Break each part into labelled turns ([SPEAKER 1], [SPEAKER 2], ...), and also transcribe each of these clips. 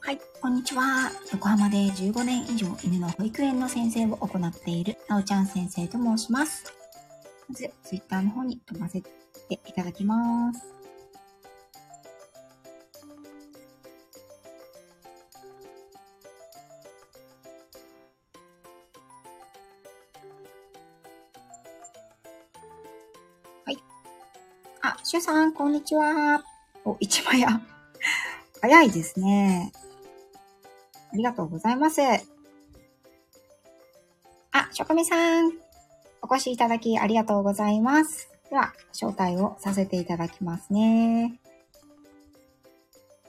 [SPEAKER 1] はい、こんにちは。横浜で15年以上犬の保育園の先生を行っている、なおちゃん先生と申します。まず、ツイッターの方に飛ばせていただきます。はい。あ、しゅうさん、こんにちは。お、一枚や。早いですね。ありがとうございます。あ、しょこみさん。お越しいただきありがとうございます。では、招待をさせていただきますね。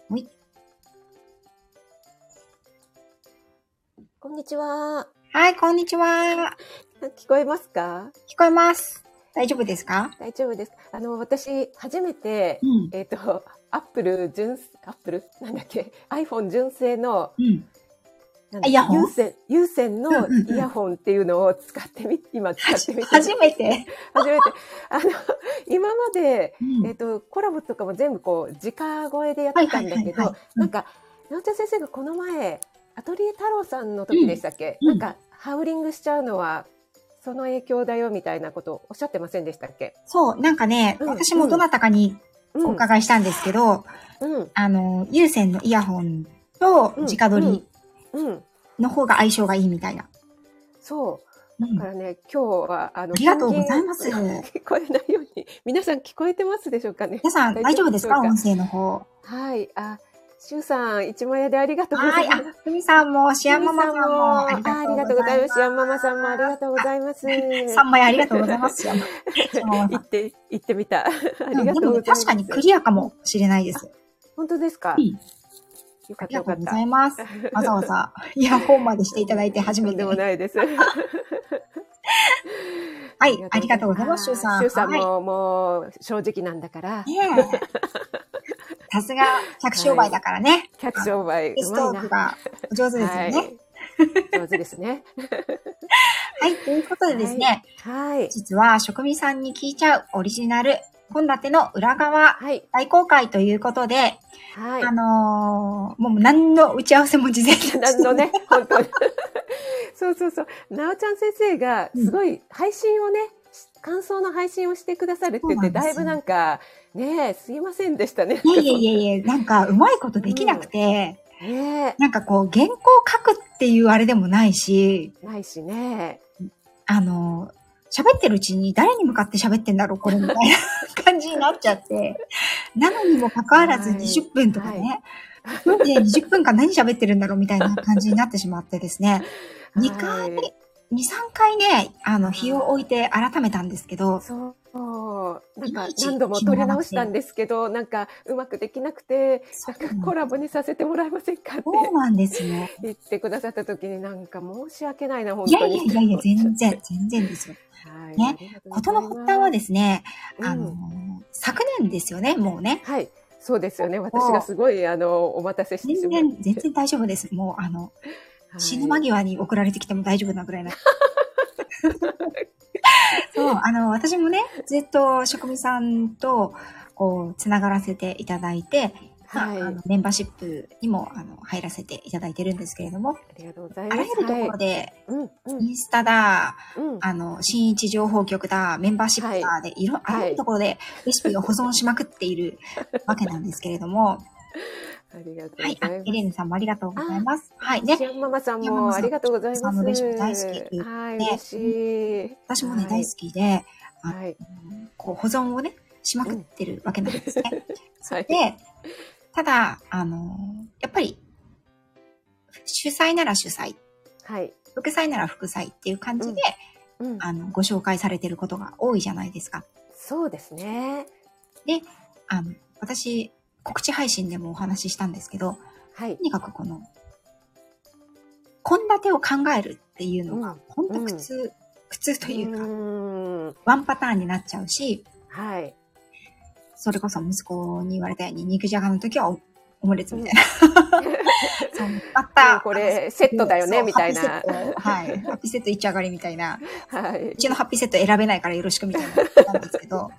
[SPEAKER 1] はい。
[SPEAKER 2] こんにちは。
[SPEAKER 1] はい、こんにちは。
[SPEAKER 2] 聞こえますか
[SPEAKER 1] 聞こえます。大丈夫ですか
[SPEAKER 2] 大丈夫です。あの、私、初めて、
[SPEAKER 1] うん。
[SPEAKER 2] えっ、と、アップル純、アップルなんだっけ ?iPhone 純正の、
[SPEAKER 1] うん。
[SPEAKER 2] なんだ
[SPEAKER 1] イヤホン
[SPEAKER 2] 有線、有線の
[SPEAKER 1] うんうんうん
[SPEAKER 2] イヤホンっていうのを使ってみ、今使ってみて。
[SPEAKER 1] 初めて。
[SPEAKER 2] 初めて。あの、今まで、
[SPEAKER 1] うん
[SPEAKER 2] えっ、と、コラボとかも全部こう、直声でやってたん
[SPEAKER 1] はいはいは
[SPEAKER 2] だけ
[SPEAKER 1] い
[SPEAKER 2] ど
[SPEAKER 1] はい、うん
[SPEAKER 2] なんか、なおちゃん先生がこの前、アトリエ太郎さんの時でしたっけ、
[SPEAKER 1] うんうん
[SPEAKER 2] なんか、ハウリングしちゃうのは、その影響だよみたいなことをおっしゃってませんでしたっけ
[SPEAKER 1] そう、なんかね、
[SPEAKER 2] うん
[SPEAKER 1] 私もどなたかに
[SPEAKER 2] う
[SPEAKER 1] お
[SPEAKER 2] ん。
[SPEAKER 1] 伺いしたんですけど、
[SPEAKER 2] うん。
[SPEAKER 1] あの、有線のイヤホンと
[SPEAKER 2] うん
[SPEAKER 1] 直撮り
[SPEAKER 2] うん。
[SPEAKER 1] の方が相性がいいみたいな。
[SPEAKER 2] そうう。
[SPEAKER 1] ん
[SPEAKER 2] だからね、今日は、あの、
[SPEAKER 1] ありがとうございます
[SPEAKER 2] ペンギン聞こえないように、皆さん聞こえてますでしょうかね
[SPEAKER 1] 皆さん大丈夫ですか
[SPEAKER 2] 大丈夫
[SPEAKER 1] 音
[SPEAKER 2] で
[SPEAKER 1] 声の方。
[SPEAKER 2] はい。あ、シュウさん、一万円でありがとうござ
[SPEAKER 1] はいい。
[SPEAKER 2] ます
[SPEAKER 1] あ。、ふみさんも、シアンママさんも、
[SPEAKER 2] ありがとうございます。シアンママさんもありがとうございます。
[SPEAKER 1] 3枚ありがとうございます。 シアンママ
[SPEAKER 2] 行
[SPEAKER 1] さん
[SPEAKER 2] って、行ってみた。あ
[SPEAKER 1] う
[SPEAKER 2] り
[SPEAKER 1] んで
[SPEAKER 2] がとう
[SPEAKER 1] も
[SPEAKER 2] ご
[SPEAKER 1] ね、
[SPEAKER 2] ざいます。
[SPEAKER 1] 確かにクリアかもしれないです。
[SPEAKER 2] 本当ですか、
[SPEAKER 1] うん
[SPEAKER 2] よか
[SPEAKER 1] あ
[SPEAKER 2] っ
[SPEAKER 1] り
[SPEAKER 2] た
[SPEAKER 1] が
[SPEAKER 2] よ
[SPEAKER 1] と
[SPEAKER 2] か
[SPEAKER 1] うござ。
[SPEAKER 2] った
[SPEAKER 1] い ます。わざわざ、イヤホンまでしていただいて初め
[SPEAKER 2] とん
[SPEAKER 1] て。
[SPEAKER 2] でも
[SPEAKER 1] は
[SPEAKER 2] ないです。
[SPEAKER 1] い、ありがとうございます、シュウさん。
[SPEAKER 2] シュウさん
[SPEAKER 1] はい
[SPEAKER 2] も、もう、正直なんだから、
[SPEAKER 1] ねえ。さすが、客商売だからね。
[SPEAKER 2] 客商売、
[SPEAKER 1] ゲ
[SPEAKER 2] う
[SPEAKER 1] ス
[SPEAKER 2] ま
[SPEAKER 1] ト
[SPEAKER 2] い
[SPEAKER 1] ーク
[SPEAKER 2] な。
[SPEAKER 1] がお上手ですよね。
[SPEAKER 2] い。上手ですね。
[SPEAKER 1] はい、ということでですね、
[SPEAKER 2] はい。
[SPEAKER 1] 実は、職人さんに聞いちゃうオリジナル、献立の裏側、
[SPEAKER 2] はい。
[SPEAKER 1] 大公開ということで、
[SPEAKER 2] はい
[SPEAKER 1] あ。のー、もう何の打ち合わせも事前に。
[SPEAKER 2] なんのね、本当に。そうそうそう。なおちゃん先生が、すごい配信をね、感想の配信をしてくださるって言っ
[SPEAKER 1] そ
[SPEAKER 2] て、
[SPEAKER 1] うなん
[SPEAKER 2] だ
[SPEAKER 1] です
[SPEAKER 2] い
[SPEAKER 1] よ
[SPEAKER 2] ぶなんか、ねえ、すいませんでしたね。
[SPEAKER 1] いやいやいやいや、なんかうまいことできなくて、
[SPEAKER 2] ね
[SPEAKER 1] なんかこう原稿書くっていうあれでもないし、
[SPEAKER 2] え、ないしね。
[SPEAKER 1] あのー、喋ってるうちに誰に向かって喋ってんだろう、これみたいな感じになっちゃって。なのにもかかわらず
[SPEAKER 2] はい
[SPEAKER 1] 20分とかね。なんで20分間何喋ってるんだろうみたいな感じになってしまってです ね。
[SPEAKER 2] はい
[SPEAKER 1] 2回、2、3回ね、あの、日を置いて改めたんですけど、
[SPEAKER 2] そう。なん
[SPEAKER 1] いま
[SPEAKER 2] か
[SPEAKER 1] いち
[SPEAKER 2] 何度も取り直したんですけど、なんかうまくできなくて、なんかコラボにさせてもらえませんかって
[SPEAKER 1] そうなんですよ。
[SPEAKER 2] 言ってくださった時になんか申し訳ないな、本
[SPEAKER 1] いや
[SPEAKER 2] 当
[SPEAKER 1] いや
[SPEAKER 2] に。
[SPEAKER 1] いやいや、全 然、全然ですよ。
[SPEAKER 2] はい。
[SPEAKER 1] ね
[SPEAKER 2] ありがとうございま
[SPEAKER 1] こ
[SPEAKER 2] す。
[SPEAKER 1] との発端はですね、
[SPEAKER 2] うん
[SPEAKER 1] あの、昨年ですよね、もうね。
[SPEAKER 2] はい、そうですよね。私がすごい、あの、お待たせしてし
[SPEAKER 1] 全
[SPEAKER 2] まい
[SPEAKER 1] 然、全然大丈夫です。もう、あの、
[SPEAKER 2] はい
[SPEAKER 1] 死ぬ間際に送られてきても大丈夫なぐらい な。そう、あの、私もね、ずっと職人さんと、こう、つながらせていただいて、まあ
[SPEAKER 2] はい
[SPEAKER 1] あのメンバーシップにもあの入らせていただいてるんですけれども、
[SPEAKER 2] ありがとうござい
[SPEAKER 1] あ
[SPEAKER 2] ます。
[SPEAKER 1] らゆるところで、
[SPEAKER 2] はい、うん、
[SPEAKER 1] インスタだ、
[SPEAKER 2] うん、うん。
[SPEAKER 1] あの、新一情報局だ、メンバーシップだで、いろ、あらゆるところでレシピを保存しまくっているわけなんですけれども、
[SPEAKER 2] ありがとうご
[SPEAKER 1] はい、あ
[SPEAKER 2] ざい
[SPEAKER 1] エレ
[SPEAKER 2] ま
[SPEAKER 1] ンさんもありがとうございます。はい、
[SPEAKER 2] す。
[SPEAKER 1] ね、
[SPEAKER 2] シアンママさん
[SPEAKER 1] シアンママ
[SPEAKER 2] も
[SPEAKER 1] さ
[SPEAKER 2] あ
[SPEAKER 1] ん
[SPEAKER 2] りがとうござい
[SPEAKER 1] さ
[SPEAKER 2] ま
[SPEAKER 1] ん
[SPEAKER 2] す。
[SPEAKER 1] のレシピ大好き
[SPEAKER 2] はい、
[SPEAKER 1] ね
[SPEAKER 2] 嬉しい。
[SPEAKER 1] 私もね、大好きで、
[SPEAKER 2] きはい。
[SPEAKER 1] こう、保存をね、しまくってるわけなんですね。
[SPEAKER 2] はい。
[SPEAKER 1] で、ただ、あのーやっぱり、主催なら主催、
[SPEAKER 2] はい。
[SPEAKER 1] 副催なら副催っていう感じで、
[SPEAKER 2] うん。
[SPEAKER 1] あの、ご紹介されてることが多いじゃないですか。
[SPEAKER 2] そうですね。
[SPEAKER 1] あの、私、告知配信でもお話ししたんですけど、
[SPEAKER 2] はい
[SPEAKER 1] と。にかくこの、献立を考えるっていうのが、本当苦痛、苦痛というか、
[SPEAKER 2] うん。
[SPEAKER 1] ワンパターンになっちゃうし、
[SPEAKER 2] はい。
[SPEAKER 1] それこそ息子に言われたように、肉じゃがの時はオオムレツみたいな。そう、 あっ
[SPEAKER 2] も
[SPEAKER 1] た。
[SPEAKER 2] うこれセットだよね
[SPEAKER 1] そう
[SPEAKER 2] みたいな
[SPEAKER 1] ハ。ッピーセット はい。ハッピーセット一丁上がりみたいな。
[SPEAKER 2] は
[SPEAKER 1] う
[SPEAKER 2] い。
[SPEAKER 1] ちのハッピーセット選べないからよろしくみたいな。なんですけど。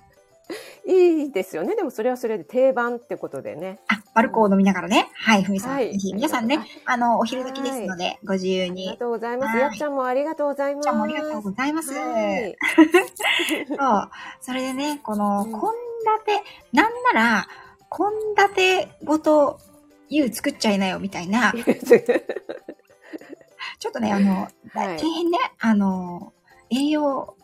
[SPEAKER 2] いいですよね。でもそれはそれで定番ってことでね。
[SPEAKER 1] あ、バルコを飲みながらね。はい、ふみさん。
[SPEAKER 2] はい
[SPEAKER 1] ぜひ皆さんね、あの、お昼時ですので、ご自由
[SPEAKER 2] ありが
[SPEAKER 1] に。
[SPEAKER 2] とうございます。
[SPEAKER 1] はい
[SPEAKER 2] やっちゃんもありがとうございます。
[SPEAKER 1] じゃあもうありがとうございます。
[SPEAKER 2] はい
[SPEAKER 1] そう。それでね、この、
[SPEAKER 2] うん
[SPEAKER 1] 献立、なんなら、献立ごと、言う作っちゃいなよ、みたいな。ちょっとね、あの、
[SPEAKER 2] はい
[SPEAKER 1] 大変ね、あの、栄養、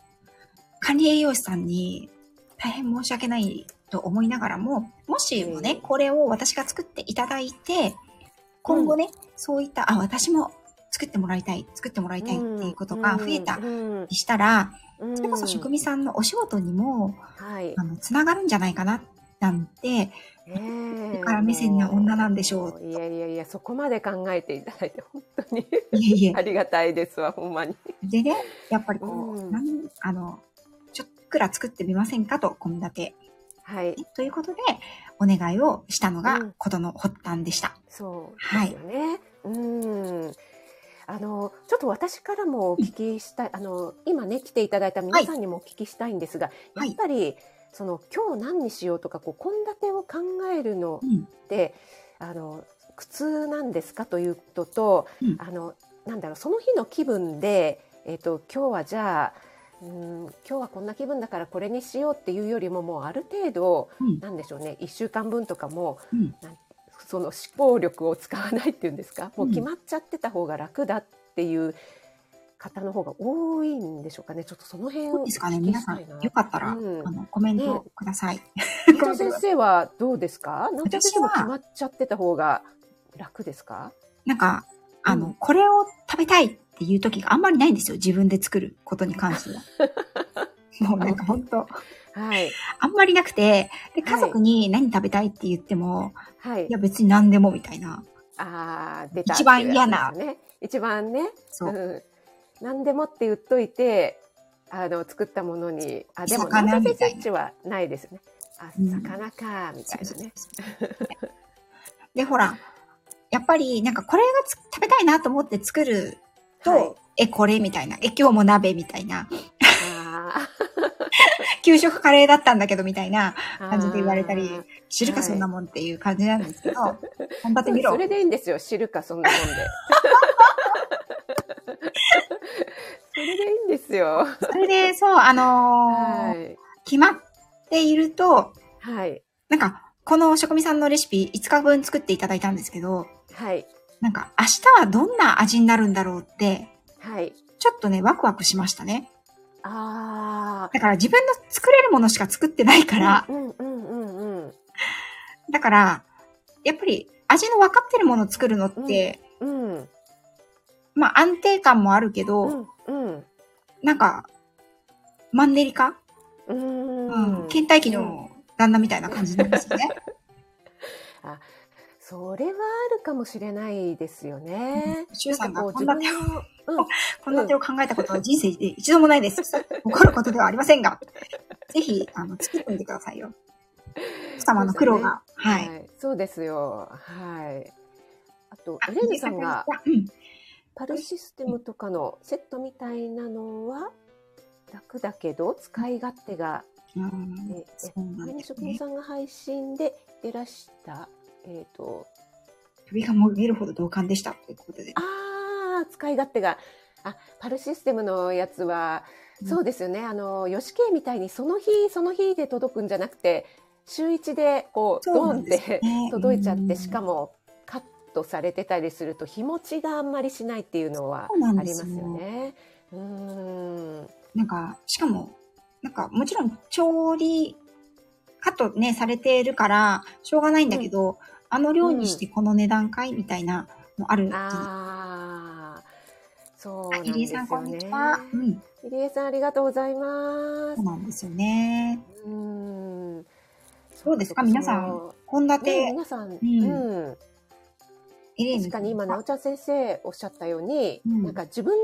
[SPEAKER 1] 管理栄養士さんに大変申し訳ないと思いながらも、もしもね、
[SPEAKER 2] うん
[SPEAKER 1] これを私が作っていただいて、今後ね、そういった、あ、私も作ってもらいたい、作ってもらいたいっていうことが増えた
[SPEAKER 2] うん
[SPEAKER 1] りしたら、
[SPEAKER 2] うん
[SPEAKER 1] それこそ職味さんのお仕事にも、
[SPEAKER 2] はい
[SPEAKER 1] あ。の、つながるんじゃないかな、なんて、
[SPEAKER 2] ねえ
[SPEAKER 1] 上から目線な女なんでしょう
[SPEAKER 2] いやいやいや、そこまで考えていただいて、本当に
[SPEAKER 1] いえいえ
[SPEAKER 2] あ、りがたいですわ、ほんまに。
[SPEAKER 1] でね、やっぱりこ
[SPEAKER 2] う
[SPEAKER 1] う、
[SPEAKER 2] ん
[SPEAKER 1] なん、あの、ちょっくら作ってみませんかと、献立。
[SPEAKER 2] はい。
[SPEAKER 1] ということで、お願いをしたのが
[SPEAKER 2] うん、
[SPEAKER 1] ことの発端でした。
[SPEAKER 2] そう
[SPEAKER 1] はい
[SPEAKER 2] ですよね。うん。あの、ちょっと私からもお聞きしたい、あの、今ね、来ていただいた皆さんにもお聞きしたいんですが、
[SPEAKER 1] はい
[SPEAKER 2] やっぱり、その、今日何にしようとか、こう、献立を考えるの
[SPEAKER 1] うん。
[SPEAKER 2] って、あの、苦痛なんですかということと、
[SPEAKER 1] うん
[SPEAKER 2] あの、なんだろう、その日の気分で、えっ、と、今日はじゃあ、うん今日はこんな気分だからこれにしようっていうよりももうある程度
[SPEAKER 1] うん。
[SPEAKER 2] なんでしょうね1週間分とかも
[SPEAKER 1] うん。
[SPEAKER 2] その思考力を使わないっていうんですかもう
[SPEAKER 1] うん
[SPEAKER 2] 決まっちゃってた方が楽だっていう方の方が多いんでしょうかねちょっとその辺
[SPEAKER 1] どうですかね、皆さん。よかったら、
[SPEAKER 2] うん
[SPEAKER 1] あの、コメント
[SPEAKER 2] ね
[SPEAKER 1] ください。
[SPEAKER 2] 伊藤先生はどうですか伊藤先生も
[SPEAKER 1] 私は
[SPEAKER 2] 決まっちゃってた方が楽ですか
[SPEAKER 1] なんか、あの、
[SPEAKER 2] うん
[SPEAKER 1] これを食べたいっていう時があんまりないんですよ。自分で作ることに関しては。 もうなんか本当
[SPEAKER 2] はい
[SPEAKER 1] あんまりなくて、で、
[SPEAKER 2] は
[SPEAKER 1] 家
[SPEAKER 2] い
[SPEAKER 1] 族に何食べたいって言っても、
[SPEAKER 2] はい
[SPEAKER 1] い、や別に何でもみたいな。
[SPEAKER 2] あー出た
[SPEAKER 1] 一番嫌な
[SPEAKER 2] っていうやつですね一番ね
[SPEAKER 1] そう。
[SPEAKER 2] ん、何でもって言っといてあの作ったものにあでも
[SPEAKER 1] 魚
[SPEAKER 2] ナ
[SPEAKER 1] み
[SPEAKER 2] ン
[SPEAKER 1] た
[SPEAKER 2] セ
[SPEAKER 1] いな
[SPEAKER 2] ンチはないですねあ
[SPEAKER 1] うん
[SPEAKER 2] 魚かみたいなね、
[SPEAKER 1] で、ほら、やっぱりなんかこれがつ食べたいなと思って作ると、
[SPEAKER 2] はい
[SPEAKER 1] え、これみたいな。え、今日も鍋みたいな。
[SPEAKER 2] あ
[SPEAKER 1] 給食カレーだったんだけどみたいな。
[SPEAKER 2] ー
[SPEAKER 1] 感じで言われたり
[SPEAKER 2] あー
[SPEAKER 1] 知るかそんなもんっていう感じなんですけど、頑張ってみろ
[SPEAKER 2] そ。れでいいんですよ知るかそんなもん でそれでいいんですよ
[SPEAKER 1] それで、そう、あのー
[SPEAKER 2] はい
[SPEAKER 1] 決まっていると、
[SPEAKER 2] はい
[SPEAKER 1] なんか、この食味さんのレシピ5日分作っていただいたんですけど、
[SPEAKER 2] はい
[SPEAKER 1] なんか、明日はどんな味になるんだろうって、
[SPEAKER 2] はい
[SPEAKER 1] ちょっとね、ワクワクしましたね。
[SPEAKER 2] あ
[SPEAKER 1] だから自分の作れるものしか作ってない
[SPEAKER 2] あ
[SPEAKER 1] から、
[SPEAKER 2] うんうんうんうん
[SPEAKER 1] だから、やっぱり味の分かってるものを作るのって、
[SPEAKER 2] うん
[SPEAKER 1] まあ安定感もあるけど、
[SPEAKER 2] うんうん
[SPEAKER 1] なんか、マンネリ化、
[SPEAKER 2] う
[SPEAKER 1] うん
[SPEAKER 2] ん、
[SPEAKER 1] 倦怠期の旦那みたいな感じなんですよね。
[SPEAKER 2] それはあるかもしれないですよね。
[SPEAKER 1] シュウさんが
[SPEAKER 2] なんか
[SPEAKER 1] こん
[SPEAKER 2] こう
[SPEAKER 1] な
[SPEAKER 2] 自分の
[SPEAKER 1] こんな手を考えたことは人生で一度もないです。起こることではありませんが、ぜひ、あの、作ってみてくださいよ。奥様の苦労が。は
[SPEAKER 2] はい
[SPEAKER 1] い。
[SPEAKER 2] そうですよ。はい。あと、
[SPEAKER 1] あ
[SPEAKER 2] エレーヌさんが、、
[SPEAKER 1] うん。
[SPEAKER 2] パルシステムとかのセットみたいなのは、楽だけど、使い勝手が、
[SPEAKER 1] うん
[SPEAKER 2] え、
[SPEAKER 1] そう
[SPEAKER 2] え、
[SPEAKER 1] なんで
[SPEAKER 2] 上野
[SPEAKER 1] す
[SPEAKER 2] 職人
[SPEAKER 1] ね。
[SPEAKER 2] さんが配信で出らした、えっ、と、
[SPEAKER 1] 首がもげるほど同感でした。ということで。
[SPEAKER 2] あー、使い勝手が、あ、パルシステムのやつは、
[SPEAKER 1] うん
[SPEAKER 2] そうですよね。あの、吉慶みたいにその日その日で届くんじゃなくて、週一でこう、
[SPEAKER 1] そう
[SPEAKER 2] ド
[SPEAKER 1] な
[SPEAKER 2] ン
[SPEAKER 1] ん
[SPEAKER 2] っ
[SPEAKER 1] ですよね
[SPEAKER 2] て届いちゃっ
[SPEAKER 1] うん
[SPEAKER 2] て、しかもカットされてたりすると日持ちがあんまりしないっていうのは
[SPEAKER 1] そうなん
[SPEAKER 2] あり
[SPEAKER 1] で
[SPEAKER 2] ます
[SPEAKER 1] す
[SPEAKER 2] よ
[SPEAKER 1] よ。
[SPEAKER 2] ね。うーん。
[SPEAKER 1] なんか、しかも、なんか、もちろん、調理、カットね、されてるから、しょうがないんだけど、あの量にしてこの値段かいみたいなのある。あ、
[SPEAKER 2] ああ、そうなん
[SPEAKER 1] ゆりえ
[SPEAKER 2] です
[SPEAKER 1] さん、こん
[SPEAKER 2] よね
[SPEAKER 1] にちは。。うん。
[SPEAKER 2] ゆりえさんありがとうございま
[SPEAKER 1] そ
[SPEAKER 2] す
[SPEAKER 1] う。なんですよね。
[SPEAKER 2] うーん。
[SPEAKER 1] どうですか
[SPEAKER 2] そ
[SPEAKER 1] 皆さん
[SPEAKER 2] その
[SPEAKER 1] 献立、
[SPEAKER 2] ね、皆さん、
[SPEAKER 1] ん
[SPEAKER 2] うん、
[SPEAKER 1] エレーヌ
[SPEAKER 2] 確かに今、なおちゃん先生おっしゃったように、
[SPEAKER 1] うん
[SPEAKER 2] なんか自分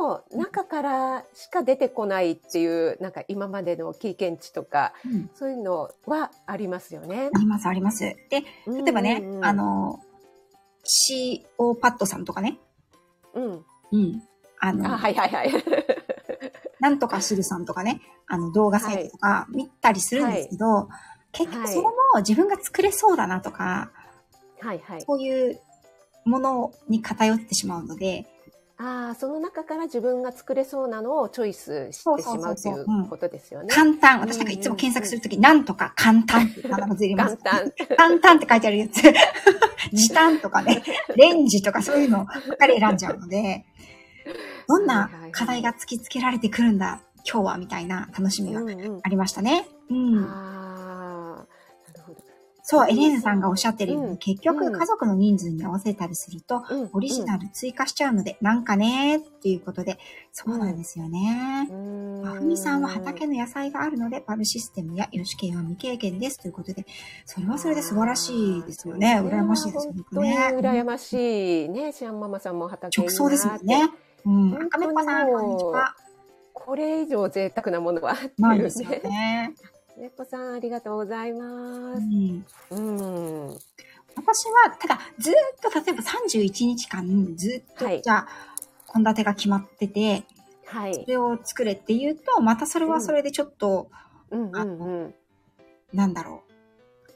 [SPEAKER 2] の中からしか出てこないっていう、なんか今までの経験値とか、
[SPEAKER 1] うん
[SPEAKER 2] そういうのはありますよね
[SPEAKER 1] あ。ります、あります。で、例えばね、
[SPEAKER 2] うんうんうん
[SPEAKER 1] あ、の、シーオーパッドさんとかね、
[SPEAKER 2] うん、
[SPEAKER 1] うん。あの、
[SPEAKER 2] あ、はいはいはい。
[SPEAKER 1] なんとかしるさんとかね、あの、動画サイトとか見たりするんですけど、結局それも自分が作れそうだなとか、
[SPEAKER 2] はいはい。
[SPEAKER 1] そういうものに偏ってしまうので、
[SPEAKER 2] ああ、その中から自分が作れそうなのをチョイスしてしまうと
[SPEAKER 1] そうそうそう
[SPEAKER 2] いう
[SPEAKER 1] そううん
[SPEAKER 2] ことですよね。
[SPEAKER 1] 簡単、私なんかいつも検索するとき、なんとか簡単って必ず入れま
[SPEAKER 2] 簡
[SPEAKER 1] す。
[SPEAKER 2] 単。
[SPEAKER 1] 簡単って書いてある やつ。時短とかね、レンジとかそういうのばっかり選んじゃうので、どんな課題が突きつけられてくるんだ、今日は、みたいな楽しみが
[SPEAKER 2] うんうん
[SPEAKER 1] ありましたね。うん。
[SPEAKER 2] ああ、なるほど。
[SPEAKER 1] そう、エレーヌさんがおっしゃってるように、
[SPEAKER 2] うん
[SPEAKER 1] 結局家族の人数に合わせたりすると、
[SPEAKER 2] うん
[SPEAKER 1] オリジナル追加しちゃうので、なんかね、っていうことで、そうなんですよね。
[SPEAKER 2] うん。
[SPEAKER 1] あふみさんは畑の野菜があるので、パルシステムや色紙系は未経験ですということで、それはそれで素晴らしいですよね。
[SPEAKER 2] あー
[SPEAKER 1] 羨ましいですよね。
[SPEAKER 2] 本当に羨ま
[SPEAKER 1] い。
[SPEAKER 2] しい。ね、シアンママさんも畑
[SPEAKER 1] 直送ですもん
[SPEAKER 2] いいな
[SPEAKER 1] ね
[SPEAKER 2] って。。
[SPEAKER 1] うん。
[SPEAKER 2] 本
[SPEAKER 1] 赤
[SPEAKER 2] 当
[SPEAKER 1] 目
[SPEAKER 2] に
[SPEAKER 1] っぱさん、こんにちは。
[SPEAKER 2] これ以上贅沢なものはって
[SPEAKER 1] ないん
[SPEAKER 2] う
[SPEAKER 1] ですよ
[SPEAKER 2] ね。
[SPEAKER 1] ね。
[SPEAKER 2] 猫さんありがとうございま
[SPEAKER 1] う
[SPEAKER 2] す。
[SPEAKER 1] ん。
[SPEAKER 2] うん。
[SPEAKER 1] 私は、ただ、ずーっと、例えば31日間、ずっと、
[SPEAKER 2] はい
[SPEAKER 1] じゃあ、献立が決まってて、
[SPEAKER 2] は
[SPEAKER 1] そ
[SPEAKER 2] い。
[SPEAKER 1] れを作れって言うと、またそれはそれでちょっと、
[SPEAKER 2] うんうんうん。
[SPEAKER 1] なんだろう、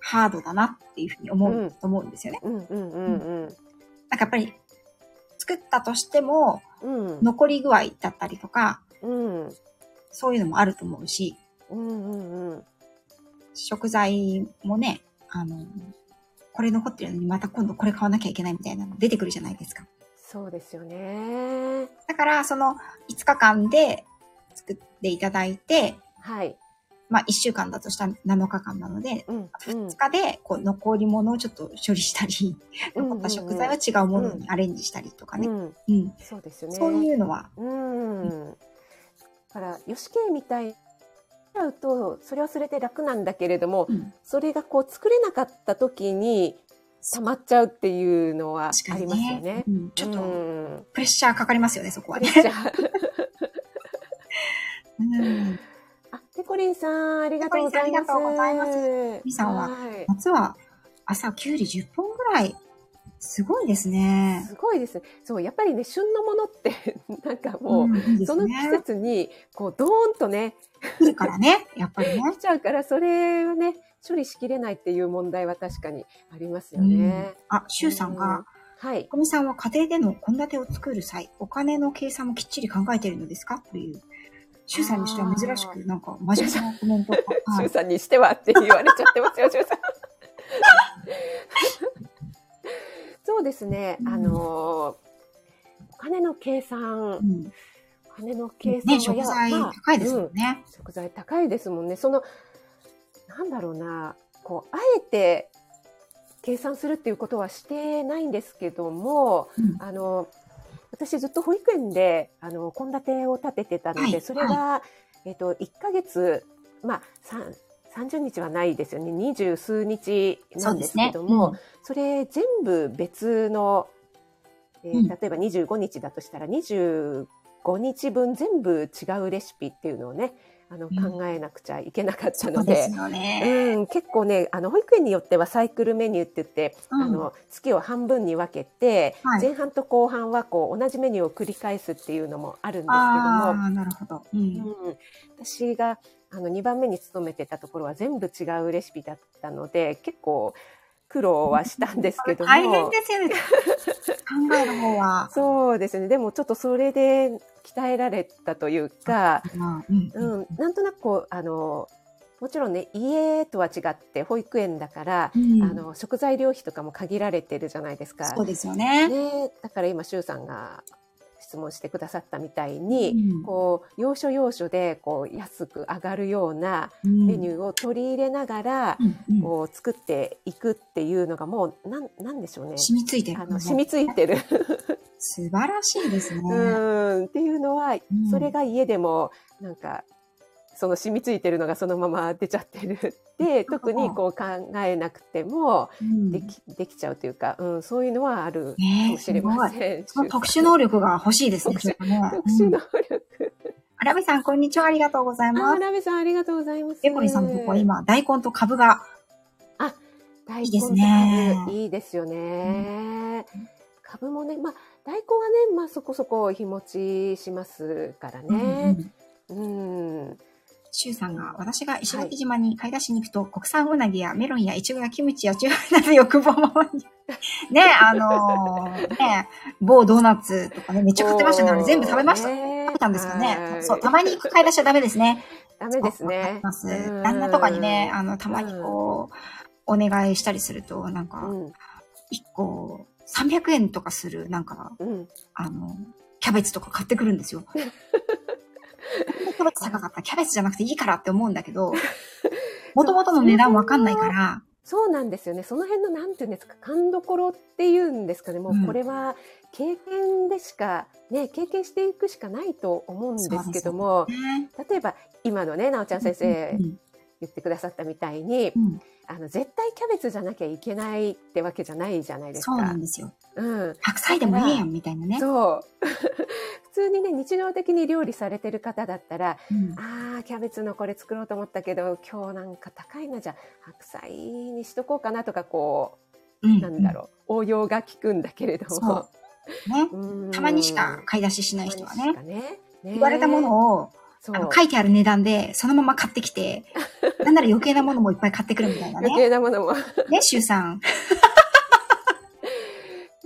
[SPEAKER 1] ハードだなっていうふうに思う、
[SPEAKER 2] うん
[SPEAKER 1] 思うんですよね。
[SPEAKER 2] うんうんうん
[SPEAKER 1] なんかやっぱり、作ったとしても、
[SPEAKER 2] うん。うん。
[SPEAKER 1] 残り具合だったりとか、
[SPEAKER 2] うん。
[SPEAKER 1] そういうのもあると思うし、
[SPEAKER 2] うんうんうん。
[SPEAKER 1] 食材もね、あの、これ残ってるのにまた今度これ買わなきゃいけないみたいなの出てくるじゃないですか。
[SPEAKER 2] そうですよね。
[SPEAKER 1] だから、その5日間で作っていただいて、
[SPEAKER 2] はい。
[SPEAKER 1] まあ1週間だとしたら7日間なので、
[SPEAKER 2] うんうん
[SPEAKER 1] 2。日でこう残り物をちょっと処理したり、
[SPEAKER 2] うんうんうん
[SPEAKER 1] 残った食材は違うものにアレンジしたりとかね。
[SPEAKER 2] うん。
[SPEAKER 1] うん。
[SPEAKER 2] そうですよね。
[SPEAKER 1] そういうのは、
[SPEAKER 2] うん。だから、ヨシケイみたいになうと、それはそれで楽なんだけれども、
[SPEAKER 1] うん
[SPEAKER 2] それがこう作れなかった時に溜まっちゃうっていうのはあ
[SPEAKER 1] 確かに
[SPEAKER 2] りますよ
[SPEAKER 1] ね
[SPEAKER 2] ね。
[SPEAKER 1] うんちょっ
[SPEAKER 2] う
[SPEAKER 1] と
[SPEAKER 2] ん
[SPEAKER 1] プレッシャーかかりますよね、そこ
[SPEAKER 2] プ
[SPEAKER 1] は
[SPEAKER 2] レ ッ
[SPEAKER 1] ね。
[SPEAKER 2] シャー
[SPEAKER 1] うん
[SPEAKER 2] あ、ペコリンさん、ありがとうございます。
[SPEAKER 1] ペコリンさんありがとうございます
[SPEAKER 2] ペコ
[SPEAKER 1] リンさんは
[SPEAKER 2] はい
[SPEAKER 1] 夏は朝きゅうり10本ぐらい。すごいですね。
[SPEAKER 2] すごいですね。そう、やっぱりね、旬のものって、 なんかもう、
[SPEAKER 1] ん、いいで
[SPEAKER 2] そ
[SPEAKER 1] す
[SPEAKER 2] の季
[SPEAKER 1] ね。
[SPEAKER 2] 節に、こう、ドーンとね、
[SPEAKER 1] いいからね、やっぱりね
[SPEAKER 2] 来。ちゃうから、それをね、処理しきれないっていう問題は確かにありますよね。
[SPEAKER 1] あ、シュウさんが、
[SPEAKER 2] うん。はい。
[SPEAKER 1] こみさんは家庭での献立を作る際、お金の計算もきっちり考えているのですかという、シュウさんにしては珍しく、なんか真面目なコメン トが。は
[SPEAKER 2] シュウ
[SPEAKER 1] い、
[SPEAKER 2] さんにしてはって言われちゃってます よ、シュウさん。そうですね、
[SPEAKER 1] うん
[SPEAKER 2] あのーお金の計算
[SPEAKER 1] う、ん。
[SPEAKER 2] お金の計算
[SPEAKER 1] ね、食材
[SPEAKER 2] まあ
[SPEAKER 1] 高いです
[SPEAKER 2] う
[SPEAKER 1] も
[SPEAKER 2] ん
[SPEAKER 1] んね。
[SPEAKER 2] 食材高いですもんね。その、なんだろうな、こう、あえて計算するっていうことはしてないんですけども、
[SPEAKER 1] うん
[SPEAKER 2] あの、私ずっと保育園で、あの、献立を立ててたので、
[SPEAKER 1] はい
[SPEAKER 2] それが、えっと、1ヶ月、まあ、三30日はないですよね。二十数日
[SPEAKER 1] そ
[SPEAKER 2] な
[SPEAKER 1] うんで
[SPEAKER 2] ですすけ
[SPEAKER 1] ね。
[SPEAKER 2] ども、
[SPEAKER 1] うん
[SPEAKER 2] それ全部別の、えー
[SPEAKER 1] うん
[SPEAKER 2] 例えば25日だとしたら25日分全部違うレシピっていうのをね、あの、
[SPEAKER 1] うん
[SPEAKER 2] 考えなくちゃいけなかった
[SPEAKER 1] そ
[SPEAKER 2] の
[SPEAKER 1] うで
[SPEAKER 2] で、
[SPEAKER 1] すよ
[SPEAKER 2] う
[SPEAKER 1] ね。
[SPEAKER 2] ん、結構ね、あの、保育園によってはサイクルメニューって言って、
[SPEAKER 1] うん
[SPEAKER 2] あの、月を半分に分けて、
[SPEAKER 1] はい
[SPEAKER 2] 前半と後半はこう、同じメニューを繰り返すっていうのもあるんですけど
[SPEAKER 1] あ
[SPEAKER 2] も、
[SPEAKER 1] あ、なるほど。うん。
[SPEAKER 2] うん、私があの2番目に勤めてたところは全部違うレシピだったので結構苦労はしたんですけども
[SPEAKER 1] 大変ですよね。考える方は。
[SPEAKER 2] そうですねでもちょっとそれで鍛えられたというか、
[SPEAKER 1] まあうん
[SPEAKER 2] うん、なんとなくこうあのもちろんね家とは違って保育園だから、
[SPEAKER 1] うん
[SPEAKER 2] あの食材料費とかも限られてるじゃないですか
[SPEAKER 1] そう。ですよね。
[SPEAKER 2] ね、だから今周さんが質問してくださったみたいに、
[SPEAKER 1] うん
[SPEAKER 2] こう要所要所でこう安く上がるようなメニューを取り入れながら、
[SPEAKER 1] うんうん
[SPEAKER 2] こう作っていくっていうのがもうなんなんでしょうね
[SPEAKER 1] 染みついてる
[SPEAKER 2] あ。の染みついてる、
[SPEAKER 1] 素晴らしいですね。
[SPEAKER 2] う
[SPEAKER 1] うん
[SPEAKER 2] んっていうのは、
[SPEAKER 1] ん
[SPEAKER 2] それが家でもなんかその染みついてるのがそのまま出ちゃって るで特にこう考えなくてもでき,、できちゃうというか、うん、そういうのはあるか
[SPEAKER 1] ねえ
[SPEAKER 2] もしれません。
[SPEAKER 1] その特殊能力が欲しいですね。
[SPEAKER 2] 特殊
[SPEAKER 1] それはね
[SPEAKER 2] 特殊
[SPEAKER 1] うん
[SPEAKER 2] 能力。
[SPEAKER 1] アラビさん、こんにちは。ありがとうござい
[SPEAKER 2] あ
[SPEAKER 1] ま
[SPEAKER 2] ー、
[SPEAKER 1] す。
[SPEAKER 2] ラベさんありがとうございます。
[SPEAKER 1] エコリンさんのとこは今、大根と株が、
[SPEAKER 2] 大
[SPEAKER 1] いいで
[SPEAKER 2] 根
[SPEAKER 1] すね
[SPEAKER 2] とかいいですよね。株もね、まあ、大根はね、まあ、そこそこ日持ちしますから
[SPEAKER 1] うんう
[SPEAKER 2] ね。
[SPEAKER 1] ん
[SPEAKER 2] うん。
[SPEAKER 1] シュウさんが、私が石垣島に買い出しに行くと、国産うなぎやメロンやイチゴやキムチやチューなど欲望もね、あのーね、某ドーナツとかね、めっちゃ買ってましたね。あれ全部食べました。食
[SPEAKER 2] ね
[SPEAKER 1] べたんですよ
[SPEAKER 2] は
[SPEAKER 1] ね。
[SPEAKER 2] い
[SPEAKER 1] そう、たまに行く買い出しはダメですね。
[SPEAKER 2] ダメです
[SPEAKER 1] わかり
[SPEAKER 2] ね。
[SPEAKER 1] ます。
[SPEAKER 2] うん
[SPEAKER 1] 旦那とかにね、あの、たまにこう、お願いしたりすると、なんか
[SPEAKER 2] う、ん、
[SPEAKER 1] 一個、300円とかする、なんか、
[SPEAKER 2] うん、
[SPEAKER 1] あの、キャベツとか買ってくるんです よ。キャベツ高かったらキャベツじゃなくていいからって思うんだけ ど、元々の値段わかんないから、
[SPEAKER 2] そうなんですよね。その辺のなんていうんですか、勘どころっていうんですかね。も
[SPEAKER 1] うん
[SPEAKER 2] うこれは経験でしかね、経験していくしかないと思うんですけども、
[SPEAKER 1] ね。
[SPEAKER 2] 例えば今のね、なおちゃん先生
[SPEAKER 1] うん
[SPEAKER 2] 言ってくださったみたいに、
[SPEAKER 1] うん
[SPEAKER 2] あの絶対キャベツじゃなきゃいけないってわけじゃないじゃないです
[SPEAKER 1] そうな
[SPEAKER 2] か
[SPEAKER 1] ん。ですよ。
[SPEAKER 2] うん、
[SPEAKER 1] 白菜でもいいやんみたいなね。
[SPEAKER 2] そう。 普通にね、日常的に料理されてる方だったら、
[SPEAKER 1] うん
[SPEAKER 2] あー、キャベツのこれ作ろうと思ったけど、今日なんか高いな、じゃあ白菜にしとこうかなとか、こ
[SPEAKER 1] う
[SPEAKER 2] う、
[SPEAKER 1] ん
[SPEAKER 2] なんだろう、応用が効くんだけれども。
[SPEAKER 1] う。ね。
[SPEAKER 2] うん
[SPEAKER 1] たまにしか、買い出ししない人は
[SPEAKER 2] たま
[SPEAKER 1] ね
[SPEAKER 2] にしか。ね。
[SPEAKER 1] 言われたも
[SPEAKER 2] を、
[SPEAKER 1] のを、
[SPEAKER 2] そ
[SPEAKER 1] あ
[SPEAKER 2] う
[SPEAKER 1] の、書いてある値段で、そのまま買ってき て、なんなら余計なものもいっぱい買ってくるみたいな
[SPEAKER 2] 余
[SPEAKER 1] ね。
[SPEAKER 2] 計なものも。
[SPEAKER 1] ね、シュウさん。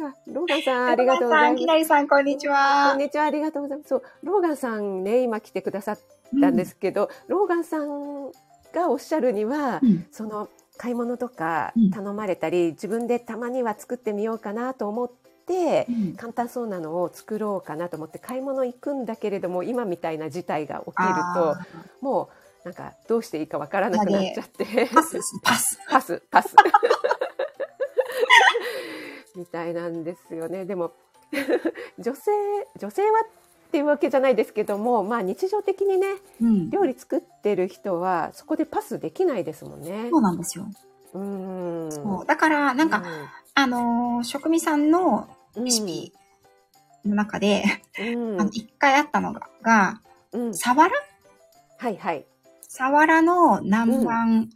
[SPEAKER 2] あローガンさん、ありがとうござい
[SPEAKER 1] き
[SPEAKER 2] ま
[SPEAKER 1] なりさん、こんにちは。
[SPEAKER 2] す。こんにちは、ありがとうございます。そう、ローガンさんね、今来てくださったんですけど、ローガンさんがおっしゃるには、
[SPEAKER 1] うん。
[SPEAKER 2] その買い物とか
[SPEAKER 1] うん
[SPEAKER 2] 頼まれたり、自分でたまには作ってみようかなと思って
[SPEAKER 1] う、ん。
[SPEAKER 2] 簡単そうなのを作ろうかなと思って買い物行くんだけれども今みたいな事態が起きる
[SPEAKER 1] あ
[SPEAKER 2] ともうなんかどうしていいかわからなくなっちゃって
[SPEAKER 1] ーパスですね、パス。
[SPEAKER 2] パスパス みたいなんですよねでも 女性女性はっていうわけじゃないですけどもまあ日常的にね
[SPEAKER 1] うん。
[SPEAKER 2] 料理作ってる人はそこでパスできないですもんね
[SPEAKER 1] そ。うなんですよ。
[SPEAKER 2] うーん
[SPEAKER 1] そうだから、なんか、あのー、職味さんの
[SPEAKER 2] うん
[SPEAKER 1] レシピの中で、
[SPEAKER 2] うん
[SPEAKER 1] あの一回あったのが、が、
[SPEAKER 2] うん
[SPEAKER 1] サワラ
[SPEAKER 2] はいはい。
[SPEAKER 1] サワラの南蛮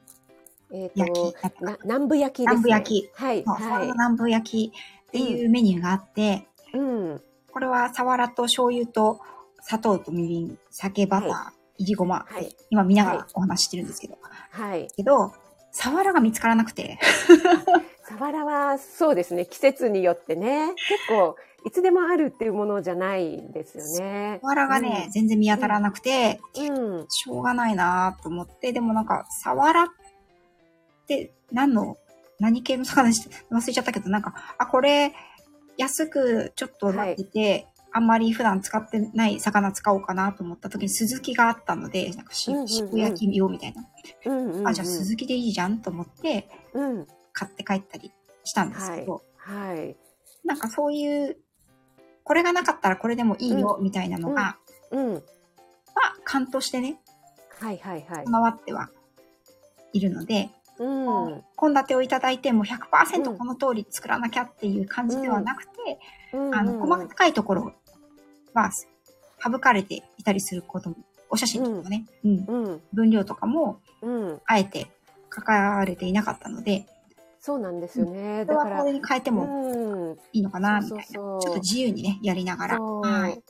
[SPEAKER 2] えっ、
[SPEAKER 1] 焼き
[SPEAKER 2] と
[SPEAKER 1] だったかな、
[SPEAKER 2] な南部焼きです、ね。
[SPEAKER 1] 南部焼き。
[SPEAKER 2] はい
[SPEAKER 1] そうサワ
[SPEAKER 2] は
[SPEAKER 1] ラ
[SPEAKER 2] い
[SPEAKER 1] の。南部焼きっていうメニューがあって、
[SPEAKER 2] うん
[SPEAKER 1] これはサワラと醤油と砂糖とみりん、酒、バター、、
[SPEAKER 2] はい
[SPEAKER 1] りごま、
[SPEAKER 2] はい
[SPEAKER 1] 今見なが
[SPEAKER 2] は
[SPEAKER 1] ら
[SPEAKER 2] い
[SPEAKER 1] お話ししてるんですけど、
[SPEAKER 2] はい。
[SPEAKER 1] けど、サワラが見つからなくて、
[SPEAKER 2] サワラはそうですね季節によってね結構いつでもあるっていうものじゃないんですよね。
[SPEAKER 1] サワラがね、全然見当たらなくて、
[SPEAKER 2] うん
[SPEAKER 1] しょうがないなと思って、でもなんか、サワラって何の、何系の魚して、忘れちゃったけど、なんか、あ、これ、安くちょっとなってて、あんまり普段使ってない魚使おうかなと思った時に、スズキがあったので、なんかし、
[SPEAKER 2] うんうんうん
[SPEAKER 1] 塩焼き用みたいな。
[SPEAKER 2] うんうんうん。
[SPEAKER 1] あ、じゃあスズキでいいじゃんと思って、
[SPEAKER 2] うん
[SPEAKER 1] 買って帰ったりしたんですけど、
[SPEAKER 2] はい。
[SPEAKER 1] なんかそういう、これがなかったらこれでもいいよ、みたいなのが、
[SPEAKER 2] うん
[SPEAKER 1] ま
[SPEAKER 2] うん
[SPEAKER 1] あ、勘としてね、
[SPEAKER 2] はいはいはい。
[SPEAKER 1] 備わってはいるので、
[SPEAKER 2] うんうん
[SPEAKER 1] 献立をいただいてもう
[SPEAKER 2] う
[SPEAKER 1] 100%
[SPEAKER 2] ん
[SPEAKER 1] この通り作らなきゃっていう感じではなくて、
[SPEAKER 2] うん。
[SPEAKER 1] あの細かいところは省かれていたりすることもお写真とかもね、うん
[SPEAKER 2] うん
[SPEAKER 1] 分量とかも
[SPEAKER 2] うん。
[SPEAKER 1] あえて書かれていなかったので
[SPEAKER 2] そうなんですよね。
[SPEAKER 1] これ
[SPEAKER 2] だか
[SPEAKER 1] は
[SPEAKER 2] ら
[SPEAKER 1] これに変えても
[SPEAKER 2] うん。
[SPEAKER 1] いいのかなみたい
[SPEAKER 2] そう
[SPEAKER 1] な、
[SPEAKER 2] そうそう
[SPEAKER 1] ちょっと自由にねやりながら。
[SPEAKER 2] そう
[SPEAKER 1] はい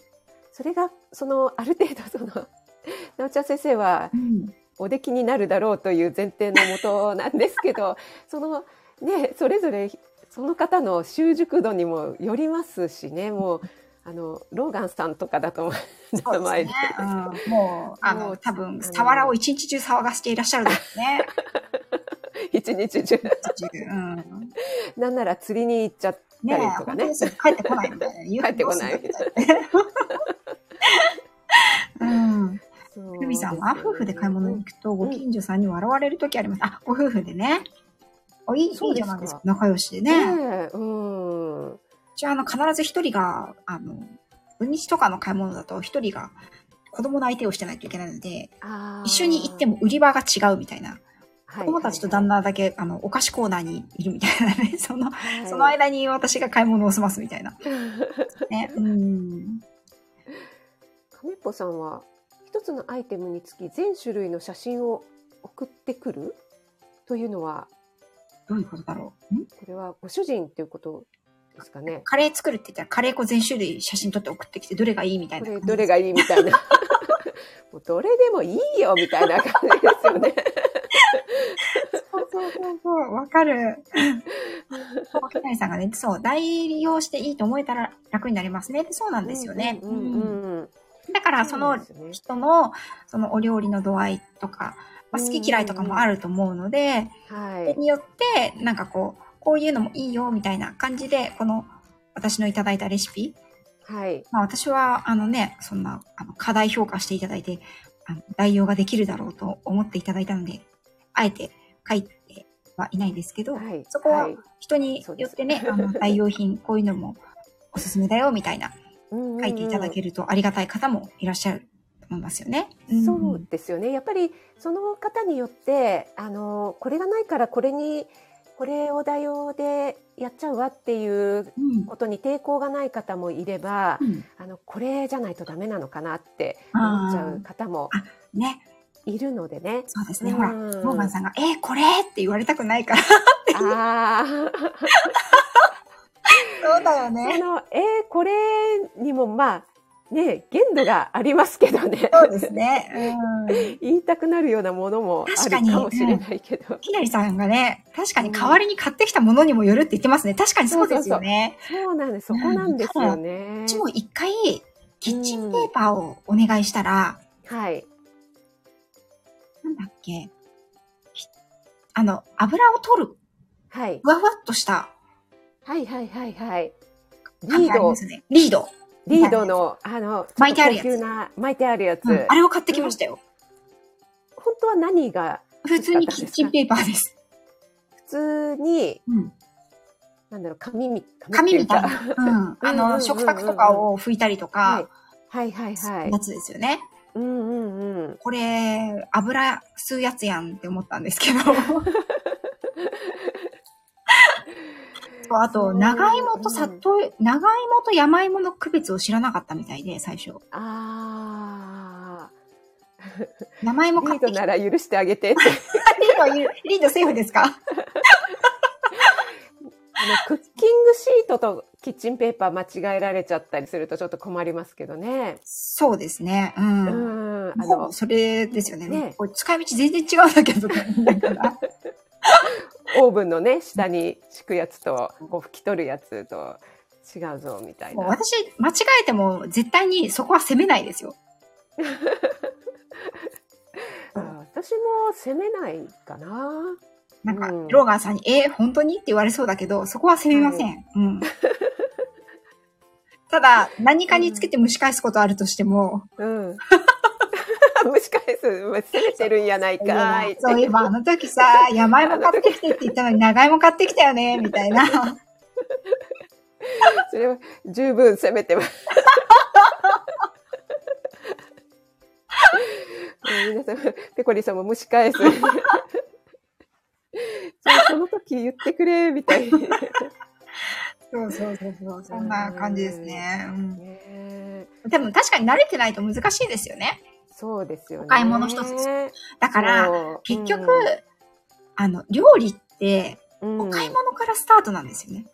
[SPEAKER 2] それがそのある程度その なおちゃん先生は
[SPEAKER 1] うん
[SPEAKER 2] お出来になるだろうという前提のもとなんです けどそのねそれぞれその方の習熟度にもよりますしねもうあのローガンさんとかだと思
[SPEAKER 1] そう
[SPEAKER 2] う
[SPEAKER 1] です
[SPEAKER 2] 前
[SPEAKER 1] ね
[SPEAKER 2] で。
[SPEAKER 1] うん、もう、あ
[SPEAKER 2] も
[SPEAKER 1] の、
[SPEAKER 2] う
[SPEAKER 1] 多分、
[SPEAKER 2] の
[SPEAKER 1] サワラを一日中騒がしていらっしゃるんですね。
[SPEAKER 2] 一日中
[SPEAKER 1] 一日中うん、
[SPEAKER 2] なんなら釣りに行っちゃった
[SPEAKER 1] ね
[SPEAKER 2] り
[SPEAKER 1] え、
[SPEAKER 2] とか
[SPEAKER 1] 本当
[SPEAKER 2] ね
[SPEAKER 1] ですよ帰ってこないみたいな。夕飯
[SPEAKER 2] 帰ってこない
[SPEAKER 1] どうするみたいな。 うん。
[SPEAKER 2] そう
[SPEAKER 1] ルミさんは
[SPEAKER 2] すよ
[SPEAKER 1] 夫婦で買い物に行くと、ご
[SPEAKER 2] ん
[SPEAKER 1] 近所さんに笑われる時あります。あ、ご夫婦でね。おいい、いいじ
[SPEAKER 2] そうです
[SPEAKER 1] ゃ
[SPEAKER 2] か
[SPEAKER 1] ないですか。仲良しで
[SPEAKER 2] ね
[SPEAKER 1] ね。
[SPEAKER 2] えうん
[SPEAKER 1] じゃあ、あの、必ず一人が、あの、土日とかの買い物だと、一人が子供の相手をしてないといけないので、
[SPEAKER 2] あー
[SPEAKER 1] 一緒に行っても売り場が違うみたいな。
[SPEAKER 2] は
[SPEAKER 1] 子
[SPEAKER 2] い
[SPEAKER 1] 供たちと旦那だけ、あの、お菓子コーナーにいるみたいなね。その、
[SPEAKER 2] はいはい
[SPEAKER 1] その間に私が買い物を済ますみたいな。ね。うん。
[SPEAKER 2] カメッポさんは一つのアイテムにつき全種類の写真を送ってくるというのは
[SPEAKER 1] どういうことだろうん
[SPEAKER 2] これはご主人っていうことですかね。
[SPEAKER 1] カレー作るって言ったら、カレー粉全種類写真撮って送ってきて、どれがいいみたい
[SPEAKER 2] こ
[SPEAKER 1] な
[SPEAKER 2] れ
[SPEAKER 1] 感じ。
[SPEAKER 2] どれがいいみたいな。もうどれでもいいよみたいな感じですよね。
[SPEAKER 1] そうそうそうそう、わか る。そう木谷さんがね、そう、代理用していいと思えたら楽になりますね。そうなんですよね。
[SPEAKER 2] うんうんうん
[SPEAKER 1] だから、その
[SPEAKER 2] そうですね
[SPEAKER 1] 人の、そのお料理の度合いとか、まあ、好き嫌いとかもあると思うので、
[SPEAKER 2] は
[SPEAKER 1] それ
[SPEAKER 2] い。
[SPEAKER 1] によって、なんかこう、こういうのもいいよ、みたいな感じで、この、私のいただいたレシピ、
[SPEAKER 2] はい。
[SPEAKER 1] まあ私は、あのね、そんな、あの、課題評価していただいて、あの、代用ができるだろうと思っていただいたので、あえて書いてはいないんですけど、
[SPEAKER 2] はい。
[SPEAKER 1] そこはい人によってね、あの、代用品、こういうのもおすすめだよ、みたいな、
[SPEAKER 2] うんうんうん
[SPEAKER 1] 書いていただけるとありがたい方もいらっしゃると思いますよね。
[SPEAKER 2] そうですよね。やっぱりその方によって、あの、これがないからこれに、これを代用でやっちゃうわっていう
[SPEAKER 1] うん。
[SPEAKER 2] ことに抵抗がない方もいれば、
[SPEAKER 1] うん。
[SPEAKER 2] あの、これじゃないとダメなのかなって思っちゃう方も
[SPEAKER 1] ね、
[SPEAKER 2] いるのでね。
[SPEAKER 1] そうですね。ほら、
[SPEAKER 2] うん
[SPEAKER 1] モーガンさんが、えーこれって言われたくないから。
[SPEAKER 2] ああ。
[SPEAKER 1] そうだよ
[SPEAKER 2] そ。の、えーこれにもまあ、ね、限度がありますけど ね。
[SPEAKER 1] そうですね。うん。
[SPEAKER 2] 言いたくなるようなものもあ
[SPEAKER 1] 確
[SPEAKER 2] る
[SPEAKER 1] か
[SPEAKER 2] か
[SPEAKER 1] に
[SPEAKER 2] もしれないけど。
[SPEAKER 1] ひなりさんがね、確かに代わりに買ってきたものにもよるって言ってますね。確かにそうですよね。
[SPEAKER 2] そうなんです。そこなんですよね
[SPEAKER 1] う。ちも一回、キッチンペーパーをお願いしたら、
[SPEAKER 2] はい。
[SPEAKER 1] なんだっけ、ひあの、油を取る、
[SPEAKER 2] はい。
[SPEAKER 1] ふわふわっとした
[SPEAKER 2] はいはいはいはい。リ
[SPEAKER 1] 感じ
[SPEAKER 2] ー
[SPEAKER 1] あり
[SPEAKER 2] ド
[SPEAKER 1] ま、すね。リード。
[SPEAKER 2] リードの、あの、
[SPEAKER 1] 巻いてあるやつ
[SPEAKER 2] ちょっと高級な、巻いてあるやつ。
[SPEAKER 1] うんあれを買ってきましたよ。
[SPEAKER 2] 本当は何が、
[SPEAKER 1] 普通にキッチンペーパーです。
[SPEAKER 2] 普通に、
[SPEAKER 1] うん。
[SPEAKER 2] なんだろう、紙み、
[SPEAKER 1] 紙みたい
[SPEAKER 2] ってうか。
[SPEAKER 1] な。うん。あ
[SPEAKER 2] うんうんうんう
[SPEAKER 1] の、
[SPEAKER 2] ん
[SPEAKER 1] 食卓とかを拭いたりと
[SPEAKER 2] はい
[SPEAKER 1] か、。
[SPEAKER 2] はいはいはい
[SPEAKER 1] や。つですよね。
[SPEAKER 2] うんうんうん。
[SPEAKER 1] これ、油吸うやつやんって思ったんです けど。そうあと、
[SPEAKER 2] そう
[SPEAKER 1] 長芋と砂
[SPEAKER 2] うん
[SPEAKER 1] 糖、長芋と山芋の区別を知らなかったみたいで、最初。
[SPEAKER 2] あ
[SPEAKER 1] 生芋
[SPEAKER 2] あ。
[SPEAKER 1] 買
[SPEAKER 2] リ
[SPEAKER 1] って
[SPEAKER 2] ード
[SPEAKER 1] きた。
[SPEAKER 2] なら許して あげてって。
[SPEAKER 1] リードはいるリードセーフですか
[SPEAKER 2] あの、クッキングシートとキッチンペーパー間違えられちゃったりするとちょっと困りますけどね。
[SPEAKER 1] そうですね。うん。
[SPEAKER 2] うん。あ
[SPEAKER 1] ほ
[SPEAKER 2] の
[SPEAKER 1] ぼ、それですよね。
[SPEAKER 2] ね
[SPEAKER 1] これ使い道全然違うんだけど、 だから。
[SPEAKER 2] オーブンのね、下に敷くやつと、こう拭き取るやつと違うぞ、みたい
[SPEAKER 1] もう
[SPEAKER 2] な。
[SPEAKER 1] 私、間違えても絶対にそこは責めないですよ。
[SPEAKER 2] あ私も責めないかな。
[SPEAKER 1] なんか、
[SPEAKER 2] うん
[SPEAKER 1] ローガンさんに、え、本当にって言われそうだけど、そこは責めません。うん。 ただ、何かにつけて蒸し返すことあるとしても、
[SPEAKER 2] うん。 蒸し返す。責めてるんやないかーいって。
[SPEAKER 1] そういえば、あの時さ、山芋買ってきてって言ったのに、長芋買ってきたよね、みたいな。
[SPEAKER 2] それは十分責めてます。もう皆さん、ペコリさんも蒸し返す。そうその時言ってくれ、みたいな。
[SPEAKER 1] そうそうそうそう。そんな感じですね。うん。
[SPEAKER 2] ねえ
[SPEAKER 1] でも確かに慣れてないと難しいですよね。
[SPEAKER 2] そうですよね。
[SPEAKER 1] お買い物一つです
[SPEAKER 2] だ
[SPEAKER 1] だから、、結局、あの、料理って、
[SPEAKER 2] うん
[SPEAKER 1] お買い
[SPEAKER 2] うん
[SPEAKER 1] 物からスタートなんですよね。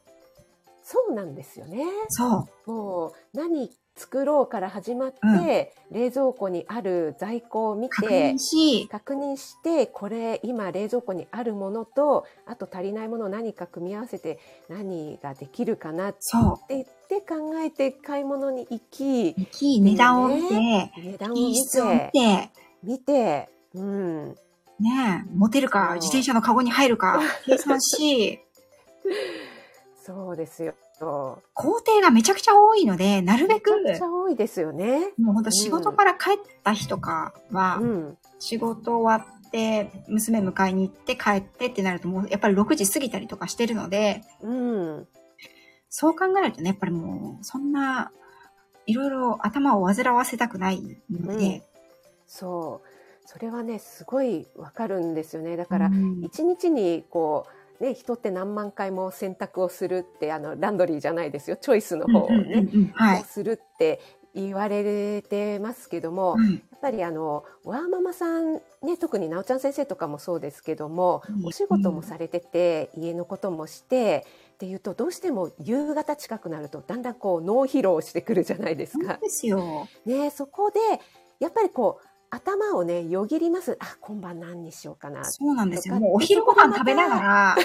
[SPEAKER 2] そうなんですよね。
[SPEAKER 1] そう。
[SPEAKER 2] もう、何作ろうから始まって、冷蔵庫にある在庫を見て、
[SPEAKER 1] 確認し、
[SPEAKER 2] 確認してこれ今冷蔵庫にあるものとあと足りないものを何か組み合わせて何ができるかなって
[SPEAKER 1] そう。
[SPEAKER 2] 言って考えて買い物に行き
[SPEAKER 1] 大きい値段を見て、
[SPEAKER 2] 値段を
[SPEAKER 1] 品
[SPEAKER 2] 見
[SPEAKER 1] 質を見
[SPEAKER 2] て
[SPEAKER 1] て、
[SPEAKER 2] 見て、うん、
[SPEAKER 1] ねえ、持てるか、
[SPEAKER 2] そう
[SPEAKER 1] 自転車のカゴに入る か、計算し、
[SPEAKER 2] そうですよ。
[SPEAKER 1] 工程がめちゃくちゃ多いので、なるべく、
[SPEAKER 2] めちゃくちゃ多いですよね。
[SPEAKER 1] もう本当仕事から帰った日とかは、
[SPEAKER 2] うん、
[SPEAKER 1] 仕事終わって、娘迎えに行って帰ってってなると、もうやっぱり6時過ぎたりとかしてるので、
[SPEAKER 2] うん、
[SPEAKER 1] そう考えるとね、やっぱりもう、そんな、いろいろ頭を煩わせたくないので、
[SPEAKER 2] そう。それはねすごいわかるんですよね。だから
[SPEAKER 1] うん
[SPEAKER 2] 一日にこうね人って何万回も洗濯をするってあのランドリーじゃないですよチョイスの方をね、
[SPEAKER 1] うんうんうんうんはい
[SPEAKER 2] を。するって言われてますけども、や
[SPEAKER 1] うん
[SPEAKER 2] っぱりあのワーママさんね特になおちゃん先生とかもそうですけども、
[SPEAKER 1] うん
[SPEAKER 2] お仕事もされてて家のこともしてっていうとどうしても夕方近くなるとだんだんこう脳疲労してくるじゃないです
[SPEAKER 1] そう
[SPEAKER 2] か。
[SPEAKER 1] ですよ。
[SPEAKER 2] ねそこでやっぱりこう頭をね、よぎります。あ、今晩何にしようかな。
[SPEAKER 1] そうなんですよ。
[SPEAKER 2] とか
[SPEAKER 1] もうお昼ご飯食べなが ら、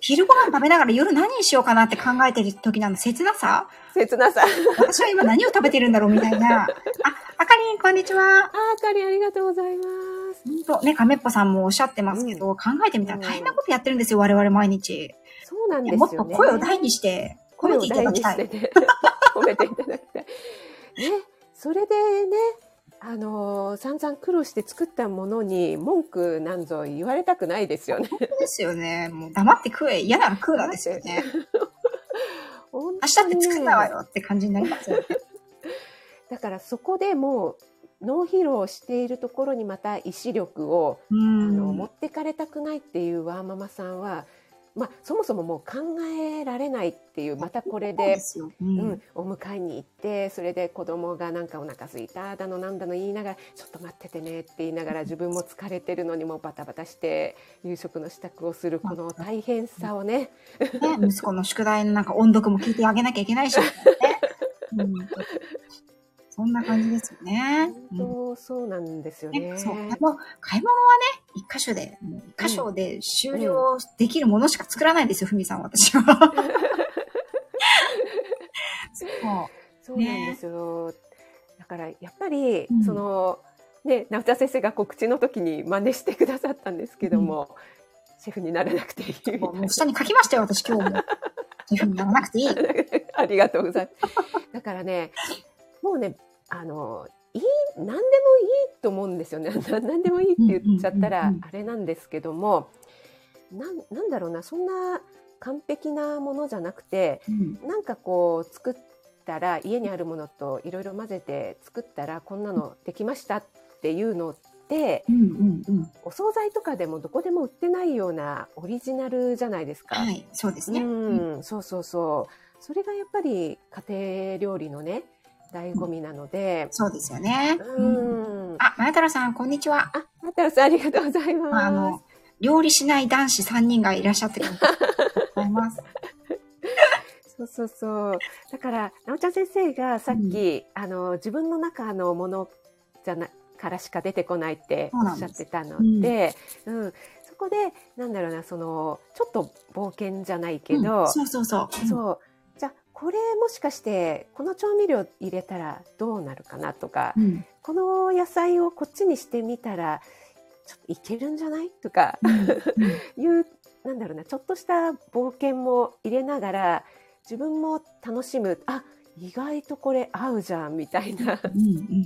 [SPEAKER 1] 昼ご飯食べながら夜何にしようかなって考えてる時なの切なさ
[SPEAKER 2] 切なさ。
[SPEAKER 1] 私は今何を食べてるんだろうみたい な。あ、あかりん、こんにちは。
[SPEAKER 2] あー、あかりんありがとうございます。
[SPEAKER 1] 本当ね、亀っぽさんもおっしゃってますけど、考えてみたら大変なことやってるんですよ、我々毎日。
[SPEAKER 2] そうなんですよ、ね。
[SPEAKER 1] もっと声を大にして、褒めていただきた
[SPEAKER 2] 声を
[SPEAKER 1] い。
[SPEAKER 2] 大にしてね 褒めていただきたい。ね、それでね、あのー散々苦労して作ったものに文句なんぞ言われたくないですよ ね。
[SPEAKER 1] 本当ですよね。もう黙って食え、嫌なら食うなんですよね。
[SPEAKER 2] 本
[SPEAKER 1] 明
[SPEAKER 2] 当
[SPEAKER 1] 日っ
[SPEAKER 2] に
[SPEAKER 1] て
[SPEAKER 2] ね
[SPEAKER 1] 作ったわよって感じになりますよね。
[SPEAKER 2] だからそこでもう脳疲労しているところにまた意志力を、
[SPEAKER 1] う
[SPEAKER 2] あの持
[SPEAKER 1] ん。
[SPEAKER 2] ってかれたくないっていうワーママさんは、まあ、そもそももう考えられないっていうまたこれ
[SPEAKER 1] そう
[SPEAKER 2] で
[SPEAKER 1] ですよ。う
[SPEAKER 2] うんん。、お迎えに行ってそれで子供がなんかお腹空いただのなんだの言いながらちょっと待っててねって言いながら自分も疲れてるのにもうバタバタして夕食の支度をするこの大変さをね
[SPEAKER 1] ね、息子の宿題のなんか音読も聞いてあげなきゃいけ ないし、ね。うん。そんな感じですよね。
[SPEAKER 2] 本
[SPEAKER 1] うん
[SPEAKER 2] 当そうなんですよね
[SPEAKER 1] ね、。そう。買い物買い物はね、一箇所で、もう一箇所で終了できるものしか作らないんですよ、ふみさん、私は。そう。
[SPEAKER 2] そうなんですよ。だからやっぱり、
[SPEAKER 1] うん
[SPEAKER 2] そのね直田先生が告知の時に真似してくださったんですけども、シェフになれなくていいみたい
[SPEAKER 1] もうも
[SPEAKER 2] な
[SPEAKER 1] う。下に書きましたよ、私今日も。そういうふうにならなくていい。
[SPEAKER 2] ありがとうございます。だからね、もうね、あの、いい、何でもいいと思うんですよね。 な何でもいいって言っちゃった
[SPEAKER 1] うんう
[SPEAKER 2] ら
[SPEAKER 1] んうんうん
[SPEAKER 2] あれなんですけども、なん、なんだろうな、そんな完璧なものじゃなくて、
[SPEAKER 1] うん
[SPEAKER 2] なんかこう作ったら家にあるものといろいろ混ぜて作ったらこんなのできましたっていうのって、
[SPEAKER 1] うんうんうん。
[SPEAKER 2] お惣菜とかでもどこでも売ってないようなオリジナルじゃないですか。
[SPEAKER 1] はい、そうですね。
[SPEAKER 2] うん、そうそうそう。それがやっぱり家庭料理のね、醍醐味なので。
[SPEAKER 1] そうですよね。
[SPEAKER 2] う
[SPEAKER 1] うん
[SPEAKER 2] ん。あ、
[SPEAKER 1] あ、まやたらさん、こんにちは。
[SPEAKER 2] マタロさんありがとうございます。
[SPEAKER 1] あの、料理しない男子3人がいらっしゃってくださいます。
[SPEAKER 2] そうそうそう。だから、なおちゃん先生がさっき、あの、自分の中のものじゃな、からしか出てこないって
[SPEAKER 1] そう
[SPEAKER 2] お
[SPEAKER 1] な
[SPEAKER 2] っ
[SPEAKER 1] ん
[SPEAKER 2] しゃ
[SPEAKER 1] で
[SPEAKER 2] っ
[SPEAKER 1] す
[SPEAKER 2] てたので、うん、そこで、なんだろうな、その、ちょっと冒険じゃない けど、
[SPEAKER 1] うんそうそうそう。
[SPEAKER 2] そう。じゃあ、これもしかして、この調味料入れたらどうなるかなとか、
[SPEAKER 1] うん。
[SPEAKER 2] この野菜をこっちにしてみたら、ちょっといけるんじゃないとか、いう、なんだろうな、ちょっとした冒険も入れながら、自分も楽しむ、あ、意外とこれ合うじゃん、みたい な、
[SPEAKER 1] うんうんうん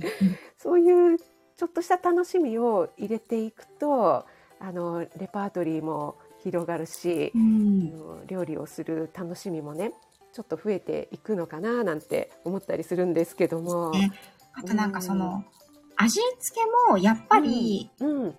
[SPEAKER 2] そういうちょっとした楽しみを入れていくと、あの、レパートリーも広がるし
[SPEAKER 1] う、ん
[SPEAKER 2] あの料理をする楽しみもね、ちょっと増えていくのかな、なんて思ったりするんですけども。
[SPEAKER 1] ねあとなんかその、味付けもやっぱり
[SPEAKER 2] うん。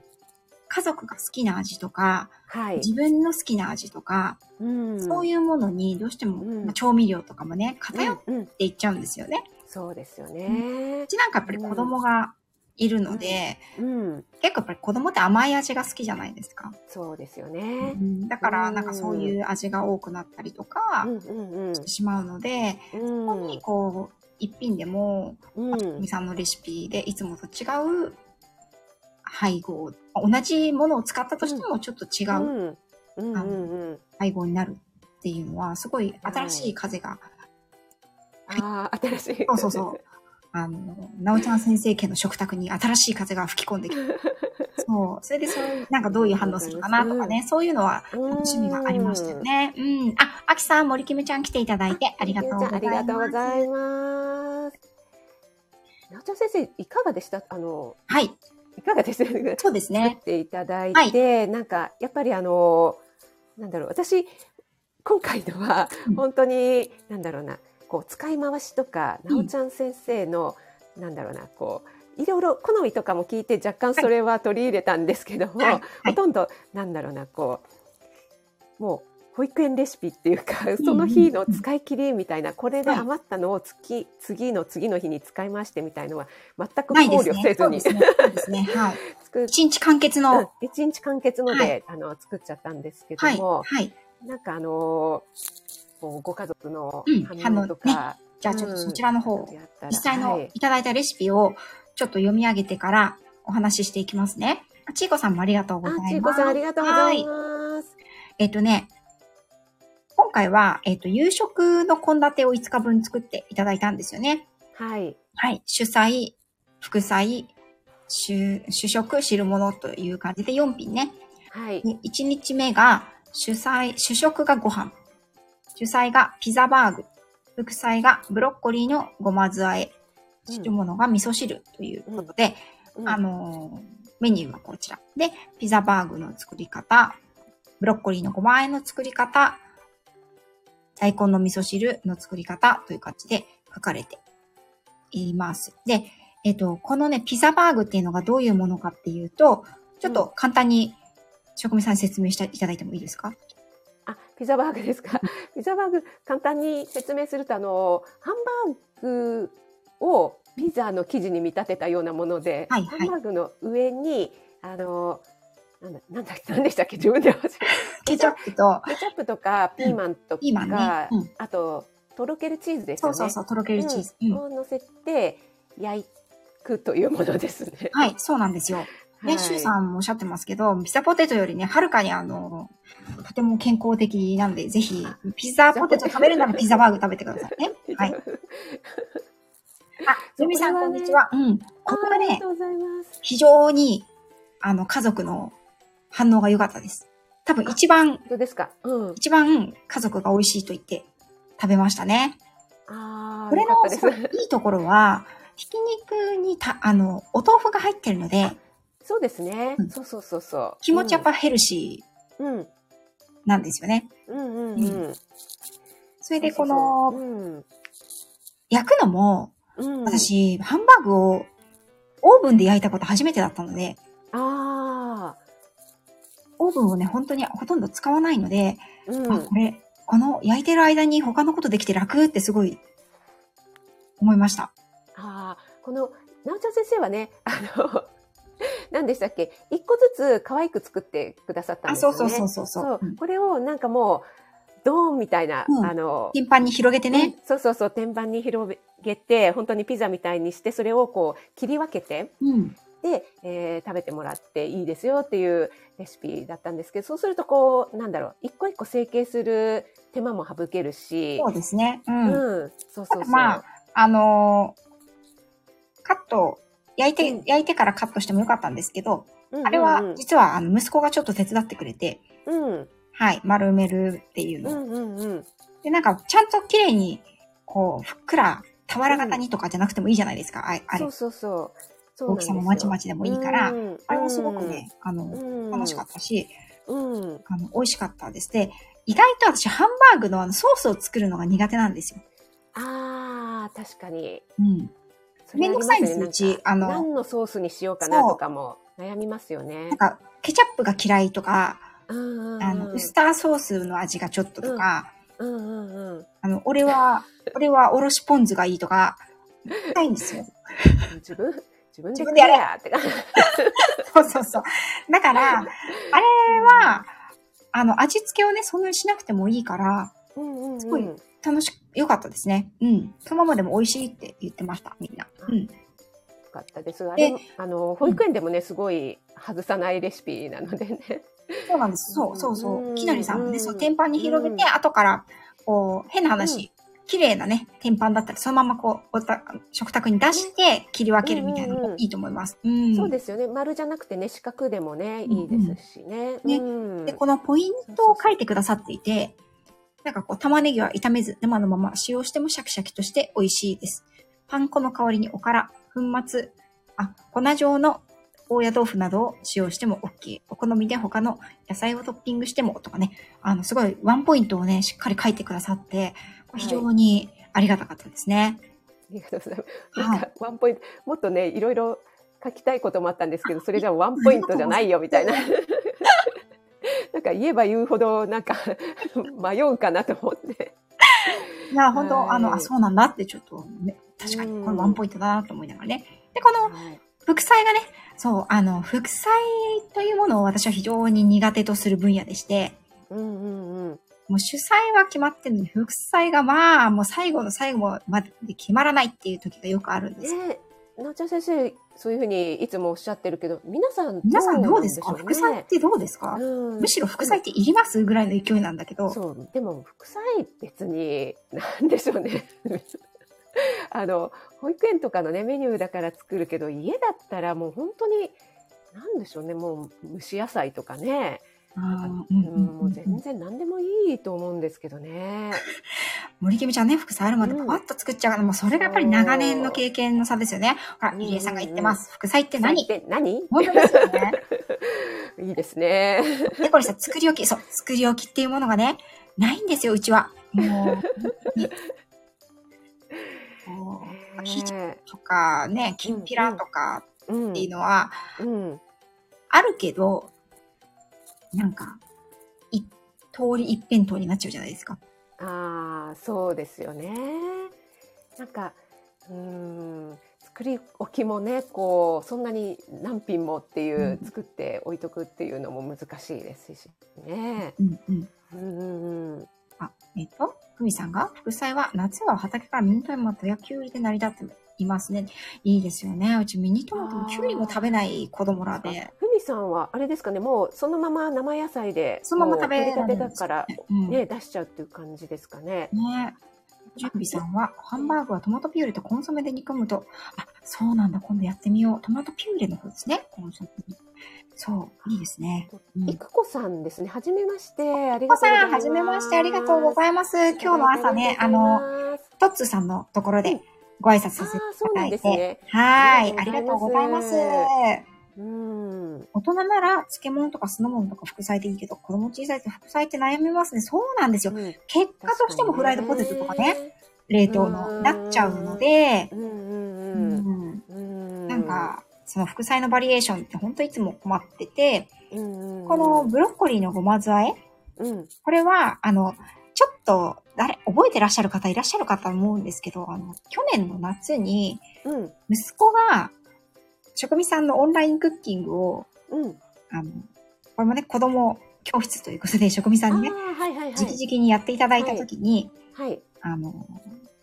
[SPEAKER 1] 家族が好きな味とか、
[SPEAKER 2] はい。
[SPEAKER 1] 自分の好きな味とか、
[SPEAKER 2] うん
[SPEAKER 1] そういうものにどうしても、
[SPEAKER 2] うん
[SPEAKER 1] まあ調味料とかもね、偏っ
[SPEAKER 2] うんうん
[SPEAKER 1] ていっちゃうんですよね。
[SPEAKER 2] そうですよね
[SPEAKER 1] う。ちなんかやっぱり子供がいるので、
[SPEAKER 2] うん、
[SPEAKER 1] 結構やっぱり子供って甘い味が好きじゃないですか。
[SPEAKER 2] そうですよ
[SPEAKER 1] う
[SPEAKER 2] ね。
[SPEAKER 1] んだからなんかそういう味が多くなったりとか
[SPEAKER 2] うんうんうん
[SPEAKER 1] してしまうので、ここにこう、一品でも
[SPEAKER 2] うん
[SPEAKER 1] まあ
[SPEAKER 2] うん
[SPEAKER 1] みさんのレシピでいつもと違う配合、まあ同じものを使ったとしてもちょっと違う
[SPEAKER 2] うんうんうんうん。
[SPEAKER 1] 配合になるっていうのは、すごい新しい風が、
[SPEAKER 2] ああ新しい。
[SPEAKER 1] そうそうそう。あの、なおちゃん先生家の食卓に新しい風が吹き込んでき て、そう。それでそういう、なんかどういう反応するかなとかね、そういうのは
[SPEAKER 2] うん。
[SPEAKER 1] 楽しみがありましたよね。うん。あ、あきさん、森キムちゃん来ていただいてありがとうございます。
[SPEAKER 2] ありがとうございます。なおちゃん先生いかがでした？あの
[SPEAKER 1] はい。
[SPEAKER 2] いかがでしたか？
[SPEAKER 1] そうです
[SPEAKER 2] 作っ
[SPEAKER 1] ね。
[SPEAKER 2] ていただいて、なんかやっぱりあのなんだろう私今回のは
[SPEAKER 1] うん
[SPEAKER 2] 本当に、なんだろうなこう使い回しとか、
[SPEAKER 1] ん
[SPEAKER 2] なおちゃん先生のなんだろうなこういろいろ好みとかも聞いて若干それは取り入れたんですけども、
[SPEAKER 1] はいはい
[SPEAKER 2] ほとんどなんだろうなこうもう保育園レシピっていうかその日の使い切りみたいな、これで
[SPEAKER 1] はい
[SPEAKER 2] 余ったのを次次の次の日に使い回してみたいのは全く考
[SPEAKER 1] ないです
[SPEAKER 2] 慮
[SPEAKER 1] ね。
[SPEAKER 2] せず
[SPEAKER 1] そう
[SPEAKER 2] に
[SPEAKER 1] ですね。そうですね。はい。
[SPEAKER 2] 作っ
[SPEAKER 1] 一日完結の
[SPEAKER 2] うん一日完結ので、
[SPEAKER 1] は
[SPEAKER 2] あの作っちゃったんですけ
[SPEAKER 1] はい、
[SPEAKER 2] ども、
[SPEAKER 1] はい。
[SPEAKER 2] なんかあのーこうご家族の
[SPEAKER 1] うん
[SPEAKER 2] 反応とか、
[SPEAKER 1] じゃあちょっとそちらの方、
[SPEAKER 2] やったら
[SPEAKER 1] 実際
[SPEAKER 2] は
[SPEAKER 1] の
[SPEAKER 2] い
[SPEAKER 1] いただいたレシピをちょっと読み上げてから、お話ししていきますね。あちいこさんもありがとうございます。
[SPEAKER 2] あ、ちいこさんありがとうござい
[SPEAKER 1] は
[SPEAKER 2] ます。
[SPEAKER 1] えっとね、今回は、えっと、夕食の献立を5日分作っていただいたんですよね。
[SPEAKER 2] はい。
[SPEAKER 1] はい。主菜、副菜、主主食、汁物という感じで4品ね。
[SPEAKER 2] はい。
[SPEAKER 1] で1日目が主菜、主食がご飯。主菜がピザバーグ。副菜がブロッコリーのごま酢和え。
[SPEAKER 2] うん
[SPEAKER 1] 汁物が味噌汁ということで、
[SPEAKER 2] うん
[SPEAKER 1] あのーメニューはこちら。で、ピザバーグの作り方、ブロッコリーのごま和えの作り方、大根の味噌汁の作り方という感じで書かれています。で、えっ、と、このね、ピザバーグっていうのがどういうものかっていうと、ちょっと簡単に、職務さんに説明していただいてもいいですか
[SPEAKER 2] あ、ピザバーグで すか。ピザバーグ、簡単に説明すると、あの、ハンバーグをピザの生地に見立てたようなもので、
[SPEAKER 1] はいはい
[SPEAKER 2] ハンバーグの上に、あの、なんだ、なんだ、なんでしたっけ自分で忘れた
[SPEAKER 1] ケチャップと、
[SPEAKER 2] ケチャップとか、ピーマンとか、
[SPEAKER 1] ピーマンね。うん。
[SPEAKER 2] あと、とろけるチーズです
[SPEAKER 1] そ
[SPEAKER 2] よ
[SPEAKER 1] う
[SPEAKER 2] ね。
[SPEAKER 1] そうそう、とろけるチーズ。
[SPEAKER 2] うん
[SPEAKER 1] うん
[SPEAKER 2] を乗せて、焼くというものですね。
[SPEAKER 1] はい、そうなんですよ。ね、シュウさんもおっしゃってますけど、ピザポテトよりね、はるかにあの、とても健康的なんで、ぜひ、ピザポテト食べるならピザバーグ食べてくださいね。はい。あ、
[SPEAKER 2] そう
[SPEAKER 1] ルミさん、
[SPEAKER 2] こ
[SPEAKER 1] こん
[SPEAKER 2] れはね
[SPEAKER 1] にち は。うん。ここは
[SPEAKER 2] ありが
[SPEAKER 1] ね
[SPEAKER 2] と、うございます。
[SPEAKER 1] 非常に、あの、家族の反応が良かったです。多分一番、
[SPEAKER 2] どうですか。うん。
[SPEAKER 1] 一番家族が美味しいと言って食べましたね。
[SPEAKER 2] ああ、
[SPEAKER 1] これの
[SPEAKER 2] よかったです
[SPEAKER 1] そういいところは、ひき肉にた、あの、お豆腐が入ってるので、
[SPEAKER 2] そうですね
[SPEAKER 1] うん。
[SPEAKER 2] そうそうそうそう。
[SPEAKER 1] 気持ちやっぱヘルシ
[SPEAKER 2] うん。うん。
[SPEAKER 1] ーなんですよね。
[SPEAKER 2] うんうんうん。
[SPEAKER 1] それでこ
[SPEAKER 2] そうそう
[SPEAKER 1] の、焼くのも、
[SPEAKER 2] そう、うん。うん。
[SPEAKER 1] 私、ハンバーグをオーブンで焼いたこと初めてだったので、
[SPEAKER 2] ああ。
[SPEAKER 1] オーブンをね、本当にほとんど使わないので、
[SPEAKER 2] うん。
[SPEAKER 1] あ、これ、この焼いてる間に他のことできて楽ってすごい思いました。
[SPEAKER 2] ああ。この、なおちゃん先生はね、 あの、何でしたっけ一個ずつ可愛く作ってくださったん
[SPEAKER 1] あ、
[SPEAKER 2] ですよ
[SPEAKER 1] そう
[SPEAKER 2] ね。
[SPEAKER 1] そうそうそう。そううん
[SPEAKER 2] これをなんかもう、ドーンみたいな、
[SPEAKER 1] うん
[SPEAKER 2] あの、
[SPEAKER 1] 頻繁に広げてね。
[SPEAKER 2] そうそうそう、天板に広げて、本当にピザみたいにして、それをこう、切り分けて、
[SPEAKER 1] うん。
[SPEAKER 2] で、えー食べてもらっていいですよっていうレシピだったんですけど、そうするとこう、なんだろう、一個一個成形する手間も省けるし、
[SPEAKER 1] そうですね。う。
[SPEAKER 2] うんん、そうそうそう。
[SPEAKER 1] まあ、あのーカット、焼いて、
[SPEAKER 2] うん
[SPEAKER 1] 焼いてからカットしてもよかったんですけど、
[SPEAKER 2] うんうんうん
[SPEAKER 1] あれは、実は、あの、息子がちょっと手伝ってくれて、
[SPEAKER 2] うん、
[SPEAKER 1] はい、丸めるっていう
[SPEAKER 2] う
[SPEAKER 1] のを
[SPEAKER 2] ん、うん、うん。
[SPEAKER 1] で、なんか、ちゃんと綺麗に、こう、ふっくら、俵型にとかじゃなくてもいいじゃないですか。ああれ
[SPEAKER 2] そう、そうそう。そうな
[SPEAKER 1] 大
[SPEAKER 2] んで
[SPEAKER 1] き
[SPEAKER 2] すよ
[SPEAKER 1] さもまちまちでもいいから、
[SPEAKER 2] うん
[SPEAKER 1] あれもすごくね、あ
[SPEAKER 2] う
[SPEAKER 1] の、
[SPEAKER 2] ん
[SPEAKER 1] 楽しかったし、
[SPEAKER 2] うん。
[SPEAKER 1] あの、美味しかったです。で、意外と私、ハンバーグのあの、ソースを作るのが苦手なんですよ。
[SPEAKER 2] ああ、確かに。
[SPEAKER 1] うん。
[SPEAKER 2] そ
[SPEAKER 1] め
[SPEAKER 2] れありますね
[SPEAKER 1] んどくさいんですうち
[SPEAKER 2] な
[SPEAKER 1] あ
[SPEAKER 2] ん
[SPEAKER 1] の
[SPEAKER 2] か何のソースにしようかなとかも悩みますよね
[SPEAKER 1] なん。か、ケチャップが嫌いとか、
[SPEAKER 2] うんうんうん
[SPEAKER 1] あの、ウスターソースの味がちょっととか、
[SPEAKER 2] うんうんうん。
[SPEAKER 1] あの、俺は、俺はおろしポン酢がいいとか、ないんですよ。
[SPEAKER 2] 自分、自分
[SPEAKER 1] 自
[SPEAKER 2] で
[SPEAKER 1] 分
[SPEAKER 2] 食
[SPEAKER 1] で
[SPEAKER 2] え
[SPEAKER 1] やれ
[SPEAKER 2] や って感じ。
[SPEAKER 1] そうそうそう。だから、あれは、あの、味付けをね、そんなにしなくてもいいから、
[SPEAKER 2] うんうんうん
[SPEAKER 1] すごい楽しく、良かったですね。うん。そのままでも美味しいって言ってました、みんな。うん。
[SPEAKER 2] よかったです。あれ、あの、保育園でもね、すごい外さないレシピなのでね。
[SPEAKER 1] そうなんです。そうそう
[SPEAKER 2] う
[SPEAKER 1] そ
[SPEAKER 2] ん
[SPEAKER 1] う。きなりさんも
[SPEAKER 2] う
[SPEAKER 1] ね、
[SPEAKER 2] ん
[SPEAKER 1] そう、天板に広げて、
[SPEAKER 2] う
[SPEAKER 1] 後から、こう、変な
[SPEAKER 2] う
[SPEAKER 1] 話、綺麗なね、天板だったり、そのままこう、おた食卓に出して、切り分けるみたいなの
[SPEAKER 2] うんうん
[SPEAKER 1] も
[SPEAKER 2] うん
[SPEAKER 1] いいと思います。うん。
[SPEAKER 2] そうですよね。丸じゃなくてね、四角でもね、いいですしね。
[SPEAKER 1] うん
[SPEAKER 2] うん
[SPEAKER 1] で、このポイントを書いてくださっていて、なんかこう、玉ねぎは炒めず、生のまま使用してもシャキシャキとして美味しいです。パン粉の代わりにおから、粉末、あ、粉状の高野豆腐などを使用しても OK。お好みで他の野菜をトッピングしてもとかね、あの、すごいワンポイントをね、しっかり書いてくださって、これ非常にありがたかったですね。
[SPEAKER 2] ありがとうございます。
[SPEAKER 1] はい
[SPEAKER 2] なんか、ワンポイント、もっとね、いろいろ書きたいこともあったんですけど、それじゃワンポイントじゃないよ、みたいな。 なんか言えば言うほど、なんか、 迷うかなと思って。
[SPEAKER 1] い、や、本当、
[SPEAKER 2] はい
[SPEAKER 1] あの、あ、そうなんだってちょっとね、確かにこれワンポイントだなと思いながらね。で、この副菜がね、そう、あの、副菜というものを私は非常に苦手とする分野でして、
[SPEAKER 2] うんうんうん。
[SPEAKER 1] もう主菜は決まってるのに、副菜がまあ、もう最後の最後まで決まらないっていう時がよくあるんです。
[SPEAKER 2] ね、なっちゃん先生、そういうふうにいつもおっしゃってるけど、皆さん、
[SPEAKER 1] 皆さんどうですか
[SPEAKER 2] なん
[SPEAKER 1] 副
[SPEAKER 2] しょう
[SPEAKER 1] 菜ってどうですか、
[SPEAKER 2] うん
[SPEAKER 1] むしろ副菜っていりますぐらいの勢いなんだけど。
[SPEAKER 2] そう、でも副菜別に、なんでしょうね。 あの、保育園とかのね、メニューだから作るけど、家だったらもう本当に、なんでしょうね、もう蒸し野菜とかね、
[SPEAKER 1] あー
[SPEAKER 2] う
[SPEAKER 1] うん
[SPEAKER 2] ん、
[SPEAKER 1] うんうん
[SPEAKER 2] もう全然何でもいいと思うんですけどね。
[SPEAKER 1] 森君ちゃんね、副菜あるまでパワッと作っちゃうから、もうそれがやっぱり長年の経験の差ですよね。ほら、
[SPEAKER 2] うんうんうん
[SPEAKER 1] 入江さんが言ってます。副菜って何
[SPEAKER 2] って何
[SPEAKER 1] 本当ですよね。
[SPEAKER 2] いいですね。
[SPEAKER 1] で、これさ、作り置き、そう、作り置きっていうものがね、ないんですよ、うちは。もう、ねこう、 ひじ
[SPEAKER 2] ね
[SPEAKER 1] とかね、きんぴらとか
[SPEAKER 2] うん
[SPEAKER 1] っていうのは、
[SPEAKER 2] うん
[SPEAKER 1] あるけど、なんか、い、通り一辺倒になっちゃうじゃないですか。
[SPEAKER 2] ああ、そうですよね。なんか、うーん、作り置きもね、こう、そんなに何品もっていうう、
[SPEAKER 1] ん
[SPEAKER 2] 作って置いとくっていうのも難しいですしね。
[SPEAKER 1] うんうん。
[SPEAKER 2] うんうんうん。
[SPEAKER 1] あ、えっと、ふみさんが、副菜は夏は畑からミニトマトやキュウリで成り立っていますね。いいですよね。うちミニトマトもキュウリも食べない子供らで。
[SPEAKER 2] ふみさんは、あれですかね、もうそのまま生野菜で、
[SPEAKER 1] そのまま食べ
[SPEAKER 2] もう
[SPEAKER 1] ら
[SPEAKER 2] 取
[SPEAKER 1] れ
[SPEAKER 2] り
[SPEAKER 1] るん
[SPEAKER 2] 立て
[SPEAKER 1] で
[SPEAKER 2] だ
[SPEAKER 1] す
[SPEAKER 2] から、
[SPEAKER 1] うん。
[SPEAKER 2] ね、出しちゃうっていう感じですかね。
[SPEAKER 1] ね準備さんは、ハンバーグはトマトピューレとコンソメで煮込むと、あ、そうなんだ、今度やってみよう。トマトピューレの方ですね、コンソメに。そう、いいですね。うん
[SPEAKER 2] いくこさんですね、はじめまして、あり
[SPEAKER 1] コ
[SPEAKER 2] がとうござい
[SPEAKER 1] さ
[SPEAKER 2] ま
[SPEAKER 1] ん、
[SPEAKER 2] す。
[SPEAKER 1] はじめまして、ありがとうございます。今日の朝ね、あの、、トッツーさんのところでご挨拶
[SPEAKER 2] あ
[SPEAKER 1] さ
[SPEAKER 2] あ
[SPEAKER 1] せてい
[SPEAKER 2] ー、そ
[SPEAKER 1] た
[SPEAKER 2] うな
[SPEAKER 1] だ
[SPEAKER 2] ん
[SPEAKER 1] い
[SPEAKER 2] です
[SPEAKER 1] て。
[SPEAKER 2] ね。
[SPEAKER 1] はーい、あり
[SPEAKER 2] あり
[SPEAKER 1] が
[SPEAKER 2] が
[SPEAKER 1] と
[SPEAKER 2] と
[SPEAKER 1] う
[SPEAKER 2] う
[SPEAKER 1] ご
[SPEAKER 2] ご
[SPEAKER 1] ざ
[SPEAKER 2] ざ
[SPEAKER 1] い
[SPEAKER 2] い
[SPEAKER 1] ま。
[SPEAKER 2] ますうん。
[SPEAKER 1] 大人なら漬物とか酢の物とか副菜でいいけど、子供小さいと副菜って悩みますね。そうなんですよ。結果としてもフライドポテトとかね、冷凍のなっちゃうので、
[SPEAKER 2] うんうん
[SPEAKER 1] う
[SPEAKER 2] うん
[SPEAKER 1] ん
[SPEAKER 2] うん。
[SPEAKER 1] なんか、その副菜のバリエーションってほんといつも困ってて、
[SPEAKER 2] うんうん、
[SPEAKER 1] このブロッコリーのごま酢和え、
[SPEAKER 2] うん、
[SPEAKER 1] これは、あの、ちょっと、誰、覚えてらっしゃる方いらっしゃるかと思うんですけど、あの、去年の夏に、
[SPEAKER 2] うん、
[SPEAKER 1] 息子が、職味さんのオンラインクッキングを、
[SPEAKER 2] うん。
[SPEAKER 1] あの、これもね、子供教室ということで、職味
[SPEAKER 2] あ
[SPEAKER 1] さ
[SPEAKER 2] あ
[SPEAKER 1] ん
[SPEAKER 2] ー、
[SPEAKER 1] にね、
[SPEAKER 2] はいはいは
[SPEAKER 1] 直
[SPEAKER 2] い。
[SPEAKER 1] 々にやっていただいたときに、
[SPEAKER 2] はい。
[SPEAKER 1] あの、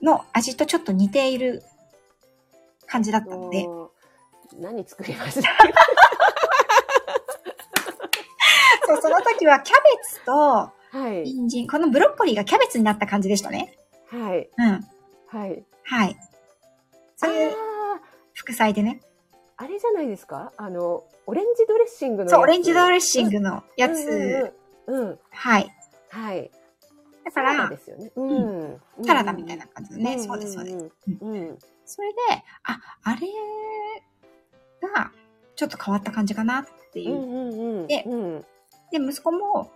[SPEAKER 1] の味とちょっと似ている感じだったので、
[SPEAKER 2] おー何作りました
[SPEAKER 1] そう、その時はキャベツと、
[SPEAKER 2] はい。
[SPEAKER 1] 人参。このブロッコリーがキャベツになった感じでしたね。
[SPEAKER 2] はい。
[SPEAKER 1] うん。
[SPEAKER 2] はい。
[SPEAKER 1] はい。
[SPEAKER 2] あ
[SPEAKER 1] そういう副菜でね。
[SPEAKER 2] あ、あれじゃないですかあの、オレンジドレッシングのやつ。
[SPEAKER 1] そう、オレンジドレッシングのやつ。
[SPEAKER 2] うんうんうん。うん。
[SPEAKER 1] はい。
[SPEAKER 2] はい。
[SPEAKER 1] だか
[SPEAKER 2] サラダ
[SPEAKER 1] ら
[SPEAKER 2] で、すよね。うん。
[SPEAKER 1] サラダみたいな感じのね。
[SPEAKER 2] ん
[SPEAKER 1] そうです、そうです。。
[SPEAKER 2] うんうん。
[SPEAKER 1] それで、あ、あれが、ちょっと変わった感じかなっていうう。
[SPEAKER 2] んうんうん。
[SPEAKER 1] で
[SPEAKER 2] うん
[SPEAKER 1] で、息子も、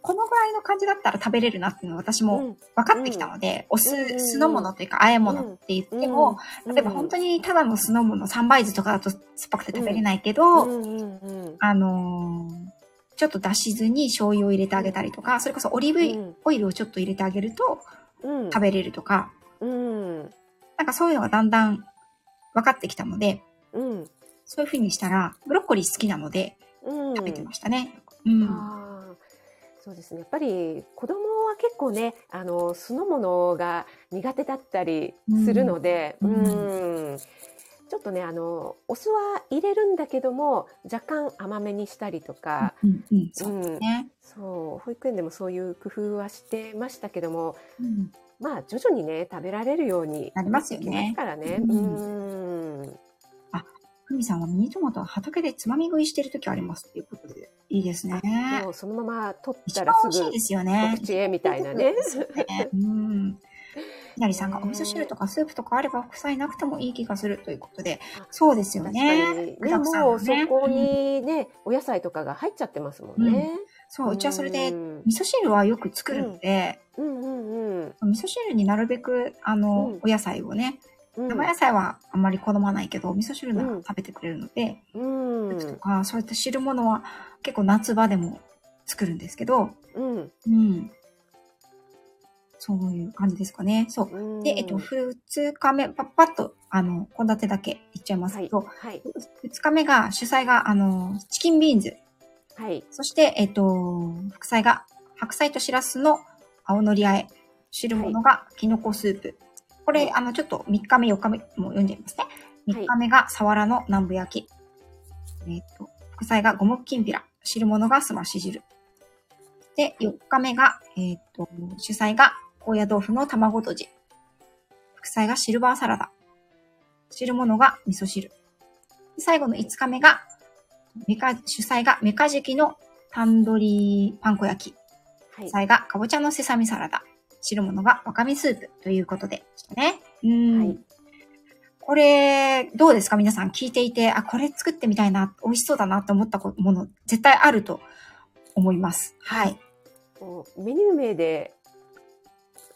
[SPEAKER 1] このぐらいの感じだったら食べれるなっていうのを私
[SPEAKER 2] う
[SPEAKER 1] も
[SPEAKER 2] ん
[SPEAKER 1] 分かってきたので、お酢
[SPEAKER 2] うんうんう、ん
[SPEAKER 1] 酢の物というか、和え物って言っても、例えば本当にただの酢の物、三杯酢とかだと酸っぱくて食べれないけど、
[SPEAKER 2] うんうんうん
[SPEAKER 1] あのーちょっとだし酢に醤油を入れてあげたりとか、それこそオリーブオイルをちょっと入れてあげると
[SPEAKER 2] うん
[SPEAKER 1] 食べれるとか、
[SPEAKER 2] うん
[SPEAKER 1] なんかそういうのがだんだん分かってきたので、
[SPEAKER 2] うん
[SPEAKER 1] そういう風にしたら、ブロッコリー好きなので
[SPEAKER 2] うん
[SPEAKER 1] 食べてましたね。うん。
[SPEAKER 2] あーそうですねやっぱり子供は結構ねあの酢の物が苦手だったりするので、
[SPEAKER 1] う
[SPEAKER 2] うんんちょっとねあのお酢は入れるんだけども若干甘めにしたりとか、、
[SPEAKER 1] うん、うん、そううんね。
[SPEAKER 2] そう保育園でもそういう工夫はしてましたけども
[SPEAKER 1] うん。
[SPEAKER 2] まあ徐々にね食べられるように
[SPEAKER 1] なりますよね
[SPEAKER 2] なってきますからね。
[SPEAKER 1] う
[SPEAKER 2] うんん
[SPEAKER 1] ふみさんはミニトマトは畑でつまみ食いしてる時ありますっていうことで、いいですね。
[SPEAKER 2] もうそのまま取っ
[SPEAKER 1] 一
[SPEAKER 2] た
[SPEAKER 1] 番
[SPEAKER 2] ら
[SPEAKER 1] 美味
[SPEAKER 2] す
[SPEAKER 1] しい
[SPEAKER 2] ぐ
[SPEAKER 1] ですよ
[SPEAKER 2] お
[SPEAKER 1] ね。
[SPEAKER 2] 口へみたいなね。
[SPEAKER 1] ねうん。ひなりさんがお味噌汁とかスープとかあれば副菜なくてもいい気がするということで
[SPEAKER 2] あ、
[SPEAKER 1] そうですよ
[SPEAKER 2] 確かに
[SPEAKER 1] ね
[SPEAKER 2] ね。
[SPEAKER 1] 具沢山
[SPEAKER 2] も
[SPEAKER 1] の
[SPEAKER 2] うそ
[SPEAKER 1] ね
[SPEAKER 2] こ
[SPEAKER 1] うん
[SPEAKER 2] にね、お野菜とかが入っちゃってますもんね。
[SPEAKER 1] そう、うちはそれで
[SPEAKER 2] う、ん
[SPEAKER 1] 味噌汁はよく作るので、
[SPEAKER 2] うんうん
[SPEAKER 1] 味噌汁になるべく、あの、お野菜をね、
[SPEAKER 2] うん。
[SPEAKER 1] 生野菜はあんまり好まないけど、お味噌汁なら
[SPEAKER 2] うん
[SPEAKER 1] 食べてくれるので、
[SPEAKER 2] うん
[SPEAKER 1] スープとか、そういった汁物は結構夏場でも作るんですけど、
[SPEAKER 2] うん
[SPEAKER 1] うん。そういう感じですかね。そう。
[SPEAKER 2] うん。
[SPEAKER 1] で、えっと、二日目、パッパッと、あの、献立だけいっちゃいます
[SPEAKER 2] は
[SPEAKER 1] け
[SPEAKER 2] い
[SPEAKER 1] ど、
[SPEAKER 2] はい
[SPEAKER 1] 二日目が、主菜が、あの、チキンビーンズ。
[SPEAKER 2] はい。
[SPEAKER 1] そして、えっと、副菜が、白菜としらすの青のりあえ。汁物が、きのこスープ。これ、あの、ちょっと3日目、4日目も読んじゃいますね。 3日目がサワラの南部焼き。えっ、と、副菜が五目きんぴら。汁物がすまし汁。で、4日目が、えっ、と、主菜が高野豆腐の卵とじ。副菜がシルバーサラダ。汁物が味噌汁。で最後の5日目が、メカ、主菜がメカジキのタンドリーパン粉焼き。
[SPEAKER 2] はい
[SPEAKER 1] 副。菜がかぼちゃのセサミサラダ。汁物がわかめスープということでしたね。うん。
[SPEAKER 2] はい
[SPEAKER 1] これ、どうですか皆さん聞いていて、あ、これ作ってみたいな、美味しそうだなと思ったこもの、絶対あると思います。はい。
[SPEAKER 2] こうメニュー名で、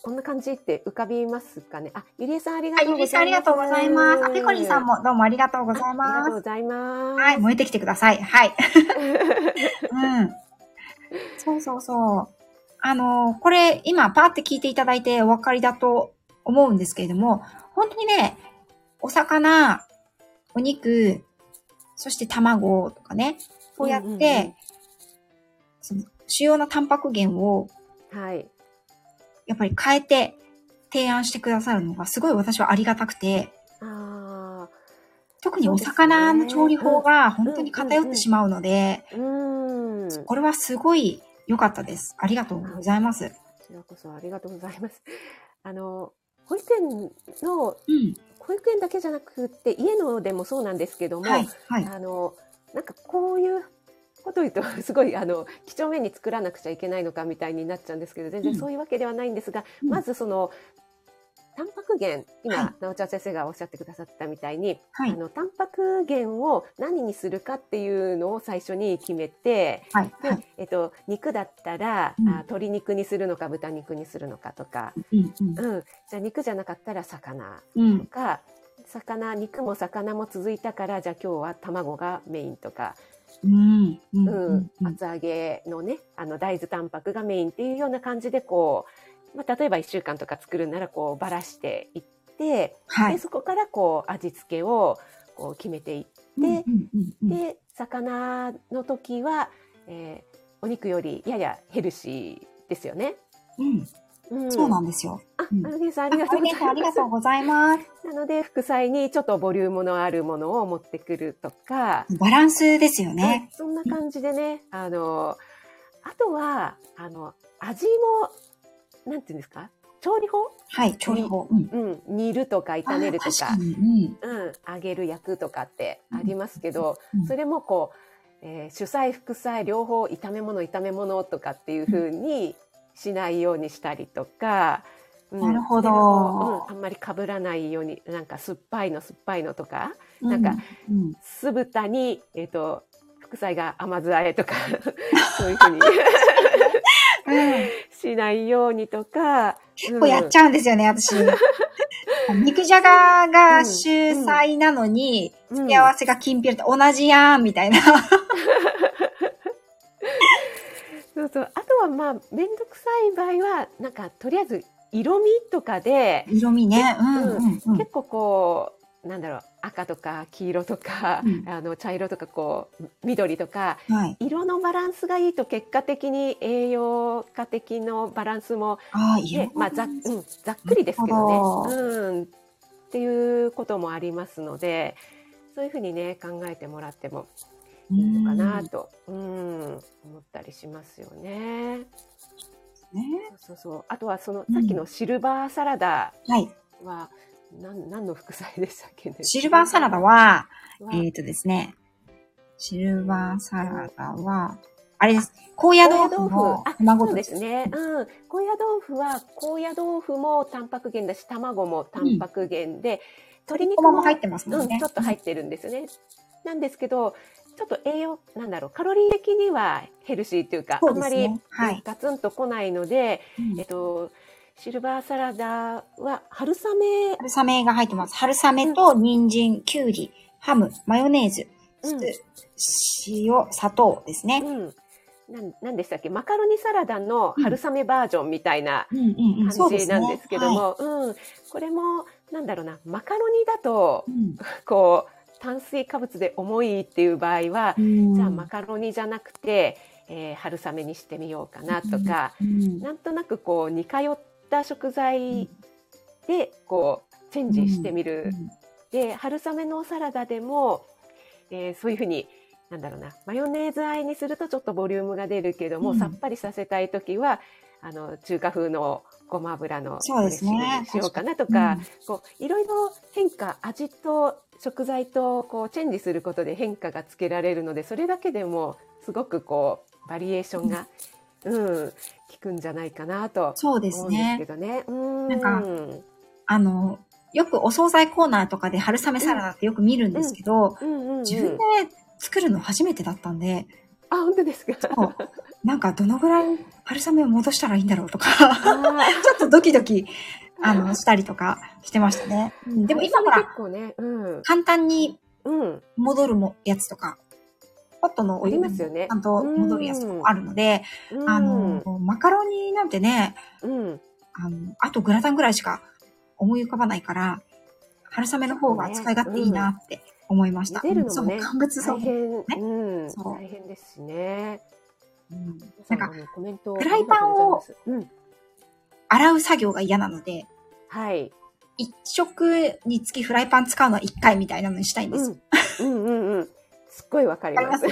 [SPEAKER 2] こんな感じって浮かびますかね。あ、ゆりえさんありが
[SPEAKER 1] は
[SPEAKER 2] と
[SPEAKER 1] いうゆ
[SPEAKER 2] ございま
[SPEAKER 1] り
[SPEAKER 2] す。
[SPEAKER 1] さんありがとうございます。あ、ペコリンさんもどうもありがとうご
[SPEAKER 2] ご
[SPEAKER 1] ざい
[SPEAKER 2] ありが
[SPEAKER 1] ま
[SPEAKER 2] とう
[SPEAKER 1] す
[SPEAKER 2] ご。ざいます。
[SPEAKER 1] はい、燃えてきてください。 はい。うん。そうそうそう。あの、これ、今、パーって聞いていただいてお分かりだと思うんですけれども、本当にね、お魚、お肉、そして卵とかね、こうやって、
[SPEAKER 2] うんうんうん
[SPEAKER 1] その主要なタンパク源を、
[SPEAKER 2] はい。
[SPEAKER 1] やっぱり変えて提案してくださるのが、すごい私はありがたくて、
[SPEAKER 2] あ
[SPEAKER 1] 特にお
[SPEAKER 2] そ
[SPEAKER 1] 魚
[SPEAKER 2] うです
[SPEAKER 1] の
[SPEAKER 2] ね
[SPEAKER 1] 調理法が本当
[SPEAKER 2] うんうん
[SPEAKER 1] に偏ってしまうので、
[SPEAKER 2] あ、うーん。こ
[SPEAKER 1] これはすごい良かったです。ありがとうございます。
[SPEAKER 2] ちらこそありがとうございます。 あの、保育園の、
[SPEAKER 1] うん。
[SPEAKER 2] 保育園だけじゃなくて、家のでもそうなんですけども、
[SPEAKER 1] はい。はい。
[SPEAKER 2] あの、なんかこういうこと言うと、すごい、あの、几帳面に作らなくちゃいけないのかみたいになっちゃうんですけど、全然
[SPEAKER 1] うん
[SPEAKER 2] そういうわけではないんですが、
[SPEAKER 1] うん
[SPEAKER 2] まずその、タンパク源、今、
[SPEAKER 1] はい
[SPEAKER 2] なおちゃん先生がおっしゃってくださったみたいに、
[SPEAKER 1] は
[SPEAKER 2] あ
[SPEAKER 1] い。
[SPEAKER 2] の、タンパク源を何にするかっていうのを最初に決めて、
[SPEAKER 1] はい。
[SPEAKER 2] で
[SPEAKER 1] はい。
[SPEAKER 2] えっと、肉だったら、
[SPEAKER 1] うん
[SPEAKER 2] あ鶏肉にするのか豚肉にするのかとか、
[SPEAKER 1] うん。うん
[SPEAKER 2] うん、じゃあ肉じゃなかったら魚
[SPEAKER 1] う
[SPEAKER 2] と
[SPEAKER 1] ん。
[SPEAKER 2] か、魚肉も魚も続いたからじゃあ今日は卵がメインとか、
[SPEAKER 1] うん。う。
[SPEAKER 2] うんん
[SPEAKER 1] うん
[SPEAKER 2] 厚揚げのねあの大豆タンパクがメインっていうような感じでこう、まあ、例えば1週間とか作るならこうばらしていって、
[SPEAKER 1] は
[SPEAKER 2] で
[SPEAKER 1] い。
[SPEAKER 2] そこからこう味付けをこう決めていって。
[SPEAKER 1] うんうんうんうん
[SPEAKER 2] で魚の時は、えーお肉よりややヘルシーですよね。
[SPEAKER 1] うん。
[SPEAKER 2] うん、
[SPEAKER 1] そうなんですよ。
[SPEAKER 2] あ、
[SPEAKER 1] うん
[SPEAKER 2] アルゲンさんあ
[SPEAKER 1] あ、
[SPEAKER 2] りがと
[SPEAKER 1] ご
[SPEAKER 2] う
[SPEAKER 1] め
[SPEAKER 2] ござい
[SPEAKER 1] んさんあり
[SPEAKER 2] ま
[SPEAKER 1] が
[SPEAKER 2] す
[SPEAKER 1] と。うございます。
[SPEAKER 2] なので副菜にちょっとボリュームのあるものを持ってくるとか、
[SPEAKER 1] バランスですよね。
[SPEAKER 2] そんな感じでね、あのあとはあの味もなんていうんですか、調理法、
[SPEAKER 1] はい。調理法。うん。
[SPEAKER 2] うん、煮るとか炒めると
[SPEAKER 1] あ
[SPEAKER 2] か
[SPEAKER 1] 確、にうん。
[SPEAKER 2] うん、揚げる焼くとかってありますけど、
[SPEAKER 1] うん
[SPEAKER 2] それもこう、えー主菜副菜両方炒め物炒め物とかっていう風にしないようにしたりとか、うん
[SPEAKER 1] なるほど
[SPEAKER 2] それもうんあんまり被らないようになんか酸っぱいの酸っぱいのとかなんか、
[SPEAKER 1] うん。
[SPEAKER 2] 酢豚に、えー、と副菜が甘酢あえ とかそういう風に
[SPEAKER 1] うん
[SPEAKER 2] しないようにとか結
[SPEAKER 1] 結構やっちゃうんですよね、私。肉じゃがが秀才なのに、
[SPEAKER 2] うん
[SPEAKER 1] 付け合わせがきんぴらと同じやん、みたいな。
[SPEAKER 2] そうそうあとはまあ面倒くさい場合はなんかとりあえず色味とかで
[SPEAKER 1] 色味ね。うん
[SPEAKER 2] うん
[SPEAKER 1] うんうん。
[SPEAKER 2] 結構こうなんだろう赤とか黄色とか、
[SPEAKER 1] うん
[SPEAKER 2] あの茶色とかこう緑とか
[SPEAKER 1] はい。
[SPEAKER 2] 色のバランスがいいと結果的に栄養価的のバランスも、
[SPEAKER 1] ああ、いい
[SPEAKER 2] ね
[SPEAKER 1] よ。
[SPEAKER 2] まあざっうん、ざっくりですけ
[SPEAKER 1] なる
[SPEAKER 2] ど
[SPEAKER 1] ほ
[SPEAKER 2] ね、うん、っていうこともありますのでそういうふうにね考えてもらってもいいのかなと、うん、思ったりしますよね。
[SPEAKER 1] ね。
[SPEAKER 2] そうそうそうあとはそのさっきのシルバーサラダ
[SPEAKER 1] はい。
[SPEAKER 2] は、なん、何の副菜でしたっけね
[SPEAKER 1] シルバーサラダは、
[SPEAKER 2] は
[SPEAKER 1] えっ、とですね、シルバーサラダは、あれです。高野豆腐の
[SPEAKER 2] あ、
[SPEAKER 1] 卵
[SPEAKER 2] そう
[SPEAKER 1] で。
[SPEAKER 2] ですすね。うん。高野豆腐は、高野豆腐もタンパク源だし、卵もタンパク源で、鶏肉
[SPEAKER 1] ごま
[SPEAKER 2] も
[SPEAKER 1] も入ってますも
[SPEAKER 2] うんん、
[SPEAKER 1] ね
[SPEAKER 2] ちょ。っと入ってるんですよね。なんですけど、ちょっと栄養、なんだろう、カロリー的にはヘルシーというか、
[SPEAKER 1] そ
[SPEAKER 2] あ
[SPEAKER 1] うんで
[SPEAKER 2] ますり
[SPEAKER 1] ね。はい。
[SPEAKER 2] ガツンと来ないので、
[SPEAKER 1] うん
[SPEAKER 2] えっと、シルバーサラダは春雨、
[SPEAKER 1] 春雨が入ってます。春雨と人参、きゅうり、ハム、マヨネーズ、
[SPEAKER 2] うん
[SPEAKER 1] 酢塩、砂糖ですね。
[SPEAKER 2] うん。なん、なんでしたっけマカロニサラダの春雨バージョンみたいな、
[SPEAKER 1] うんうんうん。そう
[SPEAKER 2] 感
[SPEAKER 1] です
[SPEAKER 2] じ
[SPEAKER 1] ね。
[SPEAKER 2] なんですけど
[SPEAKER 1] はい
[SPEAKER 2] も、うん、これもなんだろうなマカロニだと
[SPEAKER 1] うん
[SPEAKER 2] こう炭水化物で重いっていう場合は、じゃあマカロニじゃなくて、えー春雨にしてみようかなとか、
[SPEAKER 1] うん
[SPEAKER 2] なんとなくこう似通った食材でこうチェンジしてみる、
[SPEAKER 1] うん
[SPEAKER 2] で春雨のおサラダでも、えーそういうふうになんだろうなマヨネーズ和えにするとちょっとボリュームが出るけども、
[SPEAKER 1] うん
[SPEAKER 2] さっぱりさせたい時はあの中華風のごま油の
[SPEAKER 1] そうですね
[SPEAKER 2] ドレッシングにしようかなとか
[SPEAKER 1] うん
[SPEAKER 2] こういろいろ変化味と食材とこうチェンジすることで変化がつけられるのでそれだけでもすごくこうバリエーションが、うん、効くんじゃないかなと
[SPEAKER 1] そうです
[SPEAKER 2] 思うんです
[SPEAKER 1] ね
[SPEAKER 2] け。どね。うん
[SPEAKER 1] なんかあの、よくお惣菜コーナーとかで春雨サラダってよく見るんですけど、
[SPEAKER 2] うんうんうん、
[SPEAKER 1] 自分で作るの初めてだったん で、
[SPEAKER 2] あ本当ですか。
[SPEAKER 1] そうなんかどのぐらい春雨を戻したらいいんだろうと か、
[SPEAKER 2] あ
[SPEAKER 1] ちょっとドキドキ、あの、したりとかしてましたね。うん
[SPEAKER 2] ー
[SPEAKER 1] でも今ほら、
[SPEAKER 2] 結構ね、うん、
[SPEAKER 1] 簡単に
[SPEAKER 2] うん、
[SPEAKER 1] 戻るもやつとか、ポットのお湯
[SPEAKER 2] ありますよね
[SPEAKER 1] ちゃんと戻るやつとかもあるので、
[SPEAKER 2] うん
[SPEAKER 1] あの、、マカロニなんてね、
[SPEAKER 2] うん、
[SPEAKER 1] あの、あとグラタンぐらいしか思い浮かばないから、春雨の方が使い勝手いいなって思いました。
[SPEAKER 2] そうねうん
[SPEAKER 1] そ
[SPEAKER 2] 茹でるのも
[SPEAKER 1] う、
[SPEAKER 2] ね
[SPEAKER 1] 乾物そ
[SPEAKER 2] 大
[SPEAKER 1] う。
[SPEAKER 2] 変、うん、
[SPEAKER 1] そう
[SPEAKER 2] 大変ですしね。
[SPEAKER 1] うん
[SPEAKER 2] 皆
[SPEAKER 1] なん
[SPEAKER 2] 様のコメント
[SPEAKER 1] フライパンを
[SPEAKER 2] ありがとうございます、
[SPEAKER 1] 洗う作業が嫌なので、
[SPEAKER 2] うん、はい、
[SPEAKER 1] 一食につきフライパン使うのは一回みたいなのにしたいんですよ。
[SPEAKER 2] うん、うん、うん、うん、すっごいわかります。
[SPEAKER 1] わ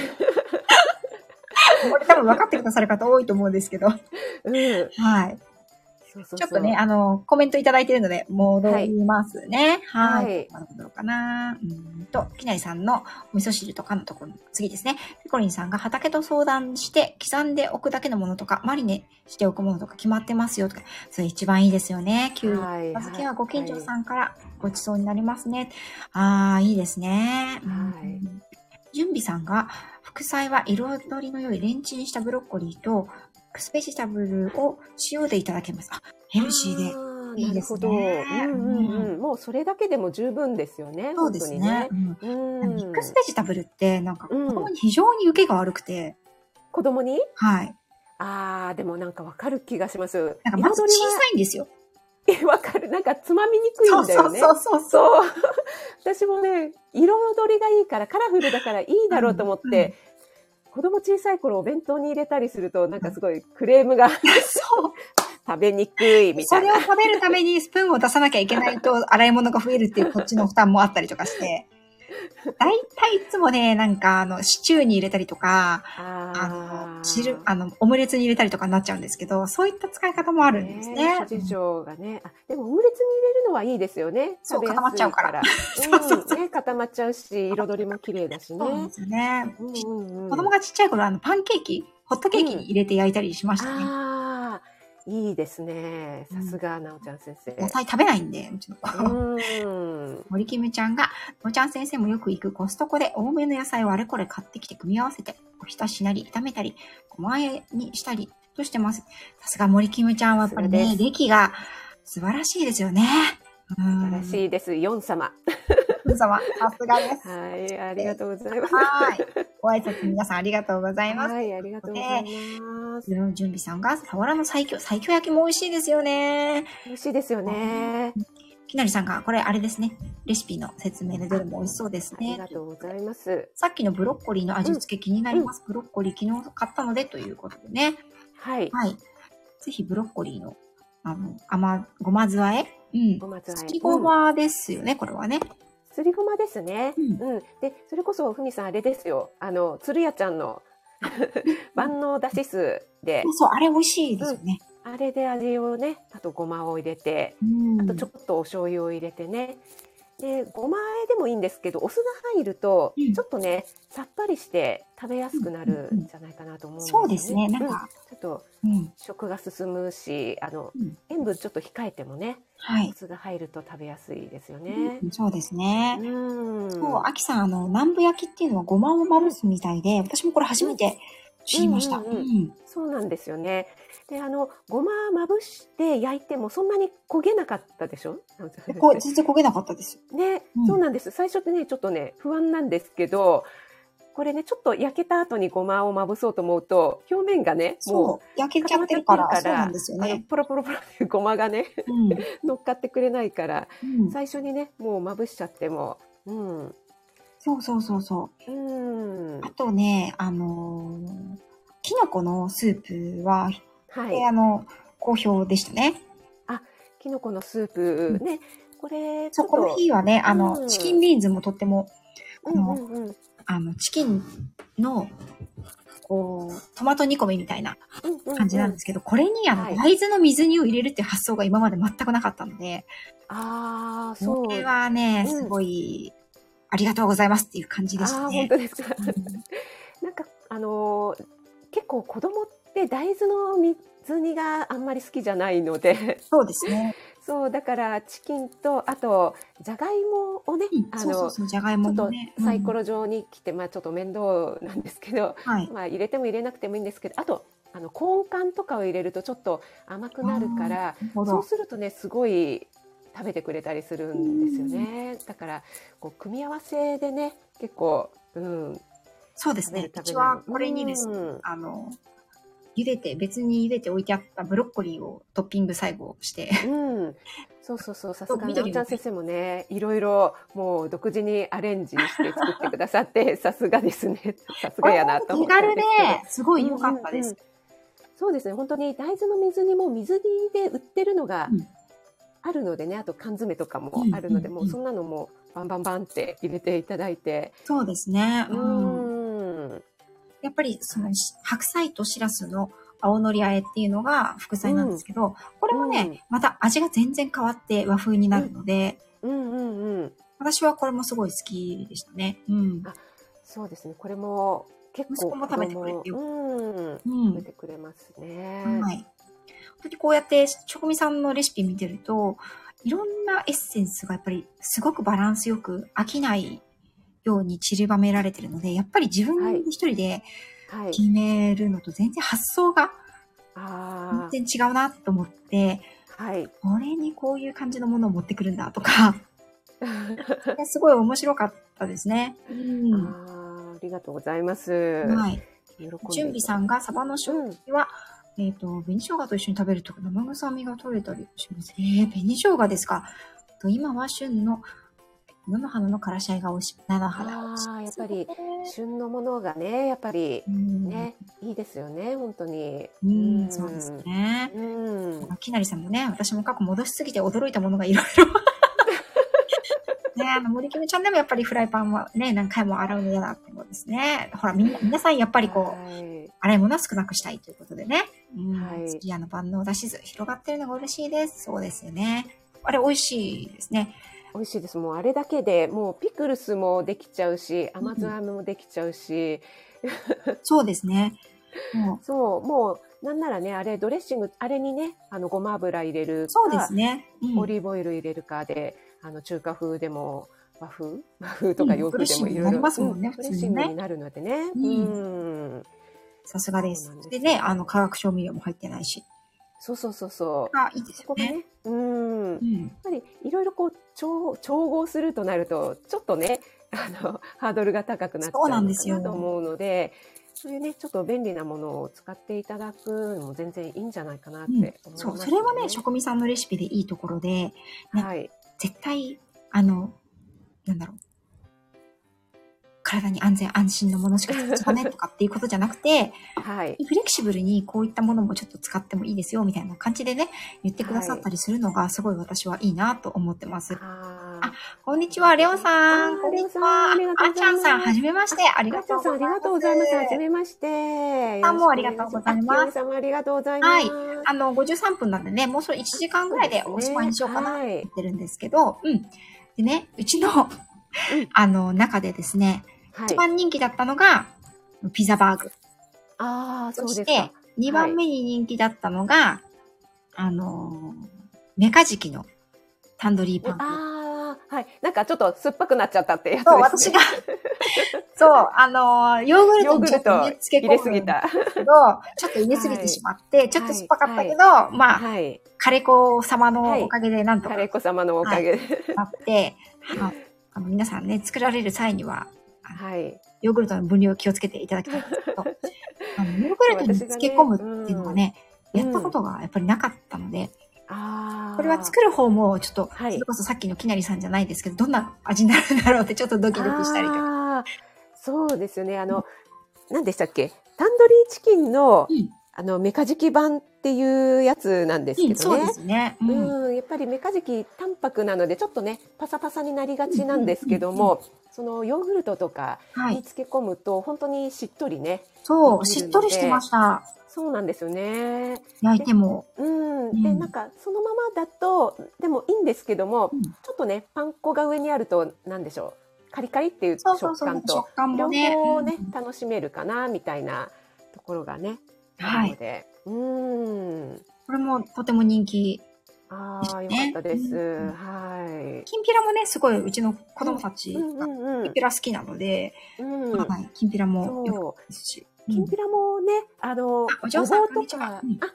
[SPEAKER 1] これ多分分かってくださる方多いと思うんですけど。
[SPEAKER 2] うん、
[SPEAKER 1] はい。
[SPEAKER 2] そうそうそう
[SPEAKER 1] ちょっとね、、あの、コメントいただいてるので、戻りますね。
[SPEAKER 2] は
[SPEAKER 1] はいい。どうかな。うーんと、きなりさんのお味噌汁とかのところ、次ですね。ピコリンさんが畑と相談して、刻んでおくだけのものとか、マリネしておくものとか決まってますよとか、それ一番いいですよね。きゅうり。
[SPEAKER 2] はい
[SPEAKER 1] 小豆はご近所
[SPEAKER 2] ん、
[SPEAKER 1] さんからごちそうになりますね。ああ、いいですね。
[SPEAKER 2] は
[SPEAKER 1] う
[SPEAKER 2] い
[SPEAKER 1] ん準備さんが、副菜は彩りの良いレンチンしたブロッコリーと、クスベジタブルを塩でいただけます。あ、ヘルシーで。
[SPEAKER 2] あ
[SPEAKER 1] いい
[SPEAKER 2] な
[SPEAKER 1] で
[SPEAKER 2] る
[SPEAKER 1] す
[SPEAKER 2] ほ
[SPEAKER 1] ね
[SPEAKER 2] ど、うん、うん、
[SPEAKER 1] う
[SPEAKER 2] うん、もうそれだけでも十分ですよね。
[SPEAKER 1] そうですね。うん
[SPEAKER 2] 本当にね。う
[SPEAKER 1] ミ
[SPEAKER 2] ん、
[SPEAKER 1] ックスベジタブルって、なんか、子
[SPEAKER 2] うん
[SPEAKER 1] 供に非常に受けが悪くて、
[SPEAKER 2] 子供に。
[SPEAKER 1] はい。
[SPEAKER 2] ああ、でもなんかわかる気がします。
[SPEAKER 1] なんか、まず小
[SPEAKER 2] 彩りは
[SPEAKER 1] さいんですよ。
[SPEAKER 2] え、 わかる。なんかつまみにくい
[SPEAKER 1] そうん
[SPEAKER 2] だ
[SPEAKER 1] そ
[SPEAKER 2] よ
[SPEAKER 1] う
[SPEAKER 2] ね。
[SPEAKER 1] そうそうそう。
[SPEAKER 2] そう。 私もね、彩りがいいから、カラフルだからいいだろうと思って、子供小さい頃お弁当に入れたりすると、なんかすごいクレーム が
[SPEAKER 1] そう。
[SPEAKER 2] 食べにくいみ
[SPEAKER 1] そ
[SPEAKER 2] たい
[SPEAKER 1] れを
[SPEAKER 2] な。
[SPEAKER 1] 食べるためにスプーンを出さなきゃいけない と、洗い物が増えるっていうこっちの負担もあったりとかして。大体いつもね、なんか、あの、シチューに入れたりとか、あ
[SPEAKER 2] あ
[SPEAKER 1] の、
[SPEAKER 2] ー
[SPEAKER 1] 汁、あの、オムレツに入れたりとかになっちゃうんですけど、そういった使い方もあるんですね。
[SPEAKER 2] 諸事情がね。あ、でもオムレツに入れるのはいいですよね。
[SPEAKER 1] そう
[SPEAKER 2] 食べやすい
[SPEAKER 1] 固まっちゃうから そうそうそ
[SPEAKER 2] うん、ね、固まっちゃうし、彩りも綺麗だしね。
[SPEAKER 1] そうなんですよね。
[SPEAKER 2] うんうんうん
[SPEAKER 1] 子供がちっちゃい頃、あの、パンケーキ、ホットケーキに入れて焼いたりしましたね。
[SPEAKER 2] ああ、いいですね。さすが、なおちゃん先生。
[SPEAKER 1] 野菜食べないんで、うちの子。
[SPEAKER 2] うん。
[SPEAKER 1] 森キムちゃんが、のちゃん先生もよく行くコストコで多めの野菜をあれこれ買ってきて組み合わせて、おひたしなり、炒めたり、ごまあえにしたりとしてます。さすが森キムちゃんはやっぱり
[SPEAKER 2] さ
[SPEAKER 1] ね
[SPEAKER 2] す、
[SPEAKER 1] 歴が素晴らしいですよね。素
[SPEAKER 2] 素晴ら
[SPEAKER 1] い。
[SPEAKER 2] しいです。四様。
[SPEAKER 1] 皆様、さすがです。
[SPEAKER 2] はい、ありがとうございます。
[SPEAKER 1] はい。ご挨拶皆さんありがとうございます。
[SPEAKER 2] はい、ありがとうございます。
[SPEAKER 1] ズロ準備さんが、サワラの最強、最強焼きも美味しいですよね。
[SPEAKER 2] 美味しいですよね。
[SPEAKER 1] きなりさんが、これあれですね。レシピの説明でどれも美味しそうです
[SPEAKER 2] あり
[SPEAKER 1] ね
[SPEAKER 2] が。とうございます。
[SPEAKER 1] さっきのブロッコリーの味付け気になります。ブロッコリー昨日買ったのでということでね。
[SPEAKER 2] はい、
[SPEAKER 1] はい。ぜひブロッコリーの、あの、甘、ごま酢和えうん
[SPEAKER 2] ご。まつあ
[SPEAKER 1] す
[SPEAKER 2] え。
[SPEAKER 1] りご
[SPEAKER 2] うん。
[SPEAKER 1] まですよね、これはね。
[SPEAKER 2] すりごまですね。
[SPEAKER 1] う
[SPEAKER 2] うんん、で、それこそふみさんあれですよ。あの、つるやちゃ んの万能だし酢で
[SPEAKER 1] そう、そう、あれ美味しいですよね。
[SPEAKER 2] あれで味をね、あとごまを入れて、
[SPEAKER 1] うん。
[SPEAKER 2] あとちょこっとお醤油を入れてね。で、ごまあえでもいいんですけど、お酢が入ると、
[SPEAKER 1] うん
[SPEAKER 2] ちょっとね、さっぱりして食べやすくなるんじゃないかなと思うんですよ
[SPEAKER 1] そうですね、なんか、
[SPEAKER 2] ちょっと
[SPEAKER 1] うん。
[SPEAKER 2] 食が進むし、あの、
[SPEAKER 1] うん
[SPEAKER 2] 塩分ちょっと控えてもね、
[SPEAKER 1] は
[SPEAKER 2] お
[SPEAKER 1] い。
[SPEAKER 2] 酢が入ると食べやすいですよね
[SPEAKER 1] う。んそうですね。
[SPEAKER 2] うん。
[SPEAKER 1] そう、あきさん、あの、南部焼きっていうのはごまをまぶすみたいで、私もこれ初めて知りました。う
[SPEAKER 2] うんんうんうんそうなんですよね。で、あの、ごままぶして焼いてもそんなに焦げなかったでしょ
[SPEAKER 1] こう全然焦げなかったです。
[SPEAKER 2] ね、
[SPEAKER 1] うん
[SPEAKER 2] そうなんです。最初ってね、ちょっとね、不安なんですけど、これね、ちょっと焼けた後にごまをまぶそうと思うと、表面がね、も
[SPEAKER 1] そう、焼けちゃってるから、
[SPEAKER 2] 固まっ
[SPEAKER 1] そ
[SPEAKER 2] ち
[SPEAKER 1] う
[SPEAKER 2] ゃ
[SPEAKER 1] なん
[SPEAKER 2] ってるから
[SPEAKER 1] です
[SPEAKER 2] う、
[SPEAKER 1] よ
[SPEAKER 2] あの
[SPEAKER 1] ね。
[SPEAKER 2] ポロポロポロってごまがね、
[SPEAKER 1] うん。
[SPEAKER 2] 乗っかってくれないから、
[SPEAKER 1] うん
[SPEAKER 2] 最初にね、もうまぶしちゃっても、うん。
[SPEAKER 1] そうそうそうそう。
[SPEAKER 2] うん。
[SPEAKER 1] あとね、あのーきのこのスープは、
[SPEAKER 2] は
[SPEAKER 1] で
[SPEAKER 2] い。
[SPEAKER 1] あの、好評でしたね。
[SPEAKER 2] きのこのスープね、これ、
[SPEAKER 1] そう、この日はね、あの、
[SPEAKER 2] うん
[SPEAKER 1] チキンビーンズもとっても、
[SPEAKER 2] うんうんうん。。
[SPEAKER 1] あの、チキンの、こう、トマト煮込みみたいな感じなんですすけど、これにあの、
[SPEAKER 2] はい
[SPEAKER 1] 大豆の水煮を入れるっていう発想が今まで全くなかったので、
[SPEAKER 2] ああ、そう
[SPEAKER 1] こ。れはね、
[SPEAKER 2] うん
[SPEAKER 1] すごい、ありがとうございますっていう感じでし
[SPEAKER 2] あ
[SPEAKER 1] た
[SPEAKER 2] あ、本
[SPEAKER 1] ね。
[SPEAKER 2] 当ですか。
[SPEAKER 1] うん
[SPEAKER 2] なんか、あのー結構子供って大豆の水煮があんまり好きじゃないので、
[SPEAKER 1] そうですね。
[SPEAKER 2] そう、だからチキンと、あと、じゃがいもをね、
[SPEAKER 1] うん、
[SPEAKER 2] あ
[SPEAKER 1] そうそ
[SPEAKER 2] の
[SPEAKER 1] う、そう、じゃがい
[SPEAKER 2] ちょ
[SPEAKER 1] も
[SPEAKER 2] っ
[SPEAKER 1] も
[SPEAKER 2] と
[SPEAKER 1] ね。
[SPEAKER 2] サイコ
[SPEAKER 1] ロ。
[SPEAKER 2] ロ状に切って、まあちょっと面倒なんですけど、
[SPEAKER 1] はい。
[SPEAKER 2] まあ入れても入れなくてもいいんですけど、あと、あの、コーン缶とかを入れるとちょっと甘くなるから、
[SPEAKER 1] なるほ
[SPEAKER 2] そう
[SPEAKER 1] ど。
[SPEAKER 2] するとね、すごい食べてくれたりするんですよね。だから、こう、組み合わせでね、結構、うん、
[SPEAKER 1] そうです
[SPEAKER 2] 食べ
[SPEAKER 1] ね
[SPEAKER 2] る。
[SPEAKER 1] う
[SPEAKER 2] 食べ
[SPEAKER 1] ち
[SPEAKER 2] る
[SPEAKER 1] はこれにですね
[SPEAKER 2] うん、
[SPEAKER 1] あの、茹でて、別に茹でて置いてあったブロッコリーをトッピング最後して、
[SPEAKER 2] うん、そうそうそう、さすが
[SPEAKER 1] 緑
[SPEAKER 2] に
[SPEAKER 1] の
[SPEAKER 2] なおちゃん先生もね、いろいろもう独自にアレンジして作ってくださ って、さすがですね。さすがやなと思
[SPEAKER 1] 手
[SPEAKER 2] ってる
[SPEAKER 1] 軽
[SPEAKER 2] んで
[SPEAKER 1] で、すご
[SPEAKER 2] すけど
[SPEAKER 1] い良かったです。。
[SPEAKER 2] そうですね、本当に大豆の水煮も水煮で売ってるのが
[SPEAKER 1] うん
[SPEAKER 2] あるのでね、あと缶詰とかもあるので、
[SPEAKER 1] うんうんうん
[SPEAKER 2] もうそんなのもバンバンバンって入れていただいて、
[SPEAKER 1] そうですね。
[SPEAKER 2] う
[SPEAKER 1] うん。
[SPEAKER 2] ん、
[SPEAKER 1] やっぱり、その、し白菜としらすの青のり和えっていうのが副菜なんですけど、これもね、
[SPEAKER 2] うん
[SPEAKER 1] また味が全然変わって和風になるので、
[SPEAKER 2] うん、うん、うん。
[SPEAKER 1] 私はこれもすごい好きでしたね。うん。
[SPEAKER 2] そうですね、これも結構
[SPEAKER 1] 息子も食べてくれてよ
[SPEAKER 2] うん、
[SPEAKER 1] う
[SPEAKER 2] 食べ
[SPEAKER 1] ん。
[SPEAKER 2] てくれますね。
[SPEAKER 1] はい。本当にこうやって、しょこみさんのレシピ見てると、いろんなエッセンスがやっぱりすごくバランスよく飽きないように散りばめられてるので、やっぱり自分一人で
[SPEAKER 2] はい。
[SPEAKER 1] 決めるのと全然発想が
[SPEAKER 2] あ
[SPEAKER 1] 全然違うなと思って、
[SPEAKER 2] あ、はい。
[SPEAKER 1] これにこういう感じのものを持ってくるんだと か、いやすごい面白かったですね。うん。
[SPEAKER 2] あーありがとうございます。
[SPEAKER 1] はい。
[SPEAKER 2] 喜んで
[SPEAKER 1] 準備さんがサバの
[SPEAKER 2] う
[SPEAKER 1] 食
[SPEAKER 2] ん、
[SPEAKER 1] 器は、えっ、と、紅生姜と一緒に食べると生臭みが取れたりします。えー、紅生姜ですか。と今は旬の菜の花のからし合いが美味しい。菜の花が美味しい。
[SPEAKER 2] あーやっぱり旬のものがね、やっぱり
[SPEAKER 1] うん、
[SPEAKER 2] ね、いいですよね、本当に。
[SPEAKER 1] うん、そうですね。
[SPEAKER 2] うん。
[SPEAKER 1] きなりさんもね、私も過去戻しすぎて驚いたものがいろいろ。 ねあの、森君ちゃんでもやっぱりフライパンはね、何回も洗うの嫌だってことですね。ほら、みんな、皆さんやっぱりこう、
[SPEAKER 2] はい
[SPEAKER 1] 洗い物は少なくしたいということでね。うん。
[SPEAKER 2] はい
[SPEAKER 1] スキヤの万能だし図、広がってるのが嬉しいです。そうですよね。あれ、美味しいですね。
[SPEAKER 2] 美味しいです。もうあれだけでもうピクルスもできちゃうし、甘酢あめもできちゃうし、
[SPEAKER 1] そうですね。もう、
[SPEAKER 2] そう、もう、なんならね、あれドレッシング、あれにね、あの、ごま油入れるか。
[SPEAKER 1] そうですね。うん
[SPEAKER 2] オリーブオイル入れるかで、あの中華風でも和風 和風とか
[SPEAKER 1] うん
[SPEAKER 2] 洋風でもいろ
[SPEAKER 1] ドレッシングにな
[SPEAKER 2] いろ、
[SPEAKER 1] りますもんね
[SPEAKER 2] う
[SPEAKER 1] 普
[SPEAKER 2] ド
[SPEAKER 1] 通に
[SPEAKER 2] レッ
[SPEAKER 1] ね
[SPEAKER 2] シングになるのでね。
[SPEAKER 1] う
[SPEAKER 2] うんん。
[SPEAKER 1] さすがです
[SPEAKER 2] そうなん。です
[SPEAKER 1] で
[SPEAKER 2] よ
[SPEAKER 1] ね、あの、化学調味料も入ってないし。
[SPEAKER 2] そうそうそうそう。
[SPEAKER 1] あ、いいです
[SPEAKER 2] そ
[SPEAKER 1] よ
[SPEAKER 2] こが
[SPEAKER 1] ね。
[SPEAKER 2] ね、うん。やっ
[SPEAKER 1] うん。
[SPEAKER 2] ぱりいろいろこう調調合するとなると、ちょっとね、あの、ハードルが高くなっちゃう
[SPEAKER 1] そうなん
[SPEAKER 2] の
[SPEAKER 1] です
[SPEAKER 2] か
[SPEAKER 1] よ
[SPEAKER 2] なと思うので、そういうね、ちょっと便利なものを使っていただくのも全然いいんじゃないかなって思います、
[SPEAKER 1] うん、そう、それはね、食味さんのレシピでいいところで、ね
[SPEAKER 2] はい。
[SPEAKER 1] 絶対、あの、なんだろう。体に安全安心のものしか使わないとかっていうことじゃなくて、
[SPEAKER 2] はい。
[SPEAKER 1] フレキシブルにこういったものもちょっと使ってもいいですよみたいな感じでね、言ってくださったりするのがすごい私はいいなと思ってます。
[SPEAKER 2] あー
[SPEAKER 1] あこんにちは、レオさ
[SPEAKER 2] あ
[SPEAKER 1] ん。
[SPEAKER 2] ー
[SPEAKER 1] こんにち
[SPEAKER 2] レオさん
[SPEAKER 1] は。
[SPEAKER 2] ありがとう
[SPEAKER 1] あ
[SPEAKER 2] ご
[SPEAKER 1] ち
[SPEAKER 2] ざ
[SPEAKER 1] ゃん
[SPEAKER 2] います
[SPEAKER 1] さん、はじめまして。あり
[SPEAKER 2] あ
[SPEAKER 1] が
[SPEAKER 2] ち
[SPEAKER 1] と
[SPEAKER 2] ゃ
[SPEAKER 1] うん
[SPEAKER 2] さん、ありがとうご
[SPEAKER 1] ご
[SPEAKER 2] ざ
[SPEAKER 1] ざ
[SPEAKER 2] い
[SPEAKER 1] い
[SPEAKER 2] ま。
[SPEAKER 1] ます
[SPEAKER 2] はじ
[SPEAKER 1] す。
[SPEAKER 2] めまして。
[SPEAKER 1] さんもありがとうございます
[SPEAKER 2] あ清美さんもありがとうございます。
[SPEAKER 1] はいあの、53分なんでね、もうそれ1時間ぐらいでおしまいにしようかな
[SPEAKER 2] は
[SPEAKER 1] や
[SPEAKER 2] い
[SPEAKER 1] っ。てるんですけど、うん。でね、うちの、あの、中でですね、
[SPEAKER 2] は
[SPEAKER 1] 一
[SPEAKER 2] い。
[SPEAKER 1] 番人気だったのが、ピザバーグ。
[SPEAKER 2] ああ、そ
[SPEAKER 1] そう
[SPEAKER 2] で
[SPEAKER 1] し
[SPEAKER 2] す
[SPEAKER 1] て
[SPEAKER 2] か。、
[SPEAKER 1] 2番目に人気だったのが、あのー、メカジキのタンドリーパンク。
[SPEAKER 2] ああ、はい。なんかちょっと酸っぱくなっちゃったってやつです
[SPEAKER 1] そう、
[SPEAKER 2] ね。
[SPEAKER 1] 私が、そう、あのー、ヨーグル
[SPEAKER 2] ヨ
[SPEAKER 1] ト
[SPEAKER 2] ー
[SPEAKER 1] に
[SPEAKER 2] グ
[SPEAKER 1] ちょ
[SPEAKER 2] ル
[SPEAKER 1] っと
[SPEAKER 2] ト
[SPEAKER 1] ね、漬け
[SPEAKER 2] 入
[SPEAKER 1] 込
[SPEAKER 2] れ
[SPEAKER 1] む
[SPEAKER 2] す
[SPEAKER 1] ん
[SPEAKER 2] ぎ
[SPEAKER 1] で
[SPEAKER 2] た。
[SPEAKER 1] すけど、ちょっと入れすぎてしまって、ちょっと酸っぱかったけど、まあ、
[SPEAKER 2] はい。
[SPEAKER 1] カレコ様のおかげでなんと
[SPEAKER 2] カ
[SPEAKER 1] か
[SPEAKER 2] レー子様のおかげで。
[SPEAKER 1] なって、はいあの皆さんね、作られる際には、
[SPEAKER 2] はい。
[SPEAKER 1] ヨーグルトの分量を気をつけていただきたいんですけど、あのヨーグルトに漬け込むっていうのがね、
[SPEAKER 2] うん
[SPEAKER 1] やったことがやっぱりなかったので、
[SPEAKER 2] ああ。
[SPEAKER 1] これは作る方もちょっと、
[SPEAKER 2] はい
[SPEAKER 1] それこそさっきのきなりさんじゃないですけど、どんな味になるんだろうってちょっとドキドキしたりとか。
[SPEAKER 2] あーそうですよね。あの、何でしたっけタンドリーチキンの、
[SPEAKER 1] うん
[SPEAKER 2] あの、メカジキ版っていうやつなんですけどね。
[SPEAKER 1] そうですね。うん
[SPEAKER 2] うん、やっぱりメカジキ単淡白なので、ちょっとね、パサパサになりがちなんですけども、そのヨーグルトとか
[SPEAKER 1] は
[SPEAKER 2] に
[SPEAKER 1] い。
[SPEAKER 2] 漬け込むと、本当にしっとりね。
[SPEAKER 1] そう、しっとりしてました。
[SPEAKER 2] そうなんですよね。
[SPEAKER 1] 焼いても。
[SPEAKER 2] うん。で、
[SPEAKER 1] うん
[SPEAKER 2] なんか、そのままだと、でもいいんですけども
[SPEAKER 1] うん、
[SPEAKER 2] ちょっとね、パン粉が上にあると、なんでしょう。カリカリっていう
[SPEAKER 1] そうそう
[SPEAKER 2] 食
[SPEAKER 1] そう。
[SPEAKER 2] 感
[SPEAKER 1] 食感
[SPEAKER 2] と、
[SPEAKER 1] も
[SPEAKER 2] 両
[SPEAKER 1] ね。
[SPEAKER 2] 方ね
[SPEAKER 1] うん、
[SPEAKER 2] 楽しめるかな、みたいなところがね、あ
[SPEAKER 1] は
[SPEAKER 2] るの
[SPEAKER 1] い。
[SPEAKER 2] で。うん。
[SPEAKER 1] これもとても人気。
[SPEAKER 2] ああ、よかったです。
[SPEAKER 1] うん
[SPEAKER 2] はい。
[SPEAKER 1] きんぴらもね、すごいうちの子供たち
[SPEAKER 2] う
[SPEAKER 1] が
[SPEAKER 2] んうんう
[SPEAKER 1] きんぴら好きなので、
[SPEAKER 2] ん。うん。
[SPEAKER 1] はい。きんぴらもよく
[SPEAKER 2] そう。
[SPEAKER 1] ですし。
[SPEAKER 2] き
[SPEAKER 1] う
[SPEAKER 2] ん
[SPEAKER 1] ん
[SPEAKER 2] ぴらもね、あの、
[SPEAKER 1] あお嬢さん
[SPEAKER 2] ごぼうとか、
[SPEAKER 1] こんに
[SPEAKER 2] あ、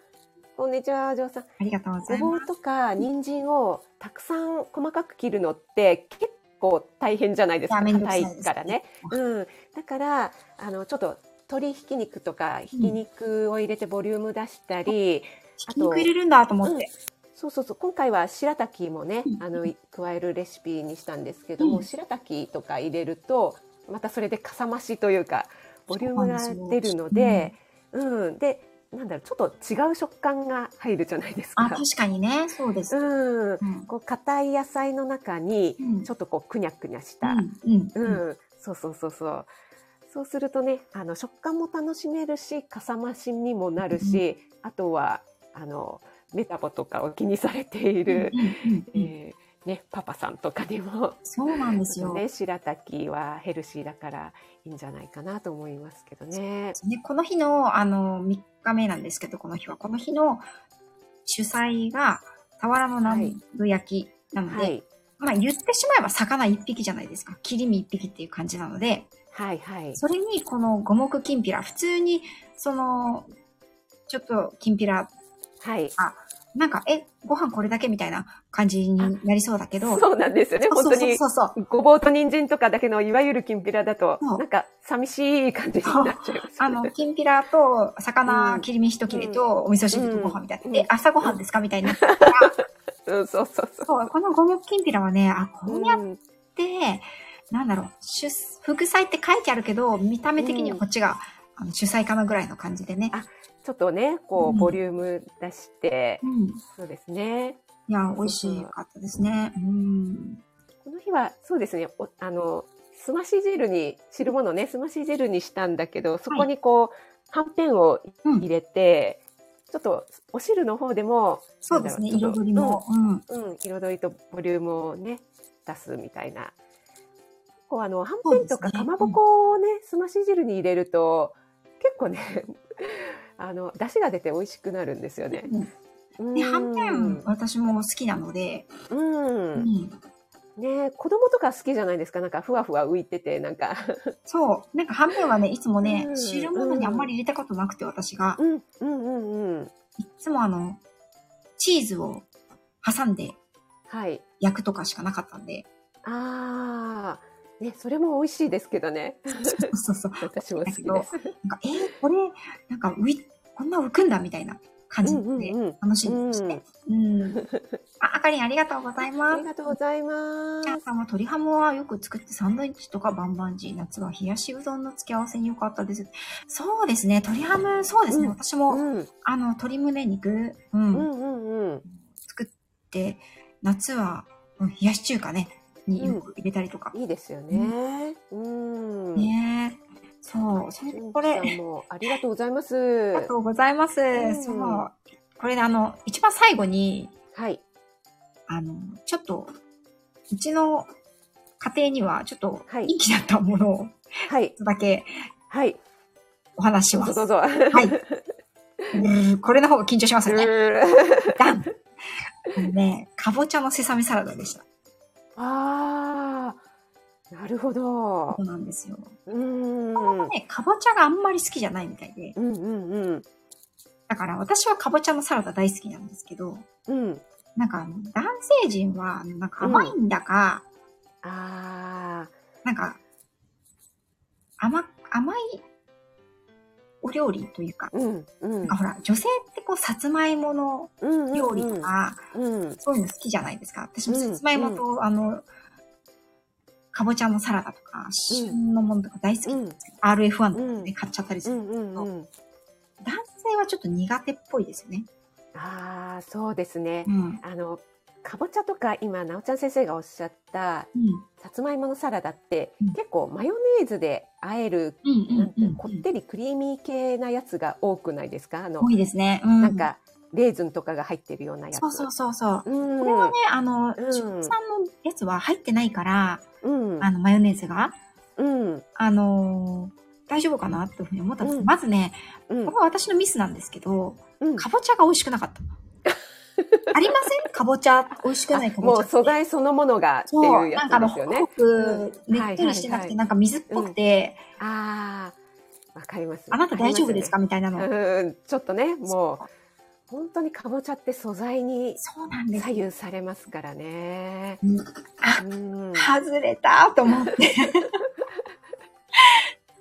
[SPEAKER 2] こんにちは、お嬢さん。
[SPEAKER 1] ありがとうござ
[SPEAKER 2] ご
[SPEAKER 1] い
[SPEAKER 2] ぼ
[SPEAKER 1] ます。
[SPEAKER 2] うとか、人参をたくさん細かく切るのって、結構大変じゃないですか。
[SPEAKER 1] いやめんどく
[SPEAKER 2] 硬
[SPEAKER 1] さい
[SPEAKER 2] い
[SPEAKER 1] です
[SPEAKER 2] からね。うん。だから、あの、ちょっと、鶏ひき肉とか、ひき肉を入れてボリューム出したり、
[SPEAKER 1] ひき肉入れるんだと思って。
[SPEAKER 2] そうそうそう今回は白滝もね、
[SPEAKER 1] うん
[SPEAKER 2] あのい加えるレシピにしたんですけども、
[SPEAKER 1] うん
[SPEAKER 2] 白滝とか入れるとまたそれでかさ増しというかボリュームが出るのでうん、でなんだろうちょっと違う食感が入るじゃないです
[SPEAKER 1] あ、
[SPEAKER 2] か
[SPEAKER 1] 確。かにね。そうです。
[SPEAKER 2] うん、
[SPEAKER 1] うん
[SPEAKER 2] こう硬い野菜の中に
[SPEAKER 1] うん
[SPEAKER 2] ちょっとこうくにゃくにゃし
[SPEAKER 1] う
[SPEAKER 2] た、
[SPEAKER 1] ん。うん
[SPEAKER 2] う
[SPEAKER 1] うんん。
[SPEAKER 2] そうそうそうそうそうするとねあの食感も楽しめるしかさ増しにもなるし、あとはあのメタボとかを気にされている、
[SPEAKER 1] うんうんうん
[SPEAKER 2] えーね、パパさんとかにも、
[SPEAKER 1] そうなんですよ。
[SPEAKER 2] ね、白滝はヘルシーだからいいんじゃないかなと思いますけどね。
[SPEAKER 1] ね、この日の、あの、3日目なんですけど、この日は、この日の主菜が、俵の南部焼きなので、
[SPEAKER 2] はい、
[SPEAKER 1] まあ言ってしまえば魚1匹じゃないですか。切り身1匹っていう感じなので、
[SPEAKER 2] はい、はい。
[SPEAKER 1] それにこの五目きんぴら、普通に、その、ちょっときんぴら、
[SPEAKER 2] はい。
[SPEAKER 1] なんか、え、ご飯これだけみたいな感じになりそうだけど、
[SPEAKER 2] そうなんですよね、本当に。
[SPEAKER 1] そうそうそうそう。
[SPEAKER 2] ごぼうと人参とかだけのいわゆるきんぴらだと、
[SPEAKER 1] そう
[SPEAKER 2] なんか寂しい感じになっちゃいます、ね。
[SPEAKER 1] あ の、きんぴらと、
[SPEAKER 2] う
[SPEAKER 1] 魚
[SPEAKER 2] ん
[SPEAKER 1] 切り身一切れと、お味噌汁とご飯みたいな。
[SPEAKER 2] うん
[SPEAKER 1] え、朝ご飯ですかみたいになったから、
[SPEAKER 2] うん、そうそうそう。
[SPEAKER 1] そう、この五目きんぴらはね、あ、こうやっ
[SPEAKER 2] うん
[SPEAKER 1] て、なんだろう、主、副菜って書いてあるけど、見た目的にはこっちが、あの主菜かなぐらいの感じでね。
[SPEAKER 2] あちょっとね、こ
[SPEAKER 1] うん
[SPEAKER 2] う、ボリューム出して、
[SPEAKER 1] うん。い
[SPEAKER 2] そうですね。
[SPEAKER 1] や、美味しかったですね。うん。
[SPEAKER 2] この日は、そうですね、おあの、すまし汁に、汁物ね、すまし汁にしたんだけど、そこにこう、はんぺんを
[SPEAKER 1] うん
[SPEAKER 2] 入れて、ちょっと、お汁の方でも、
[SPEAKER 1] そうですね、
[SPEAKER 2] なんだろう
[SPEAKER 1] 彩りも。。うん。
[SPEAKER 2] ちょっとうん、うん彩りとボリュームをね、出すみたいな。こう、あの、はん
[SPEAKER 1] そう
[SPEAKER 2] ぺ
[SPEAKER 1] で
[SPEAKER 2] ん
[SPEAKER 1] すね
[SPEAKER 2] とかかまぼこをね、すまし汁に入れると、結構ね、あの、出汁が出て美味しくなるんですよね。
[SPEAKER 1] で、
[SPEAKER 2] ね
[SPEAKER 1] はんぺん、私も好きなので、
[SPEAKER 2] う。
[SPEAKER 1] うんん。
[SPEAKER 2] ね子供とか好きじゃないですか。なんかふわふわ浮いてて、なんか。
[SPEAKER 1] そう、なんかはんぺんはね、いつもね
[SPEAKER 2] う、ん
[SPEAKER 1] 汁物にあんまり入れたことなくて、私が、
[SPEAKER 2] うん、うん、うん、うん。
[SPEAKER 1] いつもあの、チーズを挟んで
[SPEAKER 2] はい。
[SPEAKER 1] 焼くとかしかなかったん で、
[SPEAKER 2] ああ。ね、それも美味しいですけどね。
[SPEAKER 1] そうそうそう。
[SPEAKER 2] 私も好きです。
[SPEAKER 1] なんか、えー、これ、なんか、浮い、こんな浮くんだみたいな感
[SPEAKER 2] う
[SPEAKER 1] じ
[SPEAKER 2] ん、うん、
[SPEAKER 1] で、
[SPEAKER 2] うん。
[SPEAKER 1] 楽しみにして。うん。あ、あかりんありがとうござい
[SPEAKER 2] あ
[SPEAKER 1] ま
[SPEAKER 2] り
[SPEAKER 1] す。
[SPEAKER 2] がとうございま
[SPEAKER 1] ちゃん
[SPEAKER 2] す。
[SPEAKER 1] さんは鶏ハムはよく作ってサンドイッチとかバンバンジー、夏は冷やしうどんの付け合わせに良かったです。そうですね、鶏ハム、そうですね、
[SPEAKER 2] うん
[SPEAKER 1] 私
[SPEAKER 2] う
[SPEAKER 1] も、
[SPEAKER 2] ん、
[SPEAKER 1] あの、鶏胸肉、う、
[SPEAKER 2] うんん、うん、うん。
[SPEAKER 1] 作って、夏は、うん、冷やし中華ね、によく入れたりとか。
[SPEAKER 2] いいですよね。うん。
[SPEAKER 1] ねえそう、それ
[SPEAKER 2] 純
[SPEAKER 1] こ
[SPEAKER 2] 喜
[SPEAKER 1] れ
[SPEAKER 2] さ、んもありがとうございます
[SPEAKER 1] あり。がとうございます。
[SPEAKER 2] ん
[SPEAKER 1] そう。これであの、一番最後に、
[SPEAKER 2] はい。
[SPEAKER 1] あの、ちょっと、うちの家庭には、ちょっと、
[SPEAKER 2] はい
[SPEAKER 1] 人気だったものを、
[SPEAKER 2] はい。
[SPEAKER 1] だけ
[SPEAKER 2] はい。
[SPEAKER 1] お話しし
[SPEAKER 2] ど
[SPEAKER 1] ま
[SPEAKER 2] うぞ
[SPEAKER 1] す。
[SPEAKER 2] どうぞ。
[SPEAKER 1] はい。うーんこれの方が緊張しますよね。ダンあのね、かぼちゃのセサミサラダでした。
[SPEAKER 2] ああ。なるほど
[SPEAKER 1] そ。うなんですよ。
[SPEAKER 2] うん。
[SPEAKER 1] ね、かぼちゃがあんまり好きじゃないみたいで。
[SPEAKER 2] うんうん
[SPEAKER 1] だから私はかぼちゃのサラダ大好きなんですけど、
[SPEAKER 2] うん。うん。
[SPEAKER 1] なんかあの男性陣は、なんか甘いんだか、
[SPEAKER 2] あ
[SPEAKER 1] なんか、甘、甘いお料理というか
[SPEAKER 2] あ。、うんうん
[SPEAKER 1] なんか。ほら、女性ってこう、さつまいもの
[SPEAKER 2] うんうん
[SPEAKER 1] 料理とか、
[SPEAKER 2] うん。
[SPEAKER 1] そういうの好きじゃないですか。私も
[SPEAKER 2] うん
[SPEAKER 1] さつまいもと、あの、かぼちゃのサラダとか、旬のものとか大好き。
[SPEAKER 2] うん
[SPEAKER 1] RF1 とかで買っちゃったりす
[SPEAKER 2] う
[SPEAKER 1] る。
[SPEAKER 2] んうんうん。
[SPEAKER 1] 男性はちょっと苦手っぽいですよね。
[SPEAKER 2] ああ、そうですね
[SPEAKER 1] う。ん。
[SPEAKER 2] あの、かぼちゃとか今、なおちゃん先生がおっしゃった、さつまいものサラダって、
[SPEAKER 1] うん
[SPEAKER 2] 結構マヨネーズで和える、
[SPEAKER 1] うんうん
[SPEAKER 2] なんて
[SPEAKER 1] うんうん
[SPEAKER 2] こってりクリーミー系なやつが多くないですかあの
[SPEAKER 1] 多、いですね。うん。
[SPEAKER 2] なんか、レーズンとかが入ってるようなやつ。
[SPEAKER 1] そうそうそうそう。
[SPEAKER 2] うん。
[SPEAKER 1] これはね、あの、
[SPEAKER 2] うん
[SPEAKER 1] 中国産のやつは入ってないから、
[SPEAKER 2] うん。
[SPEAKER 1] あの、マヨネーズが、
[SPEAKER 2] うん。
[SPEAKER 1] あのー大丈夫かなっていうふうに思ったんですけど、
[SPEAKER 2] うん
[SPEAKER 1] まずね、
[SPEAKER 2] うん
[SPEAKER 1] こ。れは私のミスなんですけど、
[SPEAKER 2] うん
[SPEAKER 1] かぼちゃが美味しくなかっ た。ありませんかぼちゃ、美味しくないかぼ
[SPEAKER 2] も
[SPEAKER 1] ちゃ
[SPEAKER 2] う
[SPEAKER 1] って。
[SPEAKER 2] 素材そのものがって
[SPEAKER 1] そ、
[SPEAKER 2] いうう
[SPEAKER 1] な
[SPEAKER 2] や
[SPEAKER 1] んかあ
[SPEAKER 2] つ
[SPEAKER 1] の、
[SPEAKER 2] です
[SPEAKER 1] ほ
[SPEAKER 2] よ
[SPEAKER 1] くほ
[SPEAKER 2] ね。
[SPEAKER 1] く、
[SPEAKER 2] うん
[SPEAKER 1] ねっとりしてなく
[SPEAKER 2] はいはいは
[SPEAKER 1] て、
[SPEAKER 2] い
[SPEAKER 1] なんか水っぽくて、
[SPEAKER 2] ああ、わかります。
[SPEAKER 1] あなた大丈夫ですかみたいなの。
[SPEAKER 2] うん、ちょっとね、もう、本当にかぼちゃって素材に
[SPEAKER 1] そうなんです。
[SPEAKER 2] 左右されますからね。
[SPEAKER 1] うん
[SPEAKER 2] うん。
[SPEAKER 1] 外れたと思 って。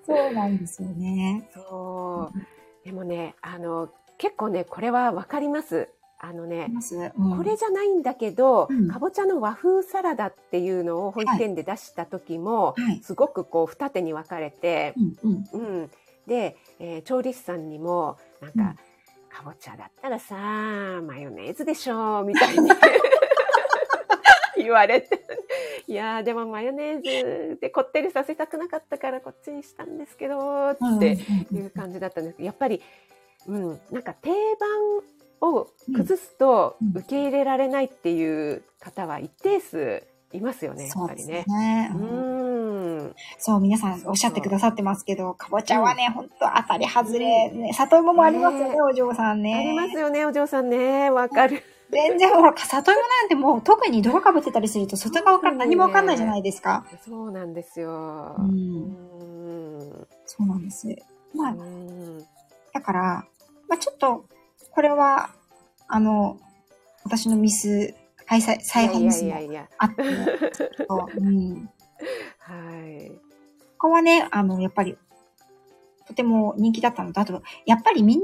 [SPEAKER 1] そうなんですよね。
[SPEAKER 2] そう。でもね、あの、結構ね、これはわかります。あの
[SPEAKER 1] あ
[SPEAKER 2] ね
[SPEAKER 1] り、ます、うん
[SPEAKER 2] これじゃないんだけど、
[SPEAKER 1] うん
[SPEAKER 2] かぼちゃの和風サラダっていうのを保育園で出した時も、
[SPEAKER 1] はい。
[SPEAKER 2] すごくこう二手に分かれて、
[SPEAKER 1] うんうん。
[SPEAKER 2] うん、で、えー調理師さんにもなんか、かぼちゃだったらさマヨネーズでしょみたいに 言われていやーでもマヨネーズでこってりさせたくなかったからこっちにしたんですけど
[SPEAKER 1] うんうん
[SPEAKER 2] っ
[SPEAKER 1] うん
[SPEAKER 2] ていう感じだったんですけどやっぱり、うん、なんか定番を崩すと
[SPEAKER 1] うんうん
[SPEAKER 2] 受け入れられないっていう方は一定数いますよねや
[SPEAKER 1] そ
[SPEAKER 2] っ
[SPEAKER 1] う
[SPEAKER 2] ぱ
[SPEAKER 1] で
[SPEAKER 2] り
[SPEAKER 1] す
[SPEAKER 2] ね
[SPEAKER 1] ね。。う
[SPEAKER 2] うんん
[SPEAKER 1] そう、皆さんおっしゃってくださってますけど、かぼちゃはね、ほんと当たり外れ、ね、里芋もありますよね、
[SPEAKER 2] ね
[SPEAKER 1] お嬢さんね。
[SPEAKER 2] ありますよね、お嬢さんね。わかる。
[SPEAKER 1] 全然ほら、里芋なんてもう特に泥かぶってたりすると外側から何もわかんないじゃないですか。
[SPEAKER 2] そうなんですよ。
[SPEAKER 1] う
[SPEAKER 2] うんん。
[SPEAKER 1] そうなんです。まあ、
[SPEAKER 2] うん
[SPEAKER 1] だから、まあちょっと、これは、あの、私のミス、はい、さい
[SPEAKER 2] い
[SPEAKER 1] 再
[SPEAKER 2] や
[SPEAKER 1] 犯
[SPEAKER 2] い
[SPEAKER 1] ミ
[SPEAKER 2] や
[SPEAKER 1] ス
[SPEAKER 2] いや
[SPEAKER 1] も
[SPEAKER 2] いや。
[SPEAKER 1] あって、そううん。
[SPEAKER 2] はい。
[SPEAKER 1] ここはね、あの、やっぱり、とても人気だったのと、あと、やっぱりみん、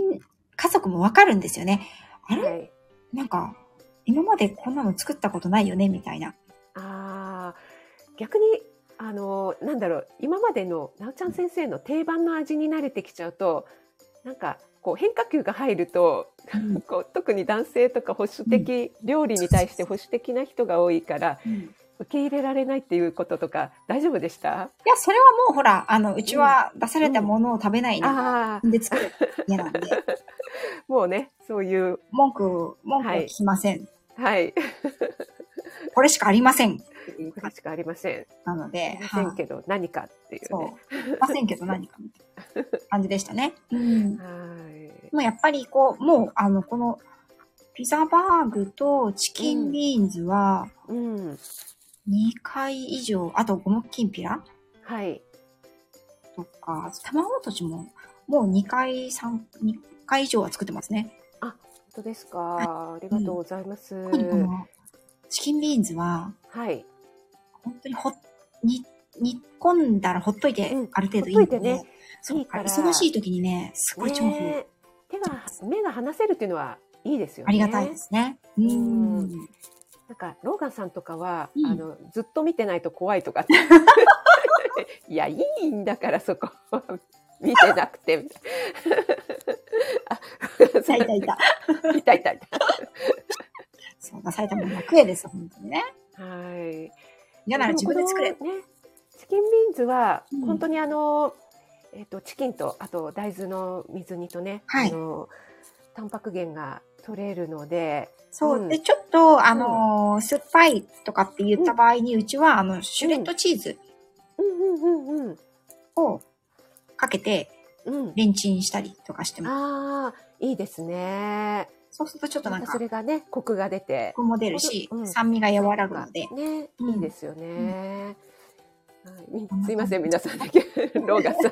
[SPEAKER 1] 家族もわかるんですよね。あれ
[SPEAKER 2] はい。
[SPEAKER 1] なんか、今までこんなの作ったことないよねみたいな。
[SPEAKER 2] ああ、逆に、あの、なんだろう、今までの、なおちゃん先生の定番の味に慣れてきちゃうと、なんか、こう変化球が入ると、
[SPEAKER 1] うん
[SPEAKER 2] こう特に男性とか保守的、料理に対して保守的な人が多いから、
[SPEAKER 1] うん
[SPEAKER 2] 受け入れられないっていうこととか、大丈夫でした
[SPEAKER 1] いや、それはもうほら、あの、うちは出されたものを食べないの
[SPEAKER 2] ああ、
[SPEAKER 1] で作る家 なんで、
[SPEAKER 2] もうね、そういう、
[SPEAKER 1] 文句、文句は聞きません。
[SPEAKER 2] はい、
[SPEAKER 1] これしかありません。
[SPEAKER 2] これしかありません。
[SPEAKER 1] なの
[SPEAKER 2] あ
[SPEAKER 1] で
[SPEAKER 2] り、ません
[SPEAKER 1] はい
[SPEAKER 2] けど、何かっていうね。
[SPEAKER 1] そう。ませんけど何かみたいな感じでしたね。うん。で
[SPEAKER 2] はい。
[SPEAKER 1] もやっぱりこう、もう、あの、この、ピザバーグとチキンビーンズは
[SPEAKER 2] うん。
[SPEAKER 1] 2回以上、あとゴムきんぴら
[SPEAKER 2] はい。
[SPEAKER 1] とか、卵とじももう2回、3、2回以上は作ってますね。
[SPEAKER 2] 本当ですか。ありがとうございます。
[SPEAKER 1] 特にこのチキンビーンズは、
[SPEAKER 2] はい。
[SPEAKER 1] 本当にほっ、に、煮込んだらほっといて
[SPEAKER 2] うん、
[SPEAKER 1] ある程度いいの
[SPEAKER 2] ほっといてね
[SPEAKER 1] そう
[SPEAKER 2] いいから
[SPEAKER 1] 忙しい時にね、すごい重宝、
[SPEAKER 2] ね手が、目が離せるっていうのはいいですよね。
[SPEAKER 1] ありがたいで。すね。うー
[SPEAKER 2] ん
[SPEAKER 1] ん。
[SPEAKER 2] なんか、ローガンさんとかは、
[SPEAKER 1] うん
[SPEAKER 2] あの、ずっと見てないと怖いと かって。いや、いいんだから、そこ は。見てな くて。み たいなあ
[SPEAKER 1] いたいたいた。
[SPEAKER 2] いたいたいた。
[SPEAKER 1] そうだ、埼玉の楽屋です、本当にね。
[SPEAKER 2] はい。
[SPEAKER 1] 嫌なら自分で作れ。
[SPEAKER 2] もこのね、チキンビーンズは
[SPEAKER 1] うん
[SPEAKER 2] 本当にあの、えっとチキンとあと大豆の水煮とね、
[SPEAKER 1] はい
[SPEAKER 2] あのタンパク源が取れるので、
[SPEAKER 1] そう、
[SPEAKER 2] うん
[SPEAKER 1] で、ちょっと、あのー酸っぱいとかって言った場合に、うちは、あの、シュレッドチーズ
[SPEAKER 2] うんうんうんうん
[SPEAKER 1] をかけて、
[SPEAKER 2] うん。
[SPEAKER 1] レンチンしたりとかしてます。
[SPEAKER 2] ああいいですね。
[SPEAKER 1] そうすると、ちょっとなん
[SPEAKER 2] また
[SPEAKER 1] か
[SPEAKER 2] そ、れがねコクが出て
[SPEAKER 1] コクも出るし、
[SPEAKER 2] うん
[SPEAKER 1] 酸味が和らぐので。
[SPEAKER 2] ね、
[SPEAKER 1] うん
[SPEAKER 2] いいですよね。はいみ
[SPEAKER 1] こんな感じ
[SPEAKER 2] すいません皆さん だけローガンさん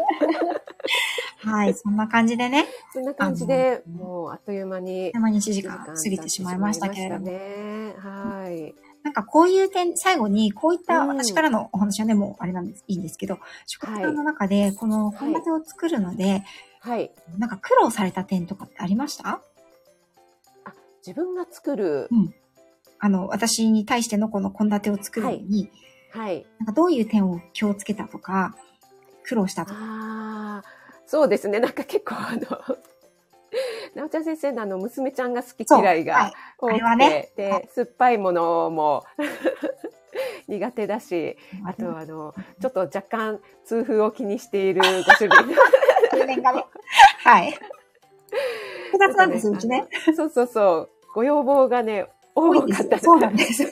[SPEAKER 1] はい、そんな感じでね、
[SPEAKER 2] そんな感じで
[SPEAKER 1] あの
[SPEAKER 2] もうあっという間に
[SPEAKER 1] たまに1時
[SPEAKER 2] 時
[SPEAKER 1] 間過
[SPEAKER 2] 間
[SPEAKER 1] ぎてしまいましたけれども。
[SPEAKER 2] ねはい。
[SPEAKER 1] なんかこういう点、最後にこういった
[SPEAKER 2] うん
[SPEAKER 1] 私からのお話はね、もうあれなんです、いいんですけど、食
[SPEAKER 2] はい
[SPEAKER 1] 卓の中でこの献立を作るので、
[SPEAKER 2] はい。
[SPEAKER 1] なんか苦労された点とかってありました
[SPEAKER 2] 自分が作る、
[SPEAKER 1] あの、私に対してのこの献立を作るのに、
[SPEAKER 2] はい。
[SPEAKER 1] なんかどういう点を気をつけたとか、苦労したとか。
[SPEAKER 2] ああ、そうですね。なんか結構あの、 なおちゃん先生のあの、娘ちゃんが好き
[SPEAKER 1] そう
[SPEAKER 2] 嫌い
[SPEAKER 1] は
[SPEAKER 2] が
[SPEAKER 1] い
[SPEAKER 2] 多
[SPEAKER 1] あ
[SPEAKER 2] く
[SPEAKER 1] れ
[SPEAKER 2] て、
[SPEAKER 1] はねは
[SPEAKER 2] で、酸っぱいものも 苦手だし、
[SPEAKER 1] あ
[SPEAKER 2] あ
[SPEAKER 1] と
[SPEAKER 2] と
[SPEAKER 1] は、
[SPEAKER 2] あの、ちょっと若干痛風を気にしているご 主人。
[SPEAKER 1] 経年 がね。はい。複雑なんですよ、うちね。
[SPEAKER 2] あの。そうそうそう。ご要望がね、多
[SPEAKER 1] 多いんで
[SPEAKER 2] か
[SPEAKER 1] す
[SPEAKER 2] っ
[SPEAKER 1] よ
[SPEAKER 2] た。
[SPEAKER 1] そうなんです。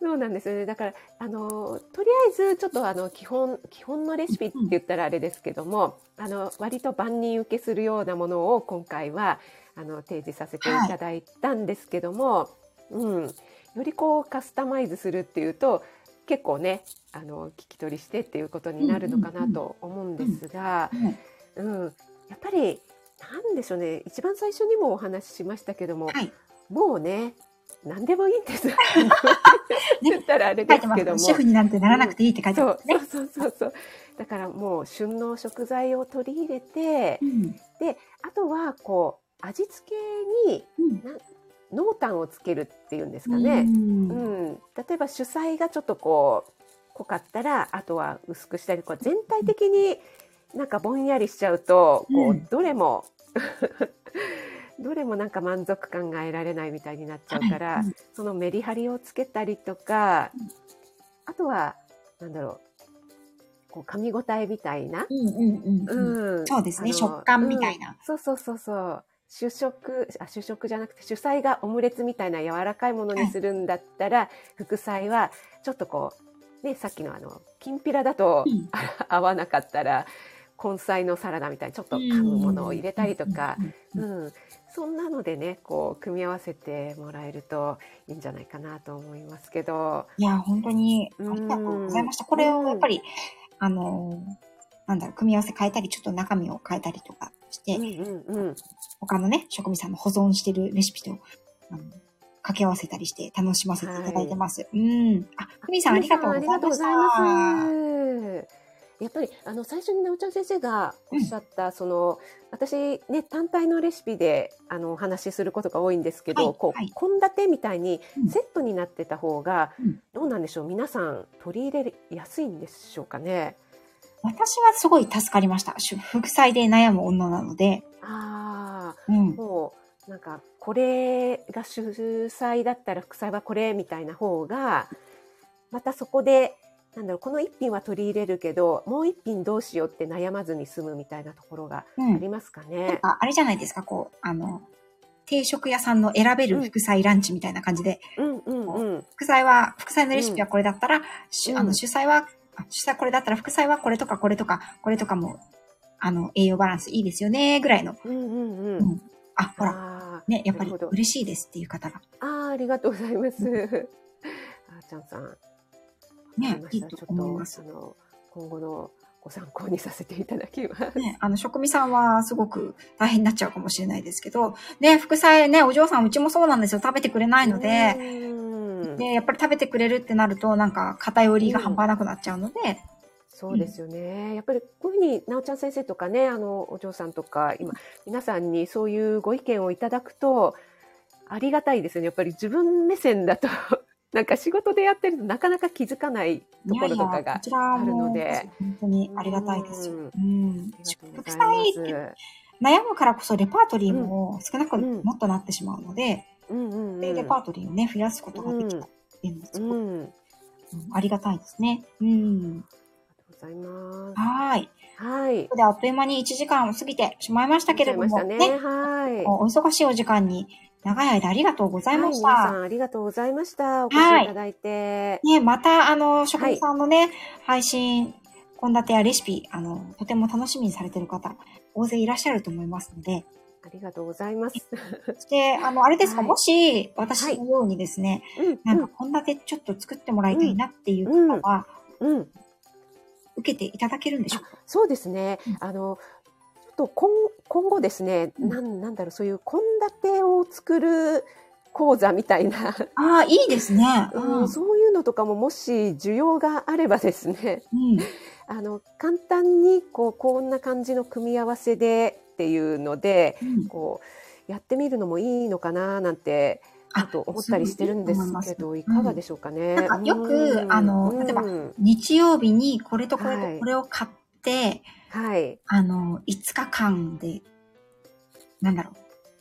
[SPEAKER 2] そうなんですよね。だから、あの、とりあえず、ちょっとあの、基本、基本のレシピって言ったらあれですけども、あの、割と万人受けするようなものを今回は、あの、提示させていただいたんですけども、うん。よりこう、カスタマイズするっていうと、結構ね、あの、聞き取りしてっていうことになるのかなと思うんですが、
[SPEAKER 1] うん
[SPEAKER 2] うん。やっぱり、なんでしょうね。一番最初にもお話ししましたけども、
[SPEAKER 1] はい。
[SPEAKER 2] もうね、何でもいい んです。言ったらあれ
[SPEAKER 1] 書
[SPEAKER 2] で
[SPEAKER 1] いて
[SPEAKER 2] す
[SPEAKER 1] ますけ
[SPEAKER 2] けど
[SPEAKER 1] ど
[SPEAKER 2] も。
[SPEAKER 1] も。シェフになんてならなくていいって書いて
[SPEAKER 2] そ
[SPEAKER 1] ま
[SPEAKER 2] う
[SPEAKER 1] すね。
[SPEAKER 2] そうそうそう。だからもう旬の食材を取り入れて
[SPEAKER 1] う、ん。
[SPEAKER 2] あとはこう、味付けに
[SPEAKER 1] うん。
[SPEAKER 2] 濃淡をつけるっていうんですか
[SPEAKER 1] う。
[SPEAKER 2] ね。うんん。例えば主菜がちょっとこう、濃かったら、あとは薄くしたり、こう全体的になんかぼんやりしちゃうと、こ
[SPEAKER 1] う、
[SPEAKER 2] うんどれも、 どれもなんか満足感が得られないみたいになっちゃうから、
[SPEAKER 1] はい
[SPEAKER 2] そのメリハリをつけたりとか
[SPEAKER 1] うん、
[SPEAKER 2] あとは、なんだろう、こう噛み応えみたいな、
[SPEAKER 1] うんうんうんうん。
[SPEAKER 2] うん
[SPEAKER 1] そうですね
[SPEAKER 2] あの
[SPEAKER 1] 食感みたいな
[SPEAKER 2] うんそうそうそうそう。主食、あ、主食じゃなくて主菜がオムレツみたいな柔らかいものにするんだったら、副菜はちょっとこう、ね、さっきのあの、きんぴらだと
[SPEAKER 1] うん
[SPEAKER 2] 合わなかったら、根菜のサラダみたいにちょっと噛むものを入れたりとか、。
[SPEAKER 1] う
[SPEAKER 2] うんん、そんなのでね、こう、組み合わせてもらえるといいんじゃないかなと思いますけど、
[SPEAKER 1] いや、本当にあ
[SPEAKER 2] うん
[SPEAKER 1] りがとうございました。これをやっぱり、あのー、なんだろう、組み合わせ変えたり、ちょっと中身を変えたりとかして、
[SPEAKER 2] うんうんうん。
[SPEAKER 1] 他のね、職味さんの保存してるレシピと、あの、掛け合わせたりして楽しませていただいてます。うん。あ、ふみさんありがとうございました。
[SPEAKER 2] ありがとうございますやっぱりあの最初になおちゃん先生がおっしゃった、その私ね単体のレシピであのお話しすることが多いんですけど、
[SPEAKER 1] はい
[SPEAKER 2] こう
[SPEAKER 1] はい
[SPEAKER 2] 献立、みたいに
[SPEAKER 1] うん
[SPEAKER 2] セットになってた方が、
[SPEAKER 1] うん
[SPEAKER 2] どうなんでしょう皆さん取り入れやすいんでしょうかね。
[SPEAKER 1] 私はすごい助かりました。主副菜で悩む女なので。
[SPEAKER 2] あ
[SPEAKER 1] う
[SPEAKER 2] ー
[SPEAKER 1] ん。
[SPEAKER 2] もうなんかこれが主菜だったら副菜はこれみたいな方がまたそこでなんだろうこの一品は取り入れるけどもう一品どうしようって悩まずに済むみたいなところが
[SPEAKER 1] う
[SPEAKER 2] あ
[SPEAKER 1] ん
[SPEAKER 2] り。ますかね。
[SPEAKER 1] ああれじゃないですか、こう、あの、定食屋さんの選べる副菜ランチみたいな感じで、
[SPEAKER 2] うんうんうん。
[SPEAKER 1] 副菜は、副菜のレシピはこれだったら、主
[SPEAKER 2] うん
[SPEAKER 1] あの主菜は、あ主菜これだったら副菜はこれとかこれとか、これとかも、あの、栄養バランスいいですよね、ぐらいの。
[SPEAKER 2] うんうんう。
[SPEAKER 1] うんんあ、ほら、
[SPEAKER 2] あー
[SPEAKER 1] ね、やっぱり
[SPEAKER 2] なるほど
[SPEAKER 1] 嬉しいですっていう方が。
[SPEAKER 2] あーありがとうございます。あーちゃんさん。わかり
[SPEAKER 1] ね
[SPEAKER 2] ま、
[SPEAKER 1] い
[SPEAKER 2] し
[SPEAKER 1] い
[SPEAKER 2] た
[SPEAKER 1] と
[SPEAKER 2] ちょっとあ
[SPEAKER 1] 思います。
[SPEAKER 2] の今後のご参考にさせていただきます。
[SPEAKER 1] ね、あの、職味さんはすごく大変になっちゃうかもしれないですけど、ね、副菜ね、お嬢さん、うちもそうなんですよ。食べてくれないので、
[SPEAKER 2] うん
[SPEAKER 1] で、やっぱり食べてくれるってなると、なんか、偏りが半端なくなっちゃうので、
[SPEAKER 2] そうですよね。やっぱりこういうふうに、なおちゃん先生とかね、あの、お嬢さんとか、今、皆さんにそういうご意見をいただくと、ありがたいですよね。やっぱり自分目線だと、 なんか仕事でやってるとなかなか気づかないところとか
[SPEAKER 1] いやいやこ
[SPEAKER 2] が。
[SPEAKER 1] ちらも
[SPEAKER 2] あるので
[SPEAKER 1] 本当にありがたいですよ。
[SPEAKER 2] う
[SPEAKER 1] う
[SPEAKER 2] ん
[SPEAKER 1] ん
[SPEAKER 2] ありがとうご
[SPEAKER 1] 副
[SPEAKER 2] ざい
[SPEAKER 1] 菜
[SPEAKER 2] ます
[SPEAKER 1] って悩むからこそレパートリーも少なく
[SPEAKER 2] うん
[SPEAKER 1] もっとなってしまうので、
[SPEAKER 2] うんうん
[SPEAKER 1] でレパートリーをね、増やすことができたっていうのはす
[SPEAKER 2] う
[SPEAKER 1] ごく
[SPEAKER 2] ん。うん。あり
[SPEAKER 1] うんありがたいですね。うん。
[SPEAKER 2] がとうございます。
[SPEAKER 1] はーい。
[SPEAKER 2] はい
[SPEAKER 1] こ。こであっという間に1時間を過ぎてしまいましたけれど
[SPEAKER 2] いっち
[SPEAKER 1] も、
[SPEAKER 2] ゃいま
[SPEAKER 1] ね
[SPEAKER 2] したね。はい。
[SPEAKER 1] お忙しいお時間に長い間ありがとうございまし
[SPEAKER 2] はい皆
[SPEAKER 1] た
[SPEAKER 2] さ。んありがとうございました。お越しいただいて。
[SPEAKER 1] ね、また、あの、職人さんのね、配信、献立やレシピ、あの、とても楽しみにされてる方、大勢いらっしゃると思いますので、
[SPEAKER 2] ありがとうございます。
[SPEAKER 1] そして、あの、あれですか、
[SPEAKER 2] はい
[SPEAKER 1] もし、私の ようにですね、
[SPEAKER 2] うん
[SPEAKER 1] なんか、献立ちょっと作ってもらいたいなっていう
[SPEAKER 2] うん
[SPEAKER 1] 方は、
[SPEAKER 2] うん。うん。
[SPEAKER 1] 受けていただけるんでしょうか、
[SPEAKER 2] そうですね
[SPEAKER 1] うん。
[SPEAKER 2] あの、ちょっと今今後ですね、
[SPEAKER 1] うん
[SPEAKER 2] なんなんだろう、そういう献立を作る講座みたいな、
[SPEAKER 1] ああ、いいですね。
[SPEAKER 2] う
[SPEAKER 1] うん
[SPEAKER 2] ん、。そういうのとかももし需要があればですね、
[SPEAKER 1] うん。
[SPEAKER 2] あの、簡単にこう、こんな感じの組み合わせでっていうので、
[SPEAKER 1] うん
[SPEAKER 2] こう、やってみるのもいいのかななんて、
[SPEAKER 1] あ
[SPEAKER 2] あと思ったりしてるんですけど、い
[SPEAKER 1] と思います
[SPEAKER 2] かがでしょうかね。
[SPEAKER 1] なんかよく
[SPEAKER 2] うん
[SPEAKER 1] あの例えば
[SPEAKER 2] うん
[SPEAKER 1] 日曜日にこれとこれ
[SPEAKER 2] は
[SPEAKER 1] と
[SPEAKER 2] い
[SPEAKER 1] これを買っ、
[SPEAKER 2] はい。
[SPEAKER 1] あの、5日間で、なんだろう、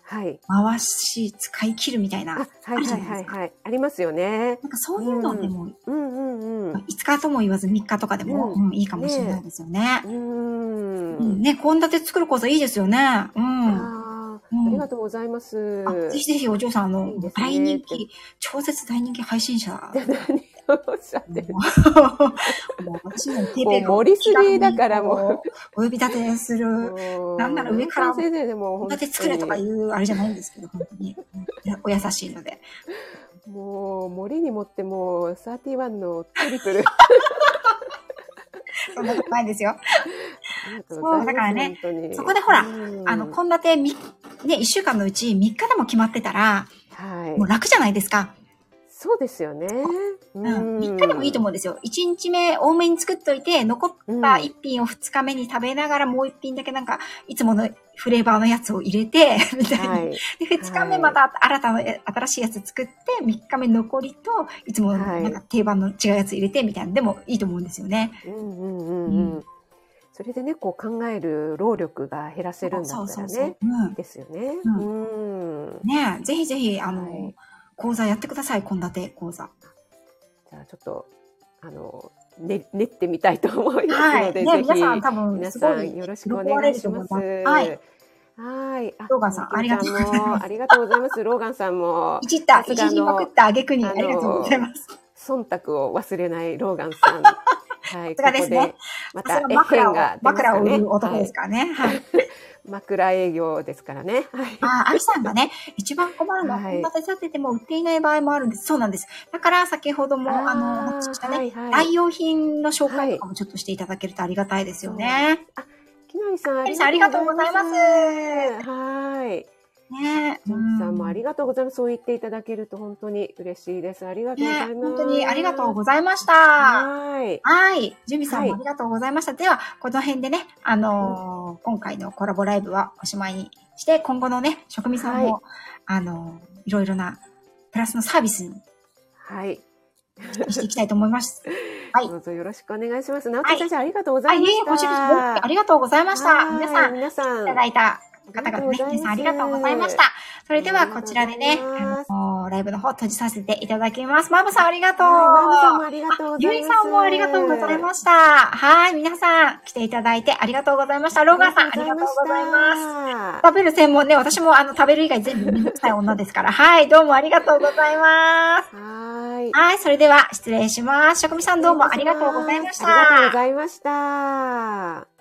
[SPEAKER 2] はい。
[SPEAKER 1] 回し使い切るみたいな、
[SPEAKER 2] あ、
[SPEAKER 1] な
[SPEAKER 2] は
[SPEAKER 1] ん
[SPEAKER 2] いはいはいはい。ありますよね。
[SPEAKER 1] かそういうのでも、
[SPEAKER 2] うんうんうん。
[SPEAKER 1] 5日とも言わず3日とかでも、
[SPEAKER 2] うん
[SPEAKER 1] うんいいかもしれないですよね。
[SPEAKER 2] う
[SPEAKER 1] う
[SPEAKER 2] ー
[SPEAKER 1] ん、
[SPEAKER 2] ん。
[SPEAKER 1] ね、献立作る講座いいですよね。うん。あ
[SPEAKER 2] あ
[SPEAKER 1] う
[SPEAKER 2] ー
[SPEAKER 1] ん
[SPEAKER 2] ありがとうございます。
[SPEAKER 1] ぜひぜひお嬢さん、あの、
[SPEAKER 2] いいですね
[SPEAKER 1] 大人気、超絶大人気配 信者。
[SPEAKER 2] 何をおっしゃってる
[SPEAKER 1] もう もう私のテ
[SPEAKER 2] もう盛りすぎだから
[SPEAKER 1] う。
[SPEAKER 2] も
[SPEAKER 1] お呼び立てする。なんなら上から
[SPEAKER 2] 先生で
[SPEAKER 1] 献
[SPEAKER 2] も本当
[SPEAKER 1] 立
[SPEAKER 2] に
[SPEAKER 1] 作れとかいうあれじゃないんですけど、本当に。うんお優しいので。
[SPEAKER 2] もう森に持ってもう31のトリプルあ
[SPEAKER 1] そんなことないですよ。
[SPEAKER 2] りがとうござ
[SPEAKER 1] そうだ
[SPEAKER 2] います
[SPEAKER 1] からね
[SPEAKER 2] 本当に
[SPEAKER 1] そこでほら
[SPEAKER 2] うん
[SPEAKER 1] あの、献立み、ね、1週間のうち3日でも決まってたら、もう
[SPEAKER 2] はい
[SPEAKER 1] 楽じゃないですか。
[SPEAKER 2] そうですよね、う
[SPEAKER 1] うん。3日でもいいと思うんですよ。1日目多めに作っといて、残った1品を2日目に食べながら、もう1品だけなんか、いつものフレーバーのやつを入れて、 みたいな。
[SPEAKER 2] はい
[SPEAKER 1] で、2日目また新たな、新しいやつ作って、3日目残りと、いつもの
[SPEAKER 2] はい
[SPEAKER 1] なんか定番の違うやつ入れてみたいな、でもいいと思うんですよね。
[SPEAKER 2] うんうんうんうんそれでねこう考える労力が減らせるんだ
[SPEAKER 1] そう
[SPEAKER 2] った
[SPEAKER 1] そ
[SPEAKER 2] ら
[SPEAKER 1] うそう
[SPEAKER 2] ね。
[SPEAKER 1] うん。
[SPEAKER 2] ですよね
[SPEAKER 1] う
[SPEAKER 2] うん、
[SPEAKER 1] ねえぜひぜひ、あの、
[SPEAKER 2] はい
[SPEAKER 1] 講座やってください、献立講座。
[SPEAKER 2] じゃあちょっとあのね練ってみたいと思います
[SPEAKER 1] は
[SPEAKER 2] の
[SPEAKER 1] い。
[SPEAKER 2] で、
[SPEAKER 1] ね、
[SPEAKER 2] ぜひ
[SPEAKER 1] 皆さん多分、
[SPEAKER 2] 皆
[SPEAKER 1] すご
[SPEAKER 2] さ
[SPEAKER 1] い
[SPEAKER 2] ん、よろしくお願いします。
[SPEAKER 1] 喜ばれると思います
[SPEAKER 2] は
[SPEAKER 1] はいい。
[SPEAKER 2] はい。
[SPEAKER 1] ローガンさんありがとうございます
[SPEAKER 2] す。ありがとうございます。ローガンさんも
[SPEAKER 1] い、じった、
[SPEAKER 2] さす
[SPEAKER 1] い
[SPEAKER 2] がの
[SPEAKER 1] じりまくった挙句に
[SPEAKER 2] あ
[SPEAKER 1] あ
[SPEAKER 2] の
[SPEAKER 1] りがとうございます。
[SPEAKER 2] 忖度を忘れないローガン さん。はい。
[SPEAKER 1] さすがですね
[SPEAKER 2] ここでま
[SPEAKER 1] さ
[SPEAKER 2] た、
[SPEAKER 1] すが枕を、
[SPEAKER 2] から
[SPEAKER 1] 枕を売る男ですからね。はい。
[SPEAKER 2] 枕営業ですからね。はい。
[SPEAKER 1] ああ、アキさんがね、一番困るのは、
[SPEAKER 2] は
[SPEAKER 1] こ
[SPEAKER 2] い
[SPEAKER 1] んな立てても売っていない場合もあるんです。そうなんです。だから、先ほども、あの、お話ししたね、
[SPEAKER 2] はいはい。
[SPEAKER 1] 代用品の紹介とかもちょっとしていただけるとありがたいですよね。
[SPEAKER 2] きなりさん、
[SPEAKER 1] アキさん、ありがとうございます。
[SPEAKER 2] はい。
[SPEAKER 1] ね
[SPEAKER 2] ジョンさんもあり
[SPEAKER 1] が
[SPEAKER 2] がとうございます。そう言っていただけると本当に嬉しいです。ありがとうございます。
[SPEAKER 1] ね本当にありがとうございました。
[SPEAKER 2] ざはい。
[SPEAKER 1] はい。準備さん
[SPEAKER 2] はい
[SPEAKER 1] もありがとうございました。では、この辺でね、あのー今回のコラボライブはおしまいにして、今後のね、職味さんも、
[SPEAKER 2] は
[SPEAKER 1] あのーいろいろなプラスのサービスに
[SPEAKER 2] はい。
[SPEAKER 1] していきたいと思い ます。はい
[SPEAKER 2] どうぞよろしくお願いします。直樹先生、ありがとうござ
[SPEAKER 1] はいい。
[SPEAKER 2] ま
[SPEAKER 1] いえい
[SPEAKER 2] し
[SPEAKER 1] えご
[SPEAKER 2] た。
[SPEAKER 1] 指導ありがとうございました。皆さ
[SPEAKER 2] はい
[SPEAKER 1] ん、い
[SPEAKER 2] 皆さん、
[SPEAKER 1] ただいた方々ね、
[SPEAKER 2] ありがとうござ
[SPEAKER 1] 皆さんありがとうご
[SPEAKER 2] います
[SPEAKER 1] ざいました。それでは、こちらで
[SPEAKER 2] あ
[SPEAKER 1] ね
[SPEAKER 2] りがとうございます、
[SPEAKER 1] あのーライブの方閉じさせていただきます。マブさんありがとう。
[SPEAKER 2] はいマムさんもありがとうございます。
[SPEAKER 1] ゆいさんもありがとうございました。はい、皆さん来ていただいてありがとうございました。ローガンさんありがとうございます。
[SPEAKER 2] す。
[SPEAKER 1] 食べる専門ね、私もあの食べる以外全部めんどくさい女ですから。はい、どうもありがとうございます。
[SPEAKER 2] はい。
[SPEAKER 1] はい、それでは失礼します。職味さんどうもありがとうございました。
[SPEAKER 2] ありがとうございました。